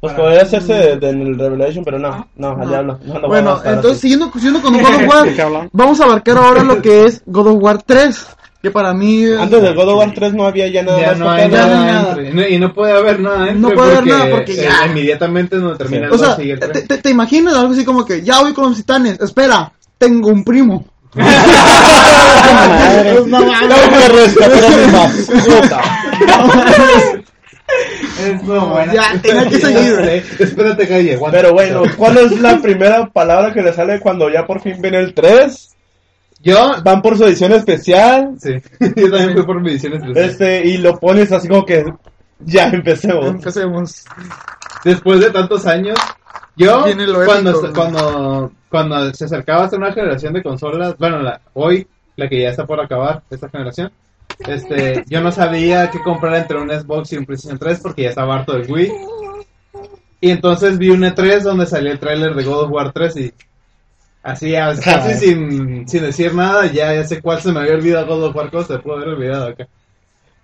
[SPEAKER 4] Pues podría hacerse de- de- en el Revelation, pero no, no, al
[SPEAKER 3] No.
[SPEAKER 4] diablo. No, lo
[SPEAKER 3] bueno,
[SPEAKER 4] vamos a estar
[SPEAKER 3] entonces
[SPEAKER 4] así.
[SPEAKER 3] siguiendo, siguiendo con God of War,
[SPEAKER 2] ¿De qué hablamos?
[SPEAKER 3] vamos a abarcar ahora lo que es God of War 3, que para mí eh,
[SPEAKER 4] Antes de God of War 3 no había ya nada
[SPEAKER 5] Ya
[SPEAKER 4] más
[SPEAKER 5] no hay
[SPEAKER 4] porque-
[SPEAKER 3] ya
[SPEAKER 5] nada,
[SPEAKER 3] no hay nada.
[SPEAKER 5] entre. No- y no puede haber nada entre
[SPEAKER 3] No puede haber
[SPEAKER 5] porque,
[SPEAKER 3] nada porque
[SPEAKER 5] eh,
[SPEAKER 3] ya.
[SPEAKER 5] inmediatamente no termina
[SPEAKER 3] O sea,
[SPEAKER 5] así el
[SPEAKER 3] te,
[SPEAKER 5] tren.
[SPEAKER 3] te, te imaginas algo así como que ya voy con los titanes, espera, tengo un primo.
[SPEAKER 4] Madre.
[SPEAKER 3] Pues no mames.
[SPEAKER 4] Tengo que rescatar a mi mascota.
[SPEAKER 8] Es muy buena.
[SPEAKER 3] Ya, tenía que seguir.
[SPEAKER 5] Eh, Espérate, calle. aguanta.
[SPEAKER 4] Pero bueno, ¿cuál es la primera palabra que le sale cuando ya por fin viene el 3?
[SPEAKER 5] yo.
[SPEAKER 4] Van por su edición especial,
[SPEAKER 5] Sí, yo también fui por mi edición especial.
[SPEAKER 4] este, y lo pones así como que ya empecemos.
[SPEAKER 3] Empecemos.
[SPEAKER 5] después de tantos años, yo
[SPEAKER 3] Viene lo
[SPEAKER 5] cuando,
[SPEAKER 3] épico, güey.
[SPEAKER 5] cuando, cuando se acercaba a una generación de consolas, bueno, la, hoy, la que ya está por acabar, esta generación, este, yo no sabía qué comprar entre un Xbox y un PlayStation 3 porque ya estaba harto del Wii. Y entonces vi un E3 donde salió el tráiler de God of War 3 y así,
[SPEAKER 4] Ah.
[SPEAKER 5] casi sin, sin decir nada, ya, ya sé cuál se me había olvidado God of War, cosa se pudo haber olvidado acá.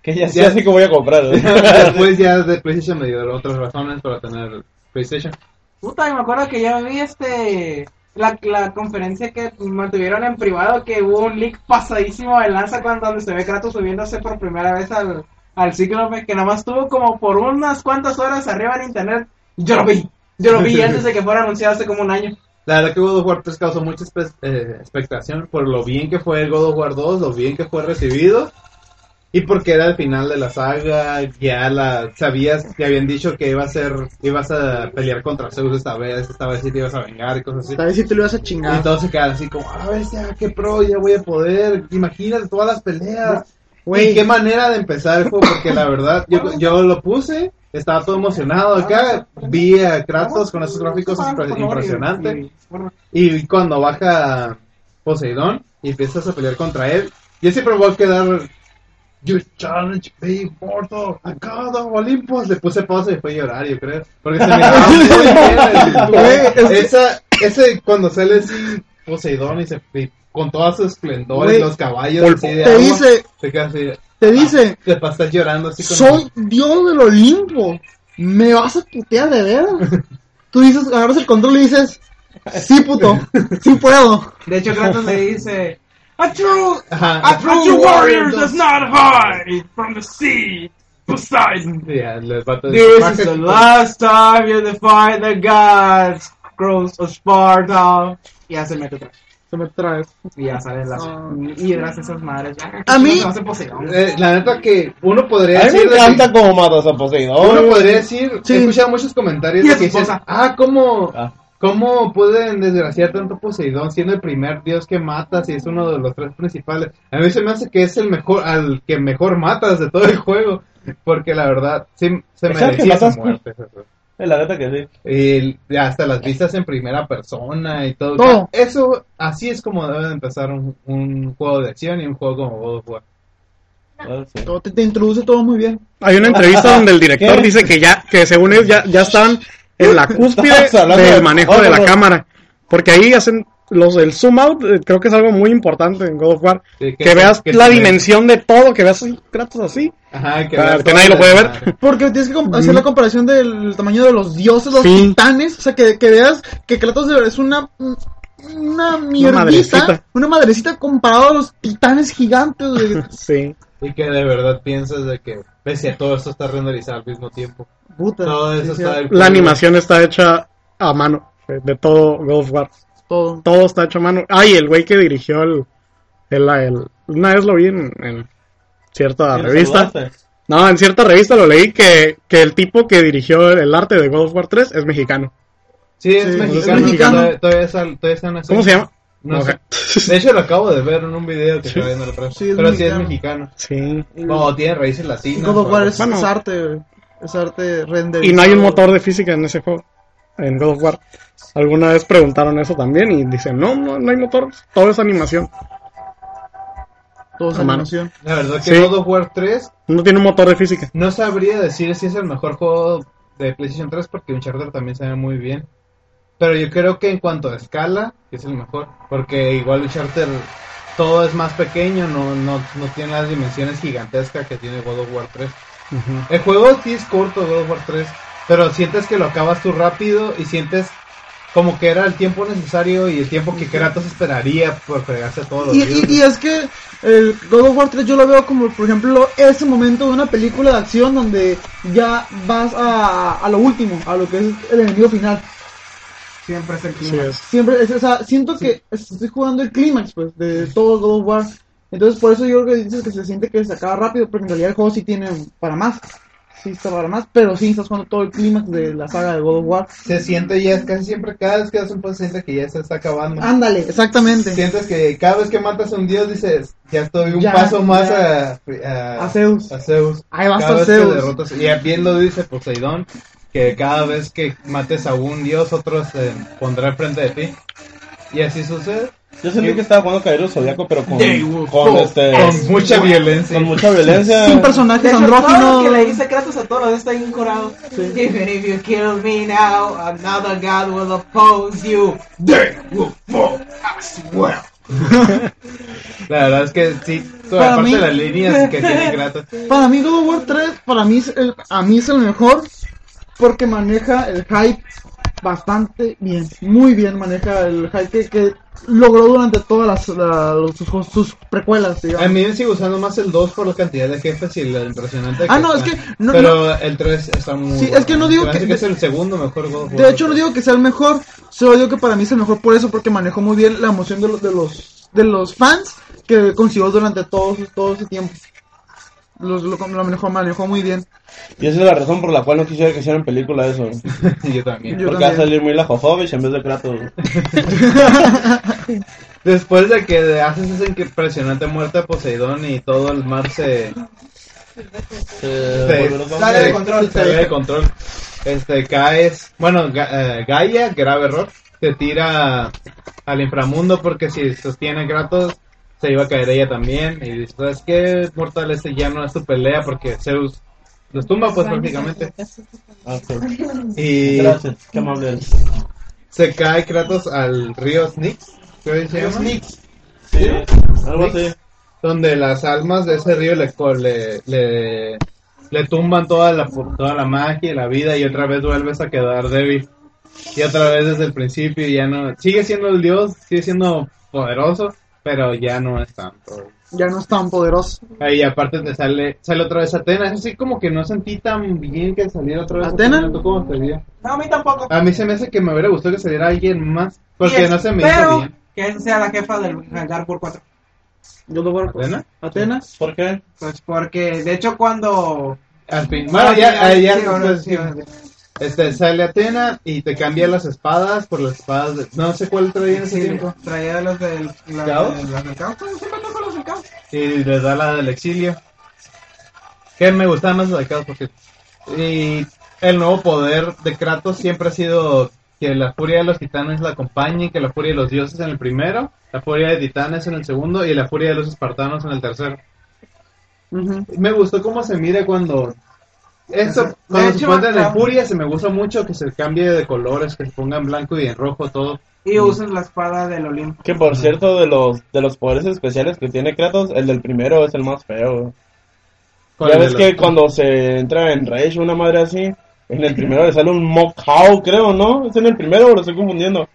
[SPEAKER 4] Que ya,
[SPEAKER 5] Ya.
[SPEAKER 4] ya sé que voy a comprar. ¿no?
[SPEAKER 5] Después ya de PlayStation me dio otras razones para tener PlayStation.
[SPEAKER 8] Puta, me acuerdo que yo vi este. La, la conferencia que mantuvieron en privado, que hubo un leak pasadísimo de lanza cuando donde se ve Kratos subiéndose por primera vez al, al cíclope, que nada más estuvo como por unas cuantas horas arriba en internet. Yo lo vi, yo lo vi antes de que fuera anunciado hace como un año.
[SPEAKER 5] La verdad que God of War 3 causó mucha espe- eh, expectación por lo bien que fue el God of War 2, lo bien que fue recibido y porque era el final de la saga, ya la sabías, te habían dicho que iba a ser, ibas a pelear contra Zeus esta vez, esta vez sí te ibas a vengar y cosas así.
[SPEAKER 3] Tal vez si te lo ibas a
[SPEAKER 5] Y
[SPEAKER 3] chingar.
[SPEAKER 5] entonces quedan así como, a ver, ya, qué pro, ya voy a poder, imagínate todas las peleas.
[SPEAKER 3] Güey.
[SPEAKER 5] Y qué manera de empezar el juego, porque la verdad, yo, yo lo puse, estaba todo emocionado acá, vi a Kratos con esos gráficos impre- impresionantes. Y cuando baja Poseidón y empiezas a pelear contra él, yo siempre voy a quedar. You challenge me, mortal, a God of Olympus. Le puse pausa y fue a llorar, yo creo. Porque se me daba muy bien el-
[SPEAKER 3] Güey, es-
[SPEAKER 5] Esa, ese, cuando sale así Poseidón y se. y con todo su esplendor y
[SPEAKER 3] Güey,
[SPEAKER 5] los caballos
[SPEAKER 2] Pulpo.
[SPEAKER 5] así de
[SPEAKER 3] Te
[SPEAKER 5] agua,
[SPEAKER 3] dice,
[SPEAKER 5] Te quedas así. "Ah,
[SPEAKER 3] te dice,
[SPEAKER 5] Te pasas llorando así como.
[SPEAKER 3] soy Dios del Olimpo. ¿Me vas a putear de veras? Tú dices, agarras el control y dices, sí, puto, sí puedo.
[SPEAKER 8] De hecho, Kratos le dice: A true,
[SPEAKER 5] Ajá.
[SPEAKER 8] a true warrior does not hide from the sea, Poseidon.
[SPEAKER 5] Ya, el vato
[SPEAKER 8] This
[SPEAKER 5] dice,
[SPEAKER 8] is the last time you defy the gods, Cross of Sparta. Y hace el metro atrás.
[SPEAKER 3] Se me traes.
[SPEAKER 8] Y ya salen las
[SPEAKER 3] Ah.
[SPEAKER 8] hidras esas madres. Ya,
[SPEAKER 3] A mí-
[SPEAKER 8] se hace Poseidón.
[SPEAKER 5] Eh, la neta que uno podría
[SPEAKER 4] A mí me
[SPEAKER 5] decir de que-
[SPEAKER 4] encanta cómo matas a Poseidón.
[SPEAKER 5] Uno podría decir,
[SPEAKER 3] Sí.
[SPEAKER 5] he escuchado muchos comentarios
[SPEAKER 8] Y a
[SPEAKER 5] que
[SPEAKER 8] su
[SPEAKER 5] dicen,
[SPEAKER 8] esposa.
[SPEAKER 5] ah, ¿cómo,
[SPEAKER 4] Ah.
[SPEAKER 5] ¿cómo pueden desgraciar tanto Poseidón siendo el primer dios que matas y es uno de los tres principales? A mí se me hace que es el mejor, al que mejor matas de todo el juego, porque la verdad, sí, se
[SPEAKER 4] Es el que
[SPEAKER 5] merecía su
[SPEAKER 4] matas.
[SPEAKER 5] muerte. Jesús.
[SPEAKER 4] Eh, La neta que sí.
[SPEAKER 5] Y el- hasta las vistas en primera persona y todo.
[SPEAKER 3] Todo.
[SPEAKER 5] Eso, así es como debe de empezar un, un juego de acción y un juego como God of War.
[SPEAKER 4] Ah, sí.
[SPEAKER 3] Todo Te, te introduce todo muy bien.
[SPEAKER 2] Hay una entrevista donde el director
[SPEAKER 4] ¿Qué?
[SPEAKER 2] dice que ya, que según ellos ya, ya están en la cúspide
[SPEAKER 4] Estamos hablando
[SPEAKER 2] del
[SPEAKER 4] de-
[SPEAKER 2] manejo de la
[SPEAKER 4] vámonos.
[SPEAKER 2] cámara. Porque ahí hacen los, el zoom out eh, creo que es algo muy importante en God of War.
[SPEAKER 5] Sí,
[SPEAKER 2] Que, veas la
[SPEAKER 5] se ve.
[SPEAKER 2] dimensión de todo, que veas así, Kratos así.
[SPEAKER 5] Ajá, que,
[SPEAKER 2] Claro,
[SPEAKER 5] veas
[SPEAKER 2] que
[SPEAKER 5] todo
[SPEAKER 2] nadie lo
[SPEAKER 5] el
[SPEAKER 2] puede ver.
[SPEAKER 5] escenario.
[SPEAKER 3] Porque tienes que com- hacer la comparación del tamaño de los dioses, los
[SPEAKER 2] Sí.
[SPEAKER 3] titanes. O sea, que, que veas que Kratos de verdad es una. Una mierdita. Una madrecita,
[SPEAKER 2] madrecita.
[SPEAKER 3] comparado a los titanes gigantes. güey.
[SPEAKER 2] Sí.
[SPEAKER 5] Y que de verdad piensas de que, pese a todo esto, está renderizado al mismo tiempo.
[SPEAKER 3] Puta.
[SPEAKER 5] Todo
[SPEAKER 3] sí,
[SPEAKER 5] eso
[SPEAKER 3] sí,
[SPEAKER 5] está. del culo.
[SPEAKER 2] La animación está hecha a mano eh, de todo God of War.
[SPEAKER 3] Todo.
[SPEAKER 2] Todo está hecho a mano. Ay, el güey que dirigió el, el, el- Una vez lo vi en, en cierta
[SPEAKER 4] ¿Y lo
[SPEAKER 2] revista.
[SPEAKER 4] saludaste?
[SPEAKER 2] No, en cierta revista lo leí que, que el tipo que dirigió el arte de God of War 3 es mexicano.
[SPEAKER 5] Sí, es
[SPEAKER 3] Sí,
[SPEAKER 5] mexicano.
[SPEAKER 2] es mexicano.
[SPEAKER 5] Todavía, todavía sal- todavía están así.
[SPEAKER 2] ¿Cómo se llama?
[SPEAKER 5] No
[SPEAKER 2] Ok.
[SPEAKER 5] sé. De hecho, lo acabo de ver en un video que está viendo atrás.
[SPEAKER 3] Sí, es
[SPEAKER 5] Pero sí es
[SPEAKER 3] mexicano.
[SPEAKER 5] mexicano.
[SPEAKER 2] Sí.
[SPEAKER 5] No, tiene raíces latinas.
[SPEAKER 3] God of War
[SPEAKER 5] güey.
[SPEAKER 3] es,
[SPEAKER 2] Bueno.
[SPEAKER 3] es arte, güey. Es arte renderizado.
[SPEAKER 2] Y no hay un motor de física en ese juego, en God of War. Alguna vez preguntaron eso también y dicen, no, no, no hay motor, todo es animación.
[SPEAKER 3] Todo es
[SPEAKER 2] a mano.
[SPEAKER 3] animación.
[SPEAKER 5] La verdad que
[SPEAKER 2] Sí.
[SPEAKER 5] God of War 3
[SPEAKER 2] No tiene un motor de física.
[SPEAKER 5] no sabría decir si es el mejor juego de PlayStation 3 porque Uncharted también se ve muy bien. Pero yo creo que en cuanto a escala es el mejor. Porque igual Uncharted todo es más pequeño, no, no, no tiene las dimensiones gigantescas que tiene God of War 3. El juego sí es corto, God of War 3, pero sientes que lo acabas tú rápido y sientes como que era el tiempo necesario y el tiempo que Kratos esperaría por fregarse a todos los
[SPEAKER 3] Y, y- y
[SPEAKER 5] dioses.
[SPEAKER 3] es que el God of War 3 yo lo veo como, por ejemplo, ese momento de una película de acción donde ya vas a, a lo último, a lo que es el enemigo final.
[SPEAKER 8] Siempre es el
[SPEAKER 2] Sí,
[SPEAKER 8] clima.
[SPEAKER 2] es.
[SPEAKER 3] Siempre, es- o sea, siento que estoy jugando el clímax, pues, de todo God of War. Entonces, por eso yo creo que dices que se siente que se acaba rápido, pero en realidad el juego sí tiene para más. Sí está para más, pero sí estás jugando todo el clímax de la saga de God of War.
[SPEAKER 5] Se siente ya, es casi siempre, cada vez que haces un paso, sientes que ya se está acabando.
[SPEAKER 3] Ándale, exactamente.
[SPEAKER 5] Sientes que cada vez que matas a un dios dices, ya estoy un
[SPEAKER 3] Ya,
[SPEAKER 5] paso más
[SPEAKER 3] ya.
[SPEAKER 5] a,
[SPEAKER 3] A Zeus.
[SPEAKER 5] a Zeus.
[SPEAKER 3] Ahí va a estar
[SPEAKER 5] Cada vez que
[SPEAKER 3] Zeus.
[SPEAKER 5] derrotas, y bien lo dice Poseidón, que cada vez que mates a un dios, otro se pondrá enfrente de ti. Y así sucede.
[SPEAKER 4] Yo sentí que estaba jugando Cairo Zodíaco, pero con,
[SPEAKER 5] They will
[SPEAKER 4] con,
[SPEAKER 5] fall.
[SPEAKER 4] este,
[SPEAKER 5] Con mucha violencia.
[SPEAKER 4] con mucha violencia.
[SPEAKER 3] Sin personajes
[SPEAKER 8] Eh, De hecho, todo lo que le
[SPEAKER 3] andróginos.
[SPEAKER 8] dice Kratos a todos está incorado. Even if you kill me now, another god will oppose you.
[SPEAKER 5] La verdad es que sí, toda
[SPEAKER 3] Para
[SPEAKER 5] aparte
[SPEAKER 3] mí-
[SPEAKER 5] de las líneas que tiene Kratos.
[SPEAKER 3] Para mí God of War 3, para mí es el, a mí es el mejor porque maneja el hype bastante bien, muy bien maneja el hype que, que logró durante todas las, la- los- sus, sus precuelas,
[SPEAKER 5] A
[SPEAKER 3] digamos.
[SPEAKER 5] mí me sigue gustando más el 2 por la cantidad de jefes y lo impresionante
[SPEAKER 3] Ah, no, es
[SPEAKER 5] está.
[SPEAKER 3] que no-
[SPEAKER 5] Pero el 3 está muy
[SPEAKER 3] Sí,
[SPEAKER 5] bueno.
[SPEAKER 3] es que no digo
[SPEAKER 5] Se me hace
[SPEAKER 3] que-
[SPEAKER 5] es el segundo mejor God of
[SPEAKER 3] De
[SPEAKER 5] War.
[SPEAKER 3] hecho no digo que sea el mejor, solo digo que para mí es el mejor por eso porque manejó muy bien la emoción de los de los de los fans que consiguió durante todo todo ese tiempo. Los- lo, lo manejó, manejó muy bien.
[SPEAKER 4] Y esa es la razón por la cual no quisiera que hicieran película de eso.
[SPEAKER 5] Yo también.
[SPEAKER 3] Yo
[SPEAKER 4] porque va a
[SPEAKER 3] también.
[SPEAKER 4] salir muy la Jojovich en vez de Kratos.
[SPEAKER 5] Después de que haces esa impresionante muerte a Poseidón y todo el mar se...
[SPEAKER 4] Eh, volver a-
[SPEAKER 8] Sale de control.
[SPEAKER 5] Se ve de control. Este, caes. Bueno, Ga- eh, Gaia, grave error, te tira al inframundo porque si sostiene Kratos, se iba a caer ella también. Y dices, ¿sabes qué? Mortal, este ya no es tu pelea porque Zeus los tumba, pues prácticamente.
[SPEAKER 4] Ah, sí.
[SPEAKER 5] Y
[SPEAKER 4] Gracias, qué amable eres.
[SPEAKER 5] se cae Kratos al río Snix, creo que se llama,
[SPEAKER 4] Sí, algo así.
[SPEAKER 5] donde las almas de ese río le, co- le, le, le tumban toda la, toda la magia y la vida y otra vez vuelves a quedar débil. Y otra vez desde el principio ya no... Sigue siendo el dios, sigue siendo poderoso, pero ya no es tanto.
[SPEAKER 3] Ya no es tan poderoso.
[SPEAKER 5] Ahí aparte te sale, sale otra vez Atenas, así como que no sentí tan bien que saliera otra vez
[SPEAKER 3] ¿Atenas?
[SPEAKER 5] ¿Tú cómo te vio?
[SPEAKER 8] No, a mí tampoco.
[SPEAKER 5] A mí se me hace que me hubiera gustado que saliera alguien más, porque
[SPEAKER 8] Y
[SPEAKER 5] no se me
[SPEAKER 8] espero
[SPEAKER 5] hizo bien.
[SPEAKER 8] que esa sea la jefa del Dark World 4.
[SPEAKER 3] Yo lo voy
[SPEAKER 5] ¿Atenas?
[SPEAKER 3] Atenas.
[SPEAKER 4] ¿Por qué?
[SPEAKER 8] Pues porque, de hecho, cuando...
[SPEAKER 5] Al fin. Bueno, ya,
[SPEAKER 8] Ah,
[SPEAKER 5] ah, ya,
[SPEAKER 8] sí, ahora
[SPEAKER 5] pues,
[SPEAKER 8] sí, ahora sí.
[SPEAKER 5] este, sale Atena y te cambia las espadas por las espadas de... No sé cuál traía en ese
[SPEAKER 8] Sí,
[SPEAKER 5] tiempo.
[SPEAKER 8] traía los del... la-
[SPEAKER 5] ¿Caos?
[SPEAKER 8] las del caos. Pues, siempre ando con los del caos.
[SPEAKER 5] Y le da la del exilio. Que me gustaba más la de Kratos porque... Y el nuevo poder de Kratos siempre ha sido que la furia de los titanes la acompañe, que la furia de los dioses en el primero, la furia de titanes en el segundo y la furia de los espartanos en el tercero. Me gustó cómo se mide cuando. Esto,
[SPEAKER 8] Ajá.
[SPEAKER 5] cuando
[SPEAKER 8] Pues, De
[SPEAKER 5] se
[SPEAKER 8] hecho,
[SPEAKER 5] ponen en
[SPEAKER 8] acá-
[SPEAKER 5] furia, se me gusta mucho que se cambie de colores, que se ponga en blanco y en rojo todo.
[SPEAKER 8] y usas la espada del Olimpo.
[SPEAKER 4] Que por cierto, de los, de los poderes especiales que tiene Kratos, el del primero es el más feo.
[SPEAKER 5] Con
[SPEAKER 4] ya
[SPEAKER 5] el
[SPEAKER 4] ves
[SPEAKER 5] de
[SPEAKER 4] que
[SPEAKER 5] los-
[SPEAKER 4] cuando se entra en Rage una madre así, en el primero le sale un Mokau, creo, ¿no? ¿Es en el primero o lo estoy confundiendo?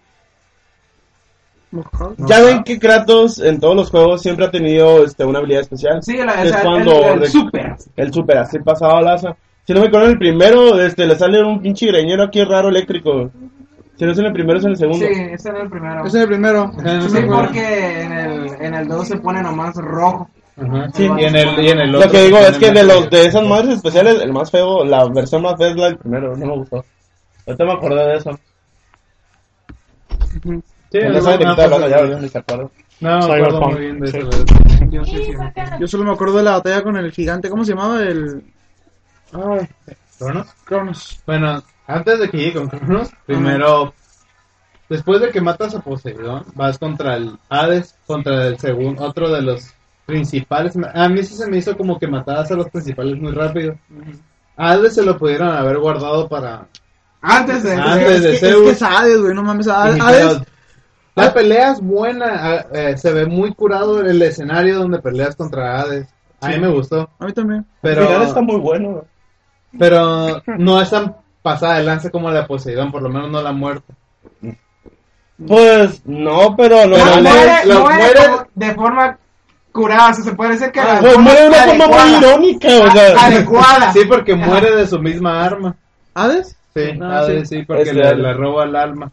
[SPEAKER 4] Ya ven que Kratos en todos los juegos siempre ha tenido este, una habilidad especial.
[SPEAKER 8] Sí, la, o
[SPEAKER 4] Es
[SPEAKER 8] sea, el-
[SPEAKER 4] cuando
[SPEAKER 8] el,
[SPEAKER 4] de-
[SPEAKER 8] super.
[SPEAKER 4] El super así pasado a Laza. Si no me acuerdo, en el primero este, le sale un pinche greñero aquí raro eléctrico. Si no es en el primero, es en el
[SPEAKER 8] Sí,
[SPEAKER 4] segundo.
[SPEAKER 8] ese era el primero.
[SPEAKER 3] Ese es el primero.
[SPEAKER 5] Eh,
[SPEAKER 8] Sí, porque en el, en el 2 se pone nomás rojo.
[SPEAKER 5] Ajá. y en el, y en el
[SPEAKER 4] Lo
[SPEAKER 5] otro
[SPEAKER 4] que digo es
[SPEAKER 5] tiene
[SPEAKER 4] que de
[SPEAKER 5] más-
[SPEAKER 4] los de esas madres especiales, el más feo, la versión más fea es la del primero, no me gustó. Ahorita me acordé de eso.
[SPEAKER 5] Sí,
[SPEAKER 4] No
[SPEAKER 5] no,
[SPEAKER 4] saben de qué
[SPEAKER 5] no,
[SPEAKER 4] estoy hablando,
[SPEAKER 5] pues,
[SPEAKER 4] ya, ya ni se acuerdan.
[SPEAKER 5] no, me acuerdo
[SPEAKER 2] Cyberpunk,
[SPEAKER 5] muy bien de
[SPEAKER 2] sí.
[SPEAKER 5] eso. de-
[SPEAKER 8] Yo sé si-
[SPEAKER 3] Yo solo me acuerdo de la batalla con el gigante. ¿Cómo se llamaba? El.
[SPEAKER 5] Ay, ¿Cronos? Bueno, antes de que llegue con Cronos, primero, después de que matas a Poseidón, vas contra el Hades, contra el segundo, otro de los principales. A mí sí se me hizo como que matabas a los principales muy rápido. A Hades se lo pudieron haber guardado para...
[SPEAKER 8] Antes de.
[SPEAKER 4] Ah,
[SPEAKER 5] Antes
[SPEAKER 3] es,
[SPEAKER 5] Ah, de
[SPEAKER 3] que, es
[SPEAKER 5] Zeus.
[SPEAKER 3] que es Hades, güey. No mames. Hades.
[SPEAKER 5] iniciar. La pelea es buena, a- eh, se ve muy curado el escenario donde peleas contra Hades. A mí me gustó,
[SPEAKER 3] A mí también.
[SPEAKER 5] pero...
[SPEAKER 4] El final está muy bueno.
[SPEAKER 5] Pero no es tan pasada de lanza como la de Poseidón, por lo menos no la muerte.
[SPEAKER 4] Pues no, pero lo
[SPEAKER 5] Pero
[SPEAKER 8] Pero
[SPEAKER 4] malo-
[SPEAKER 8] muere,
[SPEAKER 5] los
[SPEAKER 8] muere
[SPEAKER 5] muere-
[SPEAKER 8] como de forma curada, o sea, se puede decir que. la
[SPEAKER 4] Pues muere de una forma
[SPEAKER 8] adecuada.
[SPEAKER 4] muy irónica, o
[SPEAKER 8] A-
[SPEAKER 4] sea.
[SPEAKER 8] Adecuada.
[SPEAKER 5] Sí, porque muere de su misma arma.
[SPEAKER 3] ¿Hades?
[SPEAKER 5] Sí,
[SPEAKER 3] Ah,
[SPEAKER 5] ha de- sí. porque
[SPEAKER 4] Es
[SPEAKER 5] le,
[SPEAKER 4] real.
[SPEAKER 5] le roba el alma.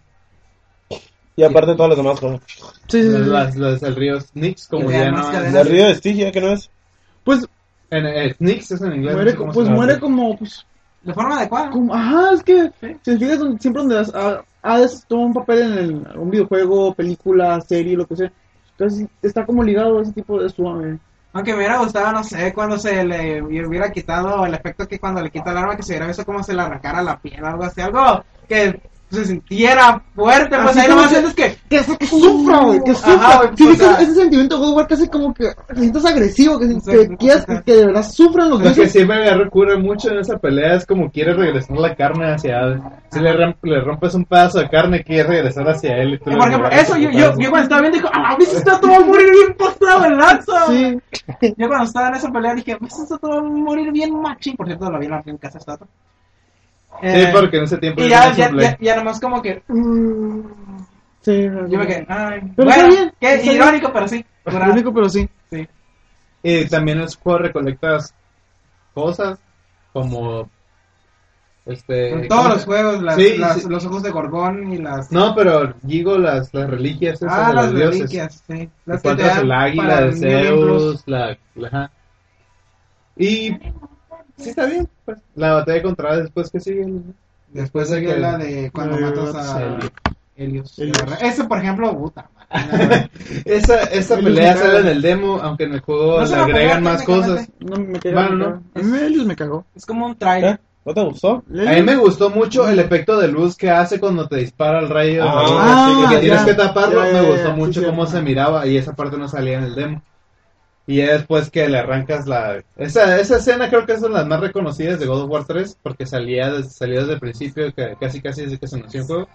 [SPEAKER 4] Y aparte todas las demás cosas.
[SPEAKER 3] Sí, sí, sí, sí.
[SPEAKER 5] Las, las- el río Snix, como
[SPEAKER 8] Le
[SPEAKER 5] ya
[SPEAKER 8] dan
[SPEAKER 5] no
[SPEAKER 8] más cadenas.
[SPEAKER 4] El río de Estigia, que no es?
[SPEAKER 3] Pues
[SPEAKER 5] En, eh, Snix es en inglés. no
[SPEAKER 3] muere,
[SPEAKER 5] sé cómo
[SPEAKER 3] co-
[SPEAKER 5] se
[SPEAKER 3] pues
[SPEAKER 5] llama.
[SPEAKER 3] muere como, pues,
[SPEAKER 8] De forma adecuada.
[SPEAKER 3] como- Ajá, es que. Si te fijas, donde- siempre donde las- a- Hades toma un papel en el- un videojuego, película, serie, lo que sea. Entonces está como ligado a ese tipo de su. eh,
[SPEAKER 8] Aunque me hubiera gustado, no sé, cuando se le y hubiera quitado el efecto que cuando le quita el arma, que se hubiera visto como se le arrancara la piel, algo así, algo que se sintiera fuerte, pues
[SPEAKER 3] Así
[SPEAKER 8] ahí nomás
[SPEAKER 3] como
[SPEAKER 8] sientes que.
[SPEAKER 3] Que hace que sufra, güey, que
[SPEAKER 8] Ajá,
[SPEAKER 3] sufra.
[SPEAKER 8] güey,
[SPEAKER 3] Sí,
[SPEAKER 8] pues,
[SPEAKER 3] que
[SPEAKER 8] o sea-
[SPEAKER 3] ese sentimiento de God of War que hace como que te sientas agresivo, que,
[SPEAKER 8] Sí,
[SPEAKER 3] que
[SPEAKER 8] sí,
[SPEAKER 3] quieras
[SPEAKER 8] sí.
[SPEAKER 3] que, que de verdad sufran los
[SPEAKER 5] Lo que
[SPEAKER 3] dioses.
[SPEAKER 5] sí me recurre mucho en esa pelea es como quiere regresar la carne hacia él. Si le, rom- le rompes un pedazo de carne, quiere regresar hacia él. y tú
[SPEAKER 8] Y
[SPEAKER 5] le
[SPEAKER 8] por ejemplo,
[SPEAKER 5] regresas
[SPEAKER 8] eso
[SPEAKER 5] un
[SPEAKER 8] yo, yo,
[SPEAKER 5] pedazo.
[SPEAKER 8] yo cuando estaba viendo, dijo, ah, ¿viste? Está todo a morir bien pasado el lanza.
[SPEAKER 3] Sí,
[SPEAKER 8] Yo cuando estaba en esa pelea dije, pues esto todo va a morir bien machín. Por cierto, lo vi en la en casa esta otra.
[SPEAKER 5] Sí, porque en ese tiempo
[SPEAKER 3] pues,
[SPEAKER 8] eh, Y
[SPEAKER 5] yo
[SPEAKER 8] ya,
[SPEAKER 5] tenía
[SPEAKER 8] ya,
[SPEAKER 5] su Play.
[SPEAKER 8] ya, ya nomás como que.
[SPEAKER 3] Mm. sí.
[SPEAKER 8] Yo me quedé, ay.
[SPEAKER 3] Pero está
[SPEAKER 8] bueno,
[SPEAKER 3] bien,
[SPEAKER 8] qué
[SPEAKER 3] está bien.
[SPEAKER 8] irónico, pero sí.
[SPEAKER 3] Lo único, pero sí.
[SPEAKER 8] sí.
[SPEAKER 5] Y eh, también en ese juego recolectas cosas como este
[SPEAKER 8] En todos los juegos, las,
[SPEAKER 5] Sí,
[SPEAKER 8] las-
[SPEAKER 5] sí.
[SPEAKER 8] los ojos de Gorgón y las.
[SPEAKER 5] No, pero digo las, las reliquias esas
[SPEAKER 8] ah,
[SPEAKER 5] de los
[SPEAKER 8] las
[SPEAKER 5] dioses.
[SPEAKER 8] reliquias, sí. Las que te
[SPEAKER 5] Encuentras
[SPEAKER 8] dan
[SPEAKER 5] el águila
[SPEAKER 8] para
[SPEAKER 5] de
[SPEAKER 8] el New Game Plus.
[SPEAKER 5] Zeus, la, la- ajá. Y sí está bien, pues. La batalla contra Hades, después que sigue. ¿no?
[SPEAKER 8] Después de que
[SPEAKER 5] Sí.
[SPEAKER 8] la de cuando
[SPEAKER 3] Ay,
[SPEAKER 8] matas a
[SPEAKER 5] Helios.
[SPEAKER 8] Helios.
[SPEAKER 3] Helios.
[SPEAKER 8] Ese, por ejemplo, puta.
[SPEAKER 5] Esa, esa
[SPEAKER 3] Sí,
[SPEAKER 5] pelea
[SPEAKER 3] sí,
[SPEAKER 5] sale
[SPEAKER 3] sí.
[SPEAKER 5] en el demo, aunque en el juego
[SPEAKER 8] No
[SPEAKER 5] le
[SPEAKER 8] se la pelea
[SPEAKER 5] agregan más
[SPEAKER 8] técnicamente.
[SPEAKER 5] cosas.
[SPEAKER 3] No me quedé.
[SPEAKER 5] Bueno,
[SPEAKER 3] me
[SPEAKER 5] no.
[SPEAKER 3] cagó. A mí Helios me cagó.
[SPEAKER 8] Es como un
[SPEAKER 4] ¿Eh?
[SPEAKER 8] trailer.
[SPEAKER 4] ¿No te gustó?
[SPEAKER 5] A mí me gustó mucho el efecto de luz que hace cuando te dispara el rayo. de la luz.
[SPEAKER 3] Ah,
[SPEAKER 5] que
[SPEAKER 3] ya.
[SPEAKER 5] tienes que taparlo,
[SPEAKER 3] Ya, ya,
[SPEAKER 5] me
[SPEAKER 3] ya,
[SPEAKER 5] gustó
[SPEAKER 3] sí,
[SPEAKER 5] mucho
[SPEAKER 3] cierto.
[SPEAKER 5] cómo se miraba y esa parte no salía en el demo. Y ya después que le arrancas la... Esa, esa escena creo que es de las más reconocidas de God of War 3 porque salía desde, salió desde el principio, que casi casi desde que se anunció el juego.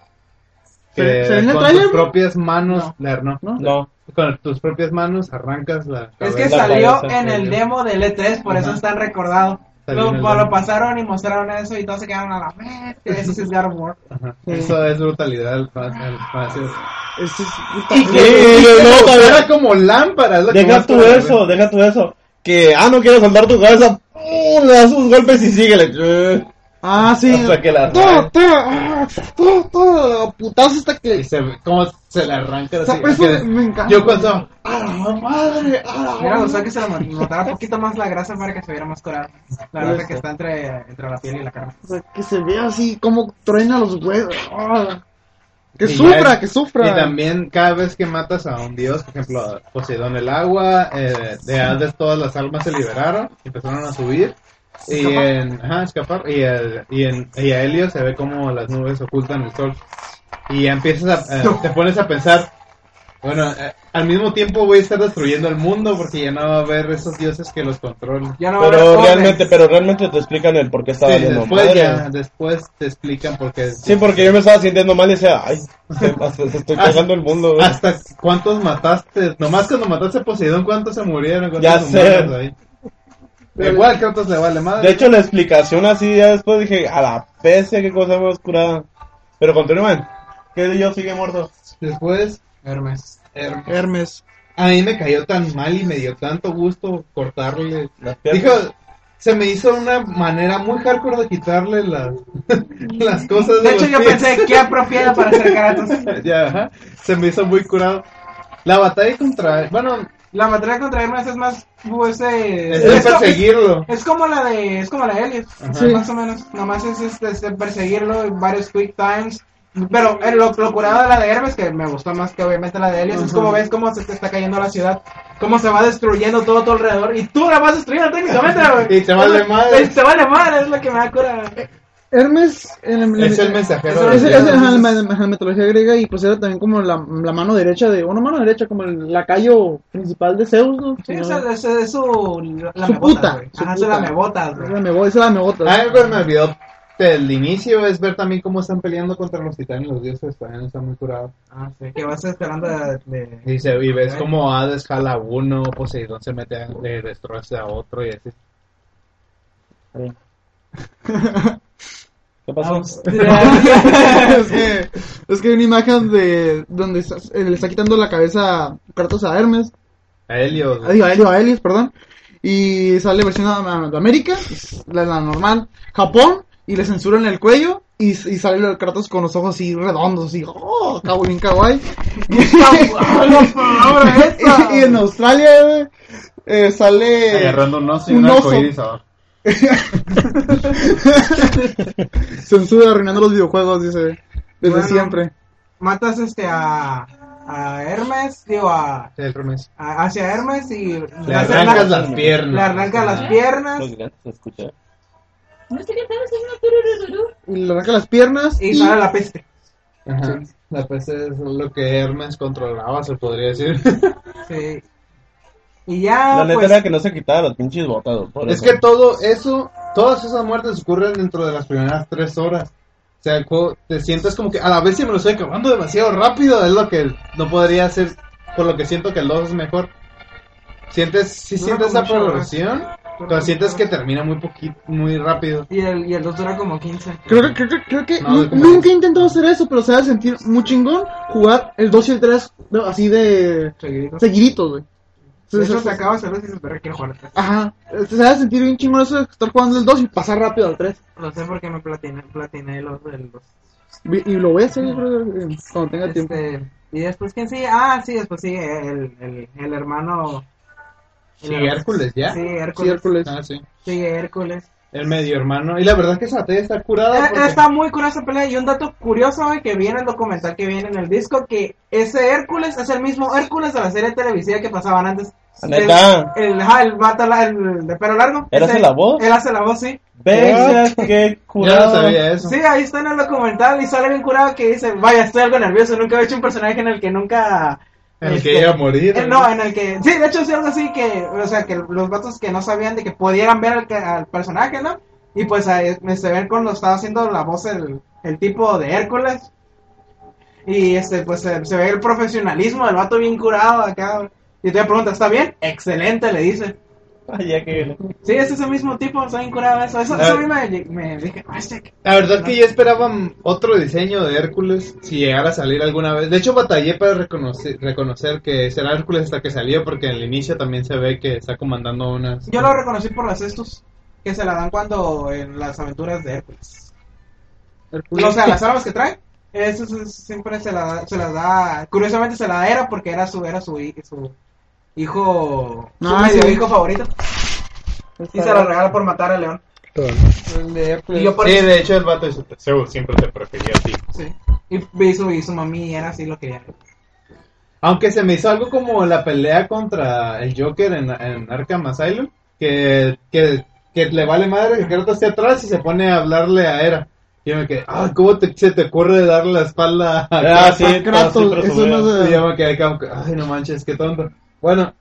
[SPEAKER 5] Que
[SPEAKER 3] ¿Se- se ve en el
[SPEAKER 5] con
[SPEAKER 3] tráiler,
[SPEAKER 5] tus
[SPEAKER 3] no?
[SPEAKER 5] propias manos... la- No.
[SPEAKER 3] No.
[SPEAKER 4] No.
[SPEAKER 5] Con tus propias manos arrancas la...
[SPEAKER 8] Es que
[SPEAKER 4] la
[SPEAKER 8] salió
[SPEAKER 4] cabeza,
[SPEAKER 8] en el
[SPEAKER 5] sí.
[SPEAKER 8] demo del E3, por eso
[SPEAKER 5] Ajá.
[SPEAKER 8] es tan recordado.
[SPEAKER 5] Salió
[SPEAKER 8] Lo,
[SPEAKER 5] en el
[SPEAKER 8] lo
[SPEAKER 5] demo.
[SPEAKER 8] pasaron y mostraron eso y todos se quedaron a la vez. Eso sí es God of War.
[SPEAKER 5] Ajá. Eso es brutalidad. el fa- el fácil.
[SPEAKER 3] Ese es-
[SPEAKER 4] Y que- y luego todavía-
[SPEAKER 5] Era como lámpara. es lo que
[SPEAKER 4] Deja
[SPEAKER 5] más
[SPEAKER 4] tu
[SPEAKER 5] te-
[SPEAKER 4] eso, deja tu eso. Que, ah, no quieres soltar tu cabeza. ¡pum! Le das unos golpes y síguele. Eh,
[SPEAKER 3] Ah, sí.
[SPEAKER 4] Hasta que la
[SPEAKER 3] Todo, todo, ah, todo, todo, putazo hasta que.
[SPEAKER 5] Y se ve cómo se le arranca.
[SPEAKER 3] O sea,
[SPEAKER 5] así,
[SPEAKER 3] por eso
[SPEAKER 5] que-
[SPEAKER 3] me encanta.
[SPEAKER 5] Yo cuando...
[SPEAKER 3] ¡Ah, madre!
[SPEAKER 8] Me hubiera
[SPEAKER 3] ¡Ah,
[SPEAKER 8] gustado que se lo notara un poquito más la grasa para que se viera más curada. La grasa que está entre, entre la piel y la carne.
[SPEAKER 3] O sea, que se vea así como truena los huevos. ¡Ah! Que
[SPEAKER 5] y ya-
[SPEAKER 3] sufra, que sufra.
[SPEAKER 5] Y también cada vez que matas a un dios, por ejemplo, a Poseidón el agua, eh, de Hades todas las almas se liberaron, empezaron a subir. Y en, ajá, escapar, y, el- y en y a Helio se ve como las nubes ocultan el sol. Y ya empiezas a, eh, te pones a pensar, Bueno, eh, al mismo tiempo voy a estar destruyendo el mundo porque ya no va a haber esos dioses que los controlen.
[SPEAKER 8] Ya no va a haber
[SPEAKER 4] Pero
[SPEAKER 8] jóvenes.
[SPEAKER 4] realmente, pero realmente te explican el por qué está
[SPEAKER 5] Sí,
[SPEAKER 4] valiendo
[SPEAKER 5] después
[SPEAKER 4] madre.
[SPEAKER 5] ya, después te explican por qué.
[SPEAKER 4] Sí, porque yo me estaba sintiendo mal y decía, ay, estoy, estoy cagando el mundo, güey.
[SPEAKER 5] ¿Hasta cuántos mataste? Nomás cuando mataste a Poseidón, ¿cuántos se murieron? ¿Cuántos
[SPEAKER 4] Ya sé.
[SPEAKER 5] humanos ahí? Pero Igual Kratos le vale madre.
[SPEAKER 4] De hecho, la explicación así, ya después dije, a la pese, qué cosa más curada. Pero continúen, que Dios sigue muerto.
[SPEAKER 5] después,
[SPEAKER 8] Hermes.
[SPEAKER 5] Hermes.
[SPEAKER 3] Hermes.
[SPEAKER 5] a mí me cayó tan mal y me dio tanto gusto cortarle
[SPEAKER 4] Las
[SPEAKER 5] Dijo,
[SPEAKER 4] piernas.
[SPEAKER 5] se me hizo una manera muy hardcore de quitarle las, las cosas
[SPEAKER 8] De hecho,
[SPEAKER 5] los
[SPEAKER 8] yo
[SPEAKER 5] pies.
[SPEAKER 8] pensé que apropiada para hacer Kratos.
[SPEAKER 5] Ya, ajá. se me hizo muy curado. La batalla contra. Bueno,
[SPEAKER 8] La batalla contra Hermes es más. pues, eh,
[SPEAKER 5] es de
[SPEAKER 8] es-
[SPEAKER 5] perseguirlo.
[SPEAKER 8] Es como la de. Es como la de Elliot.
[SPEAKER 5] Ajá.
[SPEAKER 8] Más o menos. Nomás es este, este, perseguirlo en varios quick times. Pero eh, lo, lo curado de la de Hermes, que me gustó más que obviamente la de Elliot, es como ves cómo se te está cayendo la ciudad. Cómo se va destruyendo todo a tu alrededor. Y tú la vas destruyendo técnicamente, güey.
[SPEAKER 5] Y te vale madre.
[SPEAKER 8] Y Te vale madre, es lo que me da cura.
[SPEAKER 3] Eh, Hermes en el-
[SPEAKER 5] Es el mensajero.
[SPEAKER 3] Es,
[SPEAKER 5] del
[SPEAKER 3] es-
[SPEAKER 5] diablo.
[SPEAKER 3] ajá, en la, en la mitología griega y pues era también como la, la mano derecha de, una mano derecha, como el lacayo principal de Zeus, ¿no?
[SPEAKER 8] Sí,
[SPEAKER 3] Si no-
[SPEAKER 8] esa es, es su. La
[SPEAKER 3] eh, Su
[SPEAKER 8] mebotas,
[SPEAKER 3] puta,
[SPEAKER 8] güey.
[SPEAKER 3] su
[SPEAKER 8] Ajá, es la
[SPEAKER 3] puta.
[SPEAKER 8] mebotas, güey.
[SPEAKER 3] Esa me voy, esa la me botas.
[SPEAKER 8] Ah.
[SPEAKER 5] Algo que me olvidó del inicio es ver también cómo están peleando contra los titanes. Los dioses también están muy curados.
[SPEAKER 8] Ah, sí, que vas esperando de. de-
[SPEAKER 5] Y, se- y ves cómo Hades jala a uno, Poseidón se mete a le destroza a otro y así.
[SPEAKER 4] ¿Qué pasó?
[SPEAKER 3] es, que, es que hay una imagen de donde está- eh, le está quitando la cabeza Kratos a Hermes,
[SPEAKER 5] A Helios.
[SPEAKER 3] Ah, digo, a Helio, a Helios, perdón, y sale versión de, de América, la, la normal, Japón, y le censuran el cuello. Y, y sale el Kratos con los ojos así redondos, así, oh, Kaolin Kawaii.
[SPEAKER 8] ¡Ahora esa!
[SPEAKER 3] y, y en Australia, güey, eh, sale.
[SPEAKER 5] Agarrando un oso y
[SPEAKER 3] un
[SPEAKER 5] un
[SPEAKER 3] oso.
[SPEAKER 5] arcoíris ahora.
[SPEAKER 3] Censura arruinando los videojuegos, dice. Desde
[SPEAKER 8] Bueno.
[SPEAKER 3] siempre.
[SPEAKER 8] matas este a, a Hermes, digo, a,
[SPEAKER 5] El Hermes.
[SPEAKER 8] a- hacia Hermes y
[SPEAKER 5] Le arrancas las
[SPEAKER 8] le
[SPEAKER 5] piernas.
[SPEAKER 8] arrancas las piernas
[SPEAKER 4] Los gatos se escuchan.
[SPEAKER 6] No sé qué tal, es una tururururú.
[SPEAKER 3] Y le arranca las piernas.
[SPEAKER 8] y
[SPEAKER 3] Y,
[SPEAKER 8] sale la peste.
[SPEAKER 5] Ajá. La peste es lo que Hermes controlaba, se podría decir.
[SPEAKER 8] Sí. Y ya,
[SPEAKER 4] La neta
[SPEAKER 8] pues,
[SPEAKER 4] era que no se quitaba los pinches botados. por
[SPEAKER 5] es
[SPEAKER 4] eso.
[SPEAKER 5] que todo eso, todas esas muertes ocurren dentro de las primeras tres horas. O sea, el juego- te sientes como que a la vez si me lo estoy acabando demasiado rápido, es lo que no podría hacer, por lo que siento que el 2 es mejor. Sientes, si
[SPEAKER 8] Dura
[SPEAKER 5] sientes
[SPEAKER 8] como
[SPEAKER 5] esa
[SPEAKER 8] ocho horas.
[SPEAKER 5] progresión, pero sientes que termina muy poquito, muy rápido.
[SPEAKER 8] y el, y el dos dura como 15.
[SPEAKER 3] creo que, creo que, creo que
[SPEAKER 5] No,
[SPEAKER 3] nu-
[SPEAKER 5] de-
[SPEAKER 3] nunca he intentado hacer eso, pero se va a sentir muy chingón jugar el 2 y el 3 no, así de
[SPEAKER 8] Seguiditos.
[SPEAKER 3] seguiditos, güey. Se-
[SPEAKER 8] De hecho,
[SPEAKER 3] se-
[SPEAKER 8] se acaba el vez y se perra quiero jugar al tres.
[SPEAKER 3] Ajá. Se va a sentir bien chingón eso de estar jugando el 2 y pasar rápido al 3.
[SPEAKER 8] No sé por qué me platiné, platiné los del dos.
[SPEAKER 3] Vi- Y lo voy a hacer, yo creo, eh, cuando tenga tiempo.
[SPEAKER 8] Este, y después, ¿quién sigue? Ah, sí, después sigue el, el, el hermano. el
[SPEAKER 5] Sí,
[SPEAKER 8] hermano-
[SPEAKER 5] Hércules, ¿ya?
[SPEAKER 8] Sí,
[SPEAKER 3] Sí,
[SPEAKER 8] Hércules.
[SPEAKER 3] Hércules.
[SPEAKER 5] Ah, sí.
[SPEAKER 8] Sigue Hércules.
[SPEAKER 5] El medio hermano. Y la verdad que esa batalla está curada.
[SPEAKER 8] Eh,
[SPEAKER 5] porque-
[SPEAKER 8] Está muy curiosa esa pelea y un dato curioso güey, que viene en el documental que viene en el disco que ese Hércules es el mismo Hércules de la serie televisiva que pasaban antes.
[SPEAKER 4] Ah, ¿neta?
[SPEAKER 8] El, el, ajá, el vato la- el de pelo largo.
[SPEAKER 4] ¿Él hace
[SPEAKER 8] Ese-
[SPEAKER 4] la voz?
[SPEAKER 8] Él hace la voz, sí.
[SPEAKER 4] Verga, qué
[SPEAKER 5] Ya
[SPEAKER 4] curado.
[SPEAKER 5] lo sabía eso.
[SPEAKER 8] Sí, ahí está en el documental y sale bien curado que dice, vaya, estoy algo nervioso, nunca he hecho un personaje en el que nunca...
[SPEAKER 5] En el
[SPEAKER 8] este,
[SPEAKER 5] que iba a morir.
[SPEAKER 8] eh, no, en el que... Sí, de hecho es algo así que, o sea, que los vatos que no sabían de que pudieran ver al, al personaje, ¿no? Y pues ahí me se ven cuando estaba haciendo la voz el, el tipo de Hércules. Y este, pues se, se ve el profesionalismo del vato bien curado acá. Y te pregunta, ¿está bien? Excelente, le dice.
[SPEAKER 4] Ay, ya que-
[SPEAKER 8] Sí, es ese mismo tipo, está bien curado eso. Eso, eso a mí me, me dije, "Ah, este-
[SPEAKER 5] La verdad que yo esperaba mm, otro diseño de Hércules si llegara a salir alguna vez. De hecho, batallé para reconocer, reconocer que será Hércules hasta que salió, porque en el inicio también se ve que está comandando unas.
[SPEAKER 8] Yo lo reconocí por las estos que se la dan cuando en las aventuras de Hércules.
[SPEAKER 3] Hércules.
[SPEAKER 8] O sea, las armas que trae, eso se- siempre se la, da- se las da. Curiosamente se la da era porque era su era su, hi- su hijo, su
[SPEAKER 3] Ah,
[SPEAKER 8] medio
[SPEAKER 3] sí.
[SPEAKER 8] hijo favorito. Y se la regala por matar a León.
[SPEAKER 3] El de Hércules.
[SPEAKER 8] Y yo por
[SPEAKER 5] Sí, de hecho, el vato dice: Zeus siempre te prefería a ti.
[SPEAKER 8] sí. Y, y su, y su mami era así lo quería.
[SPEAKER 5] Aunque se me hizo algo como la pelea contra el Joker en, en Arkham Asylum, que, que, que le vale madre que Kratos esté atrás y se pone a hablarle a Hera. Y yo me quedé, ah, ¿cómo te, se te ocurre darle la espalda a
[SPEAKER 4] Ah, sí,
[SPEAKER 3] Ah, Kratos,
[SPEAKER 4] sí, pero
[SPEAKER 3] eso
[SPEAKER 4] se
[SPEAKER 3] no
[SPEAKER 4] vea.
[SPEAKER 3] se-
[SPEAKER 5] Y yo me quedé como que, ay, no manches, qué tonto. Bueno,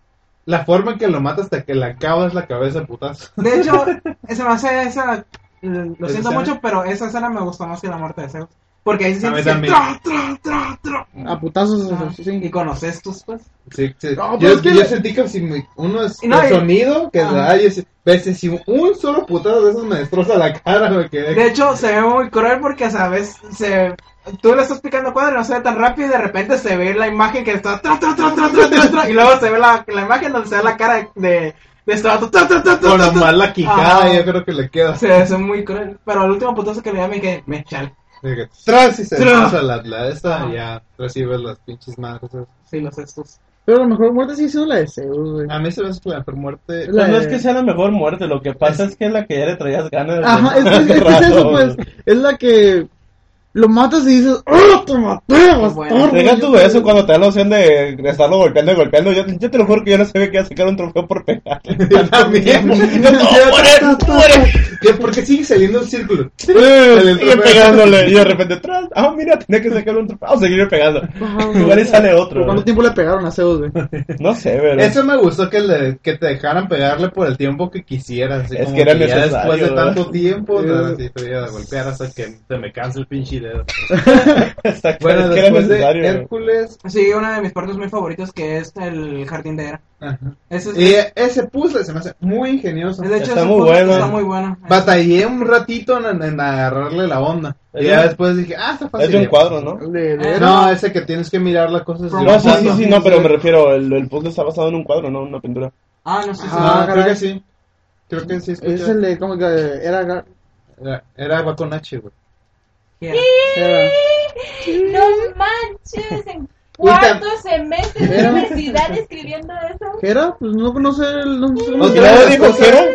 [SPEAKER 5] la forma en que lo mata hasta que le acabas la cabeza, de putazo.
[SPEAKER 8] De hecho, esa me hace esa. Lo
[SPEAKER 5] ¿Esa
[SPEAKER 8] siento
[SPEAKER 5] escena?
[SPEAKER 8] mucho, pero esa escena me gustó más que la muerte de Zeus. Porque ahí se
[SPEAKER 5] A mí
[SPEAKER 8] siente ese
[SPEAKER 5] también.
[SPEAKER 8] tra, tra, tra, tra.
[SPEAKER 3] A putazos,
[SPEAKER 8] Ajá.
[SPEAKER 3] sí,
[SPEAKER 8] Y
[SPEAKER 3] sí.
[SPEAKER 8] con los estos, pues.
[SPEAKER 5] Sí, sí.
[SPEAKER 3] No,
[SPEAKER 5] yo,
[SPEAKER 3] pero es que-
[SPEAKER 5] yo sentí que si me- uno es
[SPEAKER 8] Y no,
[SPEAKER 5] el
[SPEAKER 8] y-
[SPEAKER 5] sonido que
[SPEAKER 8] Ajá.
[SPEAKER 5] da, yo sí- ves, si un solo putazo de esos me destroza la cara, me quedé.
[SPEAKER 8] De hecho, se ve muy cruel porque, ¿sabes? Se... Tú le estás picando cuadro y no se ve tan rápido y de repente se ve la imagen que está... tra, tra, tra, tra, tra, tra, tra, y luego se ve la, la imagen donde se ve la cara de... de este vato, tra, tra, tra, tra,
[SPEAKER 5] Con la
[SPEAKER 8] tra, tra.
[SPEAKER 5] mala quijada,
[SPEAKER 8] Ajá.
[SPEAKER 5] yo creo que le queda.
[SPEAKER 8] Se ve muy cruel. Pero el último putazo que le da me quedé... Me chale.
[SPEAKER 5] Dije, Tras y se
[SPEAKER 8] Tras.
[SPEAKER 5] destroza la, la esta,
[SPEAKER 8] Ajá.
[SPEAKER 5] ya recibes las pinches madres.
[SPEAKER 8] Sí, los estos.
[SPEAKER 3] Pero la mejor muerte sí ha sido la de Zeus, güey.
[SPEAKER 5] A mí se me hace que la peor muerte.
[SPEAKER 3] La-
[SPEAKER 4] Pues no es que sea la mejor muerte, lo que pasa es que es la que ya le traías ganas.
[SPEAKER 8] Ah,
[SPEAKER 4] de-
[SPEAKER 3] Ajá, es, es- es que es eso, pues. Es la que lo matas y dices, ¡Oh, te maté, bastardo!
[SPEAKER 4] Deja
[SPEAKER 3] Yo
[SPEAKER 4] tú
[SPEAKER 3] te-
[SPEAKER 4] eso cuando te da la opción de estarlo golpeando y golpeando. Yo, yo te lo juro que yo no sabía que iba a sacar un trofeo por pegar.
[SPEAKER 5] Yo también.
[SPEAKER 4] Yo, no, muere, muere.
[SPEAKER 5] Yo, ¿Por qué sigue saliendo el círculo?
[SPEAKER 4] Eh, Sigue pegándole y de repente atrás. Ah, mira, tenía que sacar un trofeo. Vamos a seguir pegando.
[SPEAKER 3] Ajá, güey.
[SPEAKER 4] Igual y sale otro.
[SPEAKER 3] ¿Cuánto tiempo le pegaron a Zeus, güey?
[SPEAKER 4] No sé, pero.
[SPEAKER 5] Eso me gustó que, le, que te dejaran pegarle por el tiempo que quisieras. así
[SPEAKER 4] Es
[SPEAKER 5] como
[SPEAKER 4] que era
[SPEAKER 5] ya
[SPEAKER 4] necesario,
[SPEAKER 5] después de
[SPEAKER 4] ¿verdad?
[SPEAKER 5] tanto tiempo,
[SPEAKER 3] Sí.
[SPEAKER 5] nada, sí, te iba a golpear hasta que se me canse el pinche dedo.
[SPEAKER 4] Está claro, es
[SPEAKER 5] Bueno,
[SPEAKER 4] que era
[SPEAKER 5] después de
[SPEAKER 4] necesario.
[SPEAKER 5] Hércules.
[SPEAKER 8] Sí, una de mis partes muy favoritas que es el jardín de Hera.
[SPEAKER 5] Ajá.
[SPEAKER 8] Ese es...
[SPEAKER 5] Y ese puzzle se me hace muy ingenioso.
[SPEAKER 8] de hecho,
[SPEAKER 4] está
[SPEAKER 8] ese
[SPEAKER 4] muy
[SPEAKER 8] puzzle
[SPEAKER 4] bueno.
[SPEAKER 8] Está muy bueno.
[SPEAKER 5] Batallé un ratito en, en agarrarle la onda. Y
[SPEAKER 4] Es
[SPEAKER 5] ya
[SPEAKER 4] un-
[SPEAKER 5] después dije, ah, está fácil.
[SPEAKER 4] Es de un cuadro, ¿no?
[SPEAKER 3] De, de-
[SPEAKER 5] No, ese que tienes que mirar las cosas. de
[SPEAKER 4] No,
[SPEAKER 5] un
[SPEAKER 4] Ah, sí, sí,
[SPEAKER 5] cuadro.
[SPEAKER 4] sí, no, pero me refiero, el, el puzzle está basado en un cuadro, no en una pintura.
[SPEAKER 8] Ah, no sé si...
[SPEAKER 3] Ah,
[SPEAKER 5] Ah, creo
[SPEAKER 3] caray.
[SPEAKER 5] que sí. Creo que sí. escuché.
[SPEAKER 3] Es el de, como que era. gar-
[SPEAKER 5] Era- Era va con H, güey.
[SPEAKER 8] Hera.
[SPEAKER 3] era-
[SPEAKER 6] No manches, en
[SPEAKER 5] Uy, tan-
[SPEAKER 6] cuarto semestre de
[SPEAKER 3] Era-
[SPEAKER 6] universidad escribiendo eso.
[SPEAKER 3] ¿Qué era? Pues no conoce el. No sé cómo se llama.
[SPEAKER 5] Otra de,
[SPEAKER 4] ¿Nadie
[SPEAKER 5] las
[SPEAKER 4] dijo que
[SPEAKER 5] cosas,
[SPEAKER 4] era?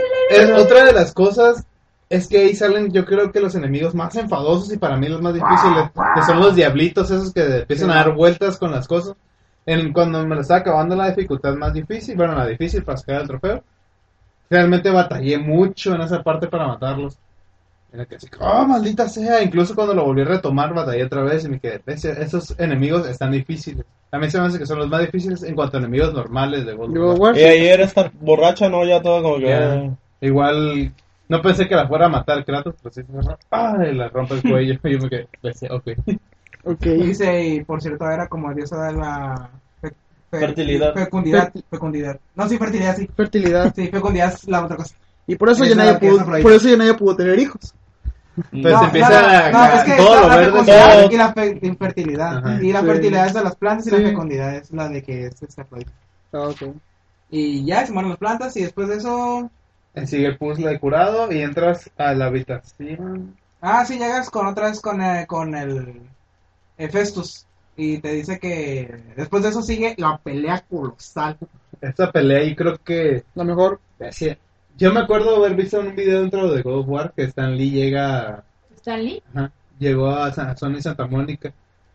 [SPEAKER 5] es- otra de las cosas es que ahí salen, yo creo que los enemigos más enfadosos y para mí los más difíciles, que son los diablitos esos que empiezan a dar vueltas con las cosas. En, cuando me lo estaba acabando la dificultad más difícil, bueno, la difícil para sacar el trofeo, realmente batallé mucho en esa parte para matarlos. Era que así, oh, maldita sea, incluso cuando lo volví a retomar, batallé otra vez y me quedé, "Ese- esos enemigos están difíciles. A mí se me hace que son los más difíciles en cuanto a enemigos normales de World of
[SPEAKER 3] Digo,
[SPEAKER 5] Warcraft.
[SPEAKER 8] Ah,
[SPEAKER 3] güey,
[SPEAKER 4] Y ayer esta borracha, no, ya toda como que. ah,
[SPEAKER 5] Ya. Igual no pensé que la fuera a matar Kratos, pero sí se agarra, ¡pah! y le rompe el cuello. Y yo me quedé, pues, ok.
[SPEAKER 3] Ok.
[SPEAKER 8] Y dice, y por cierto, era como diosa de la fe- fe-
[SPEAKER 4] Fertilidad.
[SPEAKER 8] Fecundidad, fecundidad. No, sí, fertilidad, sí.
[SPEAKER 3] Fertilidad.
[SPEAKER 8] Sí, fecundidad es la otra cosa.
[SPEAKER 3] Y por eso,
[SPEAKER 8] Esa
[SPEAKER 3] ya
[SPEAKER 8] es la
[SPEAKER 3] nadie
[SPEAKER 8] que
[SPEAKER 3] pudo,
[SPEAKER 8] está por ahí.
[SPEAKER 3] por eso ya nadie pudo tener hijos.
[SPEAKER 5] Pues
[SPEAKER 8] no,
[SPEAKER 5] empieza
[SPEAKER 8] no, no,
[SPEAKER 5] a-
[SPEAKER 8] es que
[SPEAKER 5] todo
[SPEAKER 8] está
[SPEAKER 5] lo
[SPEAKER 8] la
[SPEAKER 5] verde,
[SPEAKER 8] fecundidad
[SPEAKER 4] todo.
[SPEAKER 8] y la fe- infertilidad.
[SPEAKER 5] Ajá.
[SPEAKER 8] y la
[SPEAKER 3] Sí.
[SPEAKER 8] fertilidad es de las plantas y
[SPEAKER 3] Sí.
[SPEAKER 8] la fecundidad es la de que es este proyecto.
[SPEAKER 3] Ah, ok.
[SPEAKER 8] Y ya se mueren las plantas y después de eso.
[SPEAKER 5] Eh, Sigue el puzzle de curado y entras a la habitación.
[SPEAKER 8] Ah, sí, llegas con otra vez con, eh, con el eh, Festus. Y te dice que después de eso sigue la pelea colosal.
[SPEAKER 5] Esta pelea y creo que...
[SPEAKER 3] La mejor.
[SPEAKER 5] así, Yo me acuerdo haber visto en un video dentro de God of War que Stan Lee llega
[SPEAKER 6] ¿Stanley?
[SPEAKER 5] Ajá. Llegó a San Sony Santa Mónica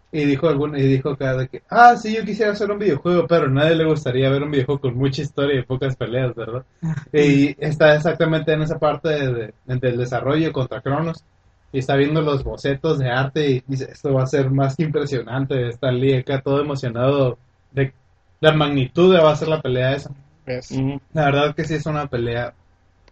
[SPEAKER 5] y dijo alguno, y dijo acá de que, ah, sí, yo quisiera hacer un videojuego, pero a nadie le gustaría ver un videojuego con mucha historia y pocas peleas, ¿verdad? Y está exactamente en esa parte de- de- del desarrollo contra Cronos y está viendo los bocetos de arte y dice, esto va a ser más que impresionante, está Lee acá todo emocionado de la magnitud de va a ser la pelea esa.
[SPEAKER 4] Ujú.
[SPEAKER 5] La verdad que sí es una pelea.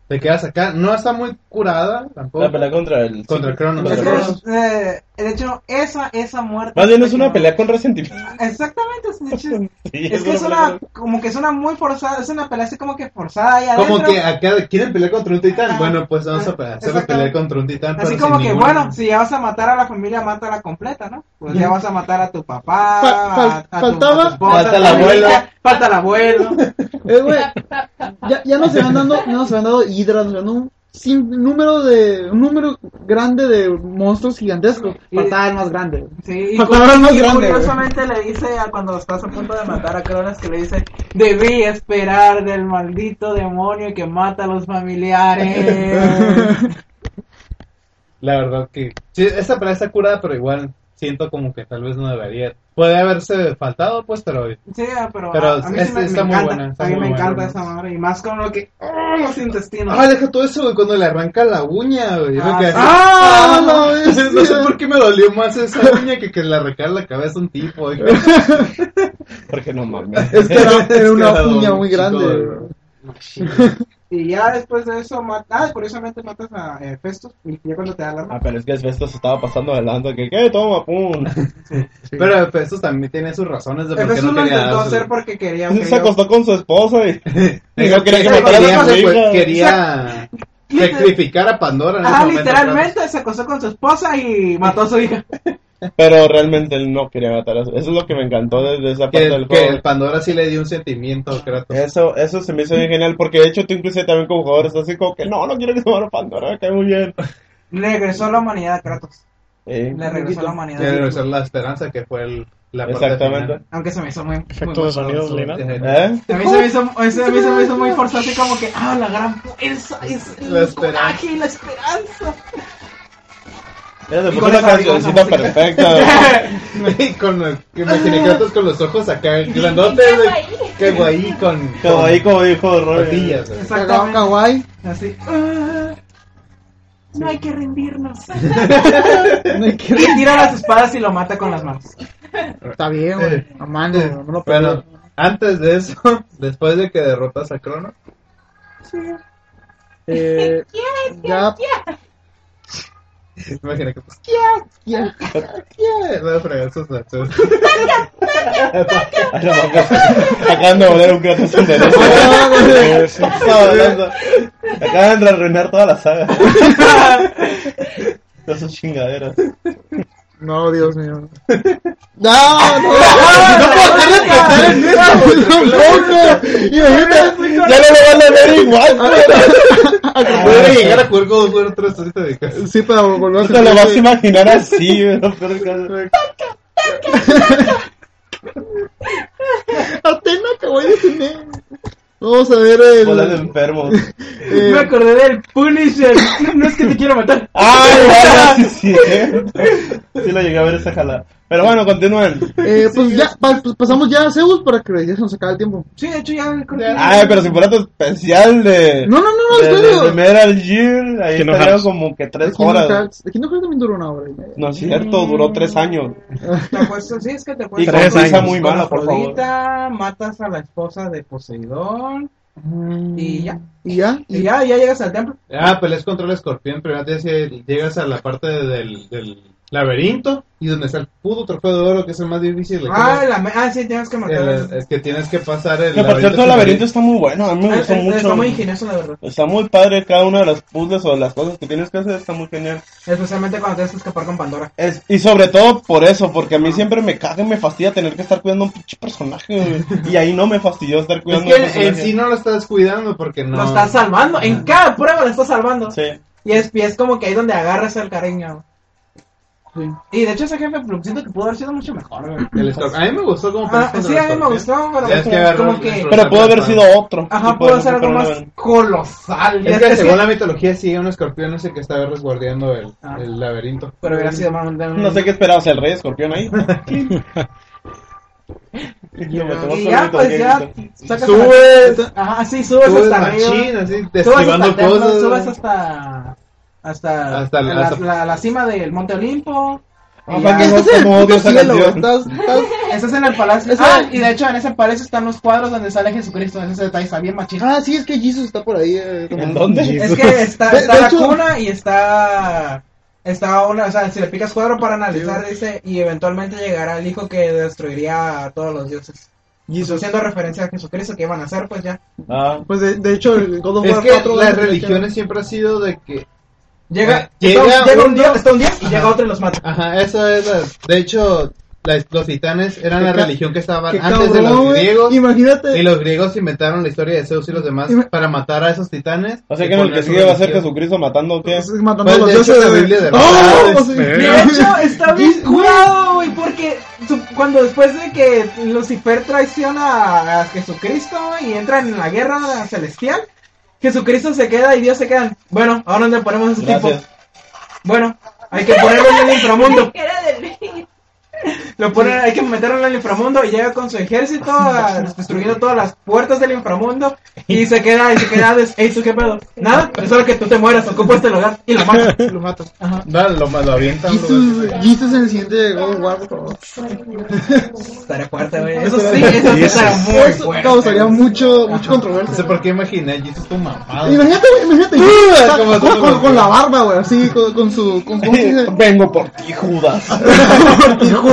[SPEAKER 5] Te quedas acá, no está muy curada tampoco.
[SPEAKER 4] La pelea contra el.
[SPEAKER 5] Contra Cronos.
[SPEAKER 4] Contra
[SPEAKER 8] Es que,
[SPEAKER 4] Cronos.
[SPEAKER 8] eh, de hecho, esa, esa muerte.
[SPEAKER 4] Más bien es una
[SPEAKER 8] no-
[SPEAKER 4] pelea con resentimiento.
[SPEAKER 8] Exactamente, es, de hecho,
[SPEAKER 4] Sí,
[SPEAKER 8] es que es
[SPEAKER 4] pelea
[SPEAKER 8] una, como que es una muy forzada, es una pelea así como que forzada ahí
[SPEAKER 5] Como
[SPEAKER 8] adentro.
[SPEAKER 5] que ah, acá quieren pelear contra un titán.
[SPEAKER 8] Ajá.
[SPEAKER 5] Bueno, pues vamos a pe- hacer la
[SPEAKER 8] Exactamente.
[SPEAKER 5] pelea contra un titán.
[SPEAKER 8] Así
[SPEAKER 5] pero
[SPEAKER 8] como
[SPEAKER 5] sin
[SPEAKER 8] que,
[SPEAKER 5] ningún-
[SPEAKER 8] bueno, si ya vas a matar a la familia, mátala completa, ¿no? Pues ya vas a matar a tu papá,
[SPEAKER 3] Fa- fal-
[SPEAKER 8] a, a tu-
[SPEAKER 3] faltaba-
[SPEAKER 8] a tu esposa,
[SPEAKER 5] Falta
[SPEAKER 8] a tu
[SPEAKER 5] la
[SPEAKER 8] abuelita,
[SPEAKER 5] abuela.
[SPEAKER 8] falta el abuelo.
[SPEAKER 3] Eh, güey, ya, ya nos habían dando, ya nos habían dado hidras, nos habían dado un sin número de, un número grande de monstruos gigantescos.
[SPEAKER 8] Y-
[SPEAKER 3] Faltaba el más grande.
[SPEAKER 8] Sí, y
[SPEAKER 3] Faltaba
[SPEAKER 8] cu-
[SPEAKER 3] el más
[SPEAKER 8] y
[SPEAKER 3] grande,
[SPEAKER 8] Curiosamente le dice a cuando estás a punto de matar a Cronos que le dice, debí esperar del maldito demonio que mata a los familiares.
[SPEAKER 5] La verdad que. Sí, esta pelea está curada, pero igual siento como que tal vez no debería Puede haberse faltado, pues, pero
[SPEAKER 8] Sí, ah, pero,
[SPEAKER 5] Pero
[SPEAKER 8] a, a mí sí
[SPEAKER 5] es-
[SPEAKER 8] me,
[SPEAKER 5] está
[SPEAKER 8] me
[SPEAKER 5] muy
[SPEAKER 8] encanta.
[SPEAKER 5] buena, está
[SPEAKER 8] a mí
[SPEAKER 5] muy
[SPEAKER 8] me
[SPEAKER 5] buena.
[SPEAKER 8] encanta esa madre. Y más con lo que. ¡Oh, los intestinos!
[SPEAKER 5] Ah, deja todo eso, güey, cuando le arranca la uña, güey.
[SPEAKER 8] Ah,
[SPEAKER 5] Ah,
[SPEAKER 3] ah,
[SPEAKER 5] ah, no,
[SPEAKER 3] no, sí,
[SPEAKER 5] no sé
[SPEAKER 3] sí.
[SPEAKER 5] por qué me dolió más esa uña que que le arrancar la cabeza a un tipo, güey.
[SPEAKER 4] Porque no mames.
[SPEAKER 3] Es que era, era
[SPEAKER 5] Es que
[SPEAKER 3] una
[SPEAKER 5] era
[SPEAKER 3] uña
[SPEAKER 5] un
[SPEAKER 3] muy
[SPEAKER 5] chico,
[SPEAKER 3] grande.
[SPEAKER 5] güey.
[SPEAKER 8] Y ya después de eso, mat- ah, curiosamente matas a eh, Festus. Y ya cuando te da la arma.
[SPEAKER 4] Ah, pero es que esto se estaba pasando adelante. Que, ¿qué? Toma, pum.
[SPEAKER 5] Pero pues, estos también tienen sus razones de por qué
[SPEAKER 8] Festus
[SPEAKER 5] no
[SPEAKER 8] lo
[SPEAKER 5] quería
[SPEAKER 8] intentó
[SPEAKER 5] dárselo.
[SPEAKER 8] hacer porque quería.
[SPEAKER 4] Se
[SPEAKER 8] quería-
[SPEAKER 4] acostó con su esposa y. y no quería que
[SPEAKER 5] Quería-
[SPEAKER 4] matara a su
[SPEAKER 5] pues, quería-
[SPEAKER 4] hija.
[SPEAKER 5] Quería
[SPEAKER 8] Liter-
[SPEAKER 5] sacrificar a Pandora en ese
[SPEAKER 8] Ah,
[SPEAKER 5] momento,
[SPEAKER 8] literalmente se acostó con su esposa y mató a su hija.
[SPEAKER 4] Pero realmente él no quería matar a su. Eso es lo que me encantó desde esa parte
[SPEAKER 5] Que,
[SPEAKER 4] del
[SPEAKER 5] que
[SPEAKER 4] juego.
[SPEAKER 5] el Pandora sí le dio un sentimiento a Kratos.
[SPEAKER 4] Eso, eso se me hizo bien genial porque de hecho tú inclusive también como jugador estás así como que no, no quiero que se muera Pandora, me cae muy bien.
[SPEAKER 8] Regresó la humanidad a Kratos.
[SPEAKER 4] Eh,
[SPEAKER 8] Le regresó la humanidad.
[SPEAKER 5] Debe ser la esperanza que fue el, la parte
[SPEAKER 4] Exactamente.
[SPEAKER 5] final.
[SPEAKER 8] Aunque se me hizo muy. muy
[SPEAKER 2] Efectos de sonidos,
[SPEAKER 8] forzado su-
[SPEAKER 2] Lina.
[SPEAKER 4] ¿Eh?
[SPEAKER 8] A mí se me hizo, ese- a mí se me hizo muy forzado, así como que, ah, la gran fuerza, es el
[SPEAKER 5] La esperanza.
[SPEAKER 8] coraje y la esperanza.
[SPEAKER 4] Mira, se
[SPEAKER 8] Y
[SPEAKER 4] puso
[SPEAKER 8] con
[SPEAKER 4] una
[SPEAKER 8] esa- y con esa
[SPEAKER 4] cancioncita
[SPEAKER 8] música.
[SPEAKER 4] perfecta.
[SPEAKER 5] Y con los- que imaginé Kratos con los ojos acá grandotes,
[SPEAKER 6] Y
[SPEAKER 5] güey.
[SPEAKER 6] kawaii.
[SPEAKER 5] Que guay con,
[SPEAKER 4] Como ahí como dijo Roy.
[SPEAKER 5] patillas, güey.
[SPEAKER 3] Cagao
[SPEAKER 8] Exactamente.
[SPEAKER 3] kawaii.
[SPEAKER 8] Así. "Ah, No hay que rendirnos.
[SPEAKER 3] No hay que-
[SPEAKER 8] Y tira las espadas y lo mata con las manos.
[SPEAKER 3] Está bien, güey. No mames, no me lo
[SPEAKER 5] Bueno,
[SPEAKER 3] perdono.
[SPEAKER 5] antes de eso, después de que derrotas a Crono,
[SPEAKER 3] Eh, ya,
[SPEAKER 5] me imaginé que pues,
[SPEAKER 3] ya.
[SPEAKER 5] ¿qué? Voy a fregar sus nachos.
[SPEAKER 4] Ay, no mames. Acaban de volver un Kratos sin derecho. Estaba hablando. Acaban de arruinar toda la saga. No son chingaderas.
[SPEAKER 3] No, Dios mío. No, no, no, no puedo hacer de pensar en eso, tampoco. Y ahorita,
[SPEAKER 4] pues, Ya no lo van a ¿eh? ver igual,
[SPEAKER 5] Voy
[SPEAKER 2] Ah,
[SPEAKER 5] a llegar a jugar God of War 3 ahorita de casa.
[SPEAKER 3] sí, para volver a
[SPEAKER 4] No te lo
[SPEAKER 3] sentir
[SPEAKER 4] vas a
[SPEAKER 3] ese-
[SPEAKER 4] imaginar así, güey, lo peor que-
[SPEAKER 3] Atena, kawaii de cine. Vamos a ver el.
[SPEAKER 4] Bola de enfermos.
[SPEAKER 3] eh,
[SPEAKER 8] Me acordé del Punisher. No es que te quiero matar.
[SPEAKER 4] ¡Ay, vaya, sí es cierto! Sí lo llegué a ver esa jalada. Pero bueno, continúen.
[SPEAKER 3] eh, pues ya, pa- pues pasamos ya a Zeus para que ya se nos acabe el tiempo.
[SPEAKER 8] Sí, de hecho ya. creo que-
[SPEAKER 4] Ay, pero si fuera tu especial de...
[SPEAKER 3] No, no, no, no,
[SPEAKER 4] de,
[SPEAKER 3] en
[SPEAKER 4] de, de
[SPEAKER 3] serio.
[SPEAKER 4] Metal Gear, ahí
[SPEAKER 2] Kingdom
[SPEAKER 4] estaría
[SPEAKER 2] Hearts.
[SPEAKER 4] como que
[SPEAKER 3] De
[SPEAKER 4] tres
[SPEAKER 3] Kingdom
[SPEAKER 4] horas.
[SPEAKER 3] Hearts. De Kingdom Hearts también duró una hora y media.
[SPEAKER 4] No es cierto, duró tres años.
[SPEAKER 8] Te apuesto, sí, es que te
[SPEAKER 4] Y
[SPEAKER 8] apuesto.
[SPEAKER 4] con
[SPEAKER 2] Tres
[SPEAKER 4] prisa
[SPEAKER 2] años.
[SPEAKER 4] muy
[SPEAKER 8] Con
[SPEAKER 4] mala, por favor.
[SPEAKER 8] Afrodita, matas a la esposa de Poseidón. Y ya.
[SPEAKER 3] Y ya.
[SPEAKER 8] Y ya, ya llegas al templo.
[SPEAKER 5] Ah, peleas contra el escorpión. Primero tienes que llegas a la parte del, del laberinto y donde está el puto trofeo de oro, que es el más difícil.
[SPEAKER 8] Ah, la me- ah, sí, tienes que matar. a-
[SPEAKER 5] El- es que tienes que pasar el
[SPEAKER 4] Que por cierto, el
[SPEAKER 5] sin
[SPEAKER 4] laberinto está muy bueno, a mí me
[SPEAKER 8] Ah,
[SPEAKER 4] gustó
[SPEAKER 8] eh, Está muy
[SPEAKER 4] mucho.
[SPEAKER 8] ingenioso, la verdad.
[SPEAKER 4] Está muy padre cada una de las puzzles o de las cosas que tienes que hacer, está muy genial.
[SPEAKER 8] Especialmente cuando tienes que escapar con Pandora.
[SPEAKER 4] Es- y sobre todo por eso, porque a mí siempre me caga y me fastidia tener que estar cuidando a un pinche personaje. güey. Y ahí no me fastidió estar
[SPEAKER 5] Es
[SPEAKER 4] cuidando a un
[SPEAKER 5] que en
[SPEAKER 4] personaje.
[SPEAKER 5] sí no lo estás cuidando porque no.
[SPEAKER 8] Lo estás salvando. En cada prueba lo estás salvando.
[SPEAKER 4] Sí.
[SPEAKER 8] Y es, y es como que ahí donde agarras el cariño. Y de hecho ese jefe pues, siento que pudo haber sido mucho mejor. güey.
[SPEAKER 5] El escorpión. A mí me gustó como
[SPEAKER 8] Ah,
[SPEAKER 5] peleas contra el
[SPEAKER 8] sí, a mí me
[SPEAKER 5] escorpión.
[SPEAKER 8] gustó, pero
[SPEAKER 5] Ya es que agarró
[SPEAKER 8] como
[SPEAKER 5] el-
[SPEAKER 8] que...
[SPEAKER 4] Pero pudo haber sido otro.
[SPEAKER 8] Ajá,
[SPEAKER 4] Y
[SPEAKER 8] pudo
[SPEAKER 4] podemos
[SPEAKER 8] ser algo
[SPEAKER 4] buscar
[SPEAKER 8] más
[SPEAKER 4] una-
[SPEAKER 8] colosal.
[SPEAKER 5] Es
[SPEAKER 8] ya
[SPEAKER 5] que
[SPEAKER 8] sé.
[SPEAKER 5] según la mitología sí, un escorpión es el que estaba resguardeando el,
[SPEAKER 8] Ah.
[SPEAKER 5] el laberinto.
[SPEAKER 8] Pero hubiera sido más...
[SPEAKER 4] No sé qué esperabas, el rey escorpión ahí. Lo metemos
[SPEAKER 8] Y
[SPEAKER 4] solito,
[SPEAKER 8] ya, pues ya...
[SPEAKER 4] ¿qué?
[SPEAKER 8] sacas a la-
[SPEAKER 5] Subes,
[SPEAKER 8] Ajá, sí, subes,
[SPEAKER 5] subes
[SPEAKER 8] hasta arriba.
[SPEAKER 5] machín, así,
[SPEAKER 8] Subes hasta el
[SPEAKER 5] esquivando
[SPEAKER 8] templo,
[SPEAKER 5] cosas.
[SPEAKER 8] subes hasta... Hasta,
[SPEAKER 5] Hasta la-
[SPEAKER 8] la,
[SPEAKER 5] hasta-
[SPEAKER 8] la- la cima del Monte Olimpo.
[SPEAKER 4] Ah,
[SPEAKER 8] Y
[SPEAKER 4] para que
[SPEAKER 8] ya-
[SPEAKER 4] no-
[SPEAKER 3] Estás en
[SPEAKER 4] como
[SPEAKER 3] el
[SPEAKER 4] odio
[SPEAKER 3] puto
[SPEAKER 4] esa
[SPEAKER 3] cielo,
[SPEAKER 4] canción.
[SPEAKER 3] estás, estás,
[SPEAKER 8] Ese es en el palacio.
[SPEAKER 3] Ese-
[SPEAKER 8] Ah, y de hecho en ese palacio están los cuadros donde sale Jesucristo. Ese detalle está bien machista.
[SPEAKER 3] Ah, sí, es que Jesus está por ahí. eh, como-
[SPEAKER 4] ¿En dónde?
[SPEAKER 8] Es que está,
[SPEAKER 3] De-
[SPEAKER 8] está
[SPEAKER 3] de
[SPEAKER 8] la
[SPEAKER 3] hecho-
[SPEAKER 8] cuna y está. Está una. O sea, si le picas cuadro para analizar, dice. Y eventualmente llegará el hijo que destruiría a todos los dioses. Y eso haciendo referencia a Jesucristo, que iban a hacer, pues ya.
[SPEAKER 4] Ah,
[SPEAKER 3] Pues de, de hecho, el God of
[SPEAKER 5] Es
[SPEAKER 3] War
[SPEAKER 5] que
[SPEAKER 3] 4
[SPEAKER 5] las
[SPEAKER 3] de-
[SPEAKER 5] religiones siempre ha sido de que...
[SPEAKER 8] Llega,
[SPEAKER 5] Ah, llega
[SPEAKER 8] está- llega un
[SPEAKER 5] uno-
[SPEAKER 8] dios, está un dios y
[SPEAKER 5] Ajá.
[SPEAKER 8] llega otro y los mata.
[SPEAKER 5] Ajá, esa es la... De hecho, la- los titanes eran
[SPEAKER 3] Qué
[SPEAKER 5] la
[SPEAKER 3] ca-
[SPEAKER 5] religión que estaba
[SPEAKER 3] Qué
[SPEAKER 5] antes de
[SPEAKER 3] cabrón,
[SPEAKER 5] los
[SPEAKER 3] güey.
[SPEAKER 5] griegos.
[SPEAKER 3] Imagínate.
[SPEAKER 5] Y los griegos inventaron la historia de Zeus y los demás
[SPEAKER 3] Ima-
[SPEAKER 5] para matar a esos titanes.
[SPEAKER 4] o sea
[SPEAKER 5] y
[SPEAKER 4] que en el
[SPEAKER 5] poner
[SPEAKER 4] que
[SPEAKER 5] su
[SPEAKER 4] sigue va a ser
[SPEAKER 5] religión.
[SPEAKER 4] Jesucristo matando o qué.
[SPEAKER 3] Pues, Matando
[SPEAKER 5] Pues,
[SPEAKER 3] a los
[SPEAKER 5] de
[SPEAKER 3] dioses
[SPEAKER 5] hecho,
[SPEAKER 3] de-
[SPEAKER 5] la Biblia de
[SPEAKER 3] ¡Oh!
[SPEAKER 5] verdad es-
[SPEAKER 3] Sí.
[SPEAKER 8] De hecho, está bien jugado, güey, porque su- cuando después de que Lucifer traiciona a Jesucristo y entran en la guerra celestial, Jesucristo se queda y Dios se quedan. Bueno, ahora dónde ponemos a ese tipo.
[SPEAKER 4] Gracias.
[SPEAKER 8] Bueno, hay que ponerlo en el inframundo.
[SPEAKER 6] Cara de Luis.
[SPEAKER 8] Lo ponen, hay que meterlo en el inframundo y llega con su ejército a- destruyendo todas las puertas del inframundo y se queda y se queda des- "Ey, ¿tú qué pedo? Nada, es solo que tú te mueras, ocupa este lugar y lo matas.
[SPEAKER 3] Lo matas. Ajá.
[SPEAKER 5] Dale, lo, lo avientan.
[SPEAKER 3] Yeezus
[SPEAKER 5] lo-
[SPEAKER 3] Yeezus en el siguiente God of War, por favor.
[SPEAKER 8] Estará fuerte, güey. Eso sí, eso sí
[SPEAKER 2] Yes.
[SPEAKER 8] estará muy
[SPEAKER 3] Eso
[SPEAKER 8] fuerte.
[SPEAKER 3] causaría mucho,
[SPEAKER 8] Ajá.
[SPEAKER 3] mucho
[SPEAKER 5] No sé
[SPEAKER 3] controversia.
[SPEAKER 5] por qué imaginé Jesus tu mamá.
[SPEAKER 3] Imagínate, güey, imagínate. Yeezus
[SPEAKER 5] Ah,
[SPEAKER 3] con,
[SPEAKER 5] como tú,
[SPEAKER 3] con-
[SPEAKER 5] güey.
[SPEAKER 3] con la barba, güey, así, con, con su. Con, ¿Cómo se dice?
[SPEAKER 4] Vengo por ti, Judas.
[SPEAKER 3] Por ti, Judas.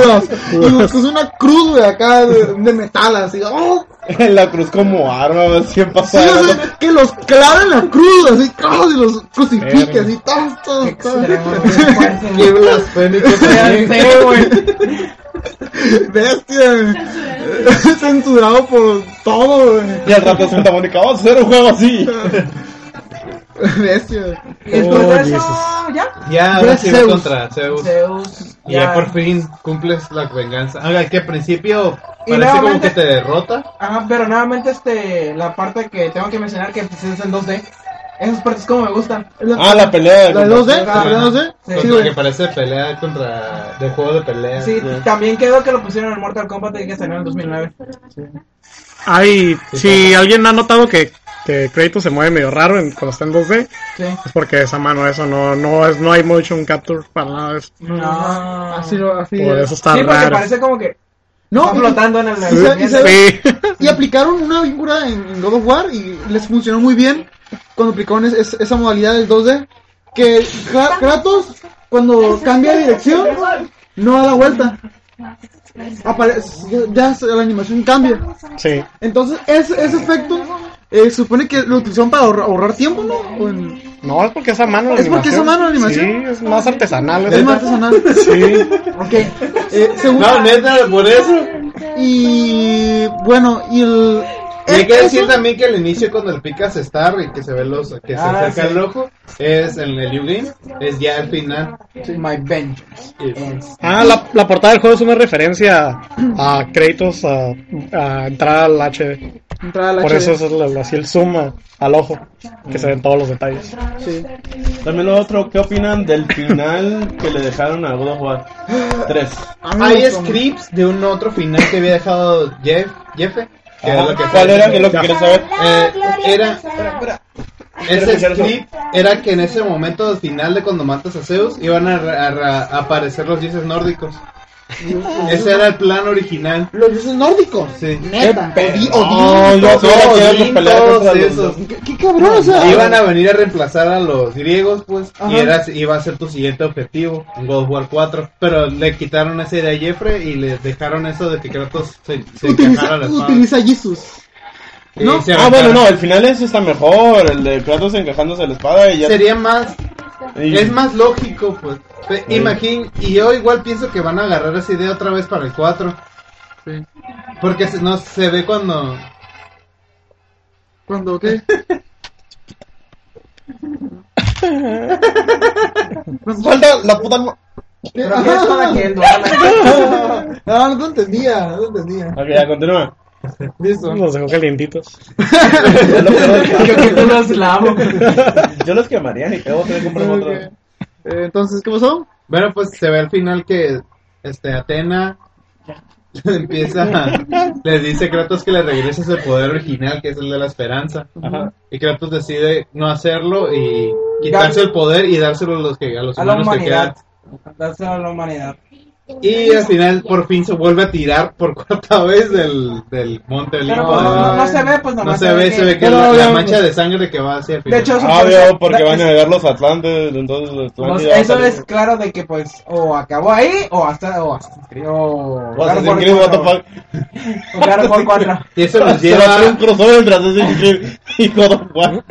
[SPEAKER 3] Y pues, es una cruz, güey, acá de, de metal, así. ¡Oh!
[SPEAKER 4] En la cruz como arma, güey, siempre
[SPEAKER 3] Sí,
[SPEAKER 4] pasa.
[SPEAKER 3] o sea, que los claven la cruz, así, ¡oh! y los crucifique,
[SPEAKER 5] Verga.
[SPEAKER 3] así, ¡tas, tas,
[SPEAKER 8] Extremo,
[SPEAKER 3] tas!
[SPEAKER 8] fuerte.
[SPEAKER 3] ¡Qué blasfémico!
[SPEAKER 8] Ya sé, güey.
[SPEAKER 3] Bestia, censurado por todo, güey.
[SPEAKER 4] Y al rato es Santa Mónica, vamos a hacer un juego así.
[SPEAKER 3] Bestia.
[SPEAKER 8] Y después
[SPEAKER 2] Oh,
[SPEAKER 8] de eso,
[SPEAKER 2] Jesus.
[SPEAKER 8] ya.
[SPEAKER 5] Ya, ahora
[SPEAKER 3] Pues
[SPEAKER 5] sí va
[SPEAKER 3] Zeus.
[SPEAKER 5] contra Zeus.
[SPEAKER 8] Zeus.
[SPEAKER 5] Y ya por fin cumples la venganza. Ahora que al principio
[SPEAKER 8] Y
[SPEAKER 5] parece como
[SPEAKER 8] nuevamente-
[SPEAKER 5] que te derrota.
[SPEAKER 8] Ajá, pero nuevamente este, la parte que tengo que mencionar que pues, es en 2D. Esas partes como me gustan.
[SPEAKER 4] Ah, la pelea. del-
[SPEAKER 3] ¿La de 2D?
[SPEAKER 8] Ajá.
[SPEAKER 3] ¿La de 2D?
[SPEAKER 8] Sí.
[SPEAKER 3] Sí,
[SPEAKER 5] Contra
[SPEAKER 3] güey.
[SPEAKER 5] que parece pelea contra. de juego de pelea.
[SPEAKER 8] Sí, también quedó que lo pusieron en Mortal Kombat y que salió en el 2009.
[SPEAKER 2] Hay, si alguien ha notado que, que Kratos se mueve medio raro en, cuando está en 2D,
[SPEAKER 8] Sí.
[SPEAKER 2] es porque esa mano, eso no, no, es, no hay motion capture para nada. de eso.
[SPEAKER 8] No.
[SPEAKER 3] Así lo, así.
[SPEAKER 2] por
[SPEAKER 3] es.
[SPEAKER 2] eso está
[SPEAKER 8] sí, porque
[SPEAKER 2] raro.
[SPEAKER 8] parece como que
[SPEAKER 3] No,
[SPEAKER 8] está flotando en el
[SPEAKER 3] y sa- y
[SPEAKER 8] ambiente.
[SPEAKER 3] sa-
[SPEAKER 2] Sí.
[SPEAKER 3] Y aplicaron una figura en en God of War y les funcionó muy bien cuando aplicaron es- es- esa modalidad del 2D. Que Kra- Kratos, cuando cambia de dirección, no da la vuelta. Apare- ya ya la animación cambia.
[SPEAKER 2] sí.
[SPEAKER 3] Entonces, ese, ese efecto eh, supone que lo utilizaron para ahorrar, ahorrar tiempo, ¿no? O en-
[SPEAKER 2] No, es porque esa mano de
[SPEAKER 3] ¿Es porque esa mano de animación?
[SPEAKER 2] Sí, es más artesanal.
[SPEAKER 3] es más artesanal.
[SPEAKER 2] Sí.
[SPEAKER 3] ok. Eh, según-
[SPEAKER 5] No, neta, por eso.
[SPEAKER 3] y bueno, y el.
[SPEAKER 5] Y hay que
[SPEAKER 3] eso-
[SPEAKER 5] decir también que al inicio cuando le picas Star y que se ve los, que se
[SPEAKER 8] Ah,
[SPEAKER 5] acerca
[SPEAKER 8] sí.
[SPEAKER 5] el ojo, es en el New Game, es ya el final.
[SPEAKER 8] My vengeance.
[SPEAKER 5] Es-
[SPEAKER 2] Ah, la, la portada del juego es una referencia a Kratos a, a entrar al HD.
[SPEAKER 3] entrar a la
[SPEAKER 2] Por
[SPEAKER 3] HD.
[SPEAKER 2] eso es el- el- así el zoom a- al ojo, que se ven todos los detalles.
[SPEAKER 3] Sí.
[SPEAKER 4] También lo otro, ¿qué opinan del final que le dejaron a God of War 3?
[SPEAKER 3] A mí me
[SPEAKER 5] Hay
[SPEAKER 3] gustó mucho.
[SPEAKER 5] scripts de un otro final que había dejado Jeff, Jefe, que era lo que
[SPEAKER 4] Ah, ¿Cuál era? Es lo que
[SPEAKER 2] Ya.
[SPEAKER 4] quería saber.
[SPEAKER 5] Eh, era-
[SPEAKER 6] espera, espera.
[SPEAKER 5] Ese
[SPEAKER 4] Quiero escuchar eso.
[SPEAKER 5] script era que en ese momento al final de cuando matas a Zeus iban a, ra- a ra- a aparecer los dioses nórdicos. Ese era el plan original.
[SPEAKER 3] Los dioses nórdicos.
[SPEAKER 5] Sí.
[SPEAKER 3] Neta. Odi-
[SPEAKER 4] No,
[SPEAKER 3] Odín,
[SPEAKER 4] yo
[SPEAKER 3] todo.
[SPEAKER 4] creo que eran los
[SPEAKER 5] Odín,
[SPEAKER 4] pelear
[SPEAKER 5] todos
[SPEAKER 4] contra los
[SPEAKER 5] esos.
[SPEAKER 4] dos.
[SPEAKER 3] ¿Qué, qué cabrón, o sea.
[SPEAKER 5] Iban a venir a reemplazar a los griegos, pues, y
[SPEAKER 3] Ajá.
[SPEAKER 5] era, iba a ser tu siguiente objetivo, God of War 4. Pero le quitaron esa idea a Jeffrey y le dejaron eso de que Kratos se, se encajara
[SPEAKER 3] utiliza,
[SPEAKER 5] a la espada.
[SPEAKER 3] utiliza Jesus.
[SPEAKER 5] Y
[SPEAKER 3] ¿no?
[SPEAKER 5] se
[SPEAKER 4] Ah, bueno,
[SPEAKER 5] aventaron.
[SPEAKER 4] no, el final ese está mejor, el de Kratos encajándose a la espada y ya...
[SPEAKER 5] Sería más
[SPEAKER 4] y-
[SPEAKER 5] Es más lógico, pues. Pe-
[SPEAKER 4] Sí.
[SPEAKER 5] Imagín, y yo igual pienso que van a agarrar esa idea otra vez para el 4. Porque se- no se ve cuando.
[SPEAKER 3] ¿Cuándo qué?
[SPEAKER 4] Falta la puta... mo-
[SPEAKER 8] Pero que es para que duela.
[SPEAKER 3] No, Ah, no te entendía, no te entendía.
[SPEAKER 4] Ok, ya, continúa.
[SPEAKER 3] Listo.
[SPEAKER 2] Los dejó calientitos.
[SPEAKER 4] Yo los quiero-
[SPEAKER 8] Yo que tú lo eslavo.
[SPEAKER 4] Yo los quemaría y luego te voy a comprar
[SPEAKER 3] Ok.
[SPEAKER 4] otro.
[SPEAKER 3] Eh, Entonces, ¿qué pasó?
[SPEAKER 5] Bueno, pues se ve al final que este Atena empieza a- le dice a Kratos que le regreses el poder original, que es el de la esperanza.
[SPEAKER 4] Ajá.
[SPEAKER 5] Y Kratos decide no hacerlo y quitarse el poder y dárselo a los que a los
[SPEAKER 8] A la
[SPEAKER 5] humanos que quedan.
[SPEAKER 8] humanidad. Dárselo a la humanidad.
[SPEAKER 5] Y al final por fin se vuelve a tirar por cuarta vez del, del monte del
[SPEAKER 8] Pero
[SPEAKER 5] hijo
[SPEAKER 8] pues,
[SPEAKER 5] de-
[SPEAKER 8] no, no se ve, pues
[SPEAKER 5] No
[SPEAKER 8] nomás
[SPEAKER 5] se ve, se ve que
[SPEAKER 3] Pero,
[SPEAKER 5] la, la
[SPEAKER 3] obviamente.
[SPEAKER 5] mancha de sangre que va hacia el final.
[SPEAKER 8] De hecho, eso
[SPEAKER 4] Ah,
[SPEAKER 8] por
[SPEAKER 4] veo,
[SPEAKER 8] eso-
[SPEAKER 4] porque
[SPEAKER 8] da-
[SPEAKER 4] van a
[SPEAKER 8] es-
[SPEAKER 4] llegar los Atlantes, entonces los
[SPEAKER 8] pues,
[SPEAKER 4] Atlantes ya
[SPEAKER 8] eso
[SPEAKER 4] van a
[SPEAKER 8] es claro de que pues o acabó ahí o hasta o hasta o
[SPEAKER 4] O Assassin's
[SPEAKER 8] God
[SPEAKER 4] Creed,
[SPEAKER 8] of
[SPEAKER 4] what the
[SPEAKER 8] War
[SPEAKER 4] fuck.
[SPEAKER 8] cuatro, o God of War cuatro.
[SPEAKER 5] y eso nos
[SPEAKER 4] Se va a hacer un
[SPEAKER 5] lleva
[SPEAKER 4] crossover entre Assassin's Creed y God of War.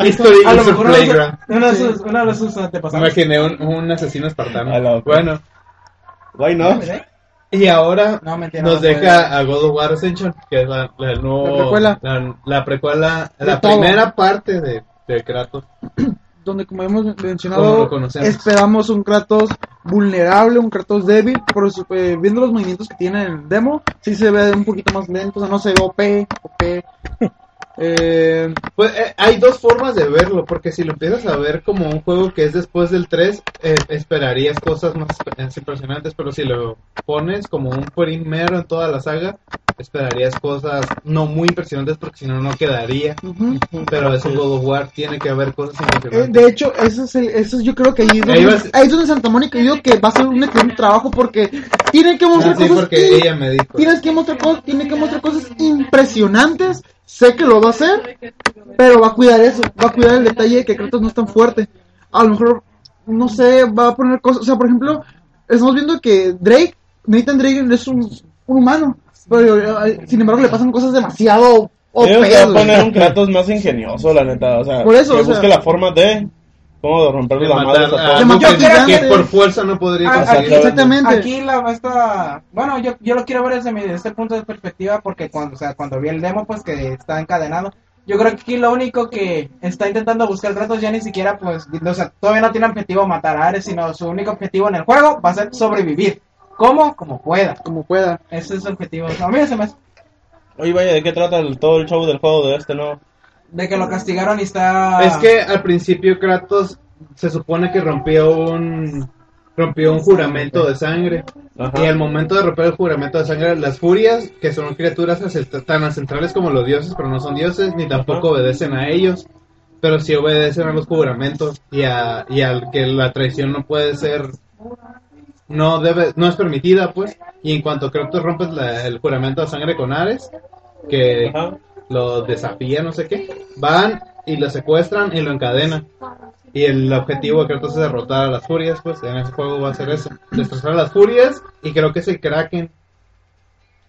[SPEAKER 5] a History
[SPEAKER 8] A lo
[SPEAKER 5] is a
[SPEAKER 8] mejor uno de
[SPEAKER 5] Playground.
[SPEAKER 8] sus- uno de sus uno de sus antepasados.
[SPEAKER 5] Imaginé un, un asesino
[SPEAKER 4] A la
[SPEAKER 5] espartano.
[SPEAKER 4] otra.
[SPEAKER 5] Bueno,
[SPEAKER 4] Why not?
[SPEAKER 8] ¿Eh?
[SPEAKER 5] y ahora
[SPEAKER 8] No, mentira,
[SPEAKER 5] nos
[SPEAKER 8] no,
[SPEAKER 5] deja a God of War Ascension, que es la, la, nuevo-
[SPEAKER 3] La precuela.
[SPEAKER 5] La, la precuela,
[SPEAKER 3] De
[SPEAKER 5] la
[SPEAKER 3] todo.
[SPEAKER 5] primera parte de, de Kratos.
[SPEAKER 3] Donde, como hemos
[SPEAKER 5] Como
[SPEAKER 3] mencionado,
[SPEAKER 5] lo conocemos.
[SPEAKER 3] esperamos un Kratos vulnerable, un Kratos débil. Pero su- eh, viendo los movimientos que tiene en el demo, sí se ve un poquito más lento. O sea, no se ve OP, OP.
[SPEAKER 5] Eh, pues eh, hay dos formas de verlo, porque si lo empiezas a ver como un juego que es después del 3, eh, esperarías cosas más espe- impresionantes, pero si lo pones como un primero en toda la saga, esperarías cosas no muy impresionantes, porque si no, no quedaría.
[SPEAKER 3] Ujú.
[SPEAKER 5] Pero es un God of War, tiene que haber cosas
[SPEAKER 3] pues. Eh,
[SPEAKER 5] impresionantes.
[SPEAKER 3] de hecho, eso es el- eso yo creo que ahí es,
[SPEAKER 5] Ahí
[SPEAKER 3] donde,
[SPEAKER 5] vas-
[SPEAKER 3] ahí es donde Santa Mónica digo que va a ser un excelente trabajo porque tiene que
[SPEAKER 5] Ah,
[SPEAKER 3] mostrar
[SPEAKER 5] sí,
[SPEAKER 3] cosas
[SPEAKER 5] porque
[SPEAKER 3] in-
[SPEAKER 5] ella me dijo.
[SPEAKER 3] tienes que mostrar cosas, tiene que mostrar cosas impresionantes. Sé que lo va a hacer, pero va a cuidar eso, va a cuidar el detalle de que Kratos no es tan fuerte. A lo mejor no sé, va a poner cosas, o sea, por ejemplo, estamos viendo que Drake, Nathan Drake es un, un humano, pero eh, sin embargo le pasan cosas demasiado
[SPEAKER 4] Yo
[SPEAKER 3] OP,
[SPEAKER 4] voy a
[SPEAKER 3] güey.
[SPEAKER 4] poner un Kratos más ingenioso, la neta. O sea,
[SPEAKER 3] Por eso,
[SPEAKER 4] que
[SPEAKER 3] o sea-
[SPEAKER 4] busque la forma de. ¿Cómo de romperle
[SPEAKER 5] de
[SPEAKER 4] la madre a
[SPEAKER 5] matar ah. a
[SPEAKER 4] todos.
[SPEAKER 3] De
[SPEAKER 5] algo
[SPEAKER 3] matar
[SPEAKER 5] que-
[SPEAKER 3] gigantes.
[SPEAKER 5] que por fuerza no podría
[SPEAKER 8] Ah,
[SPEAKER 5] conseguir.
[SPEAKER 4] aquí-
[SPEAKER 3] Exactamente.
[SPEAKER 8] Aquí la esta, bueno, yo, yo lo quiero ver desde, mi- desde este punto de perspectiva porque cuando, o sea, cuando vi el demo, pues que está encadenado. Yo creo que aquí lo único que está intentando buscar Kratos ya ni siquiera, pues, o sea, todavía no tiene objetivo matar a Ares, sino su único objetivo en el juego va a ser sobrevivir. ¿Cómo? Como pueda.
[SPEAKER 3] como pueda.
[SPEAKER 8] Ese es su objetivo. A mí se me hace-
[SPEAKER 4] Oye, vaya, ¿de qué trata el- todo el show del juego de este, no?
[SPEAKER 8] de que lo castigaron y está...
[SPEAKER 5] Es que al principio Kratos se supone que rompió un rompió un juramento de sangre y al momento de romper el juramento de sangre las furias que son criaturas ancest- tan ancestrales como los dioses pero no son dioses ni tampoco obedecen a ellos pero sí obedecen a los juramentos y a y al que la traición no puede ser no debe no es permitida pues y en cuanto Kratos rompe la- el juramento de sangre con Ares que
[SPEAKER 4] Ajá.
[SPEAKER 5] lo desafía, no sé qué, van y lo secuestran y lo encadenan. Y el objetivo de Kratos es derrotar a las furias, pues en ese juego va a ser eso. Destrozar a las furias y creo que es el Kraken,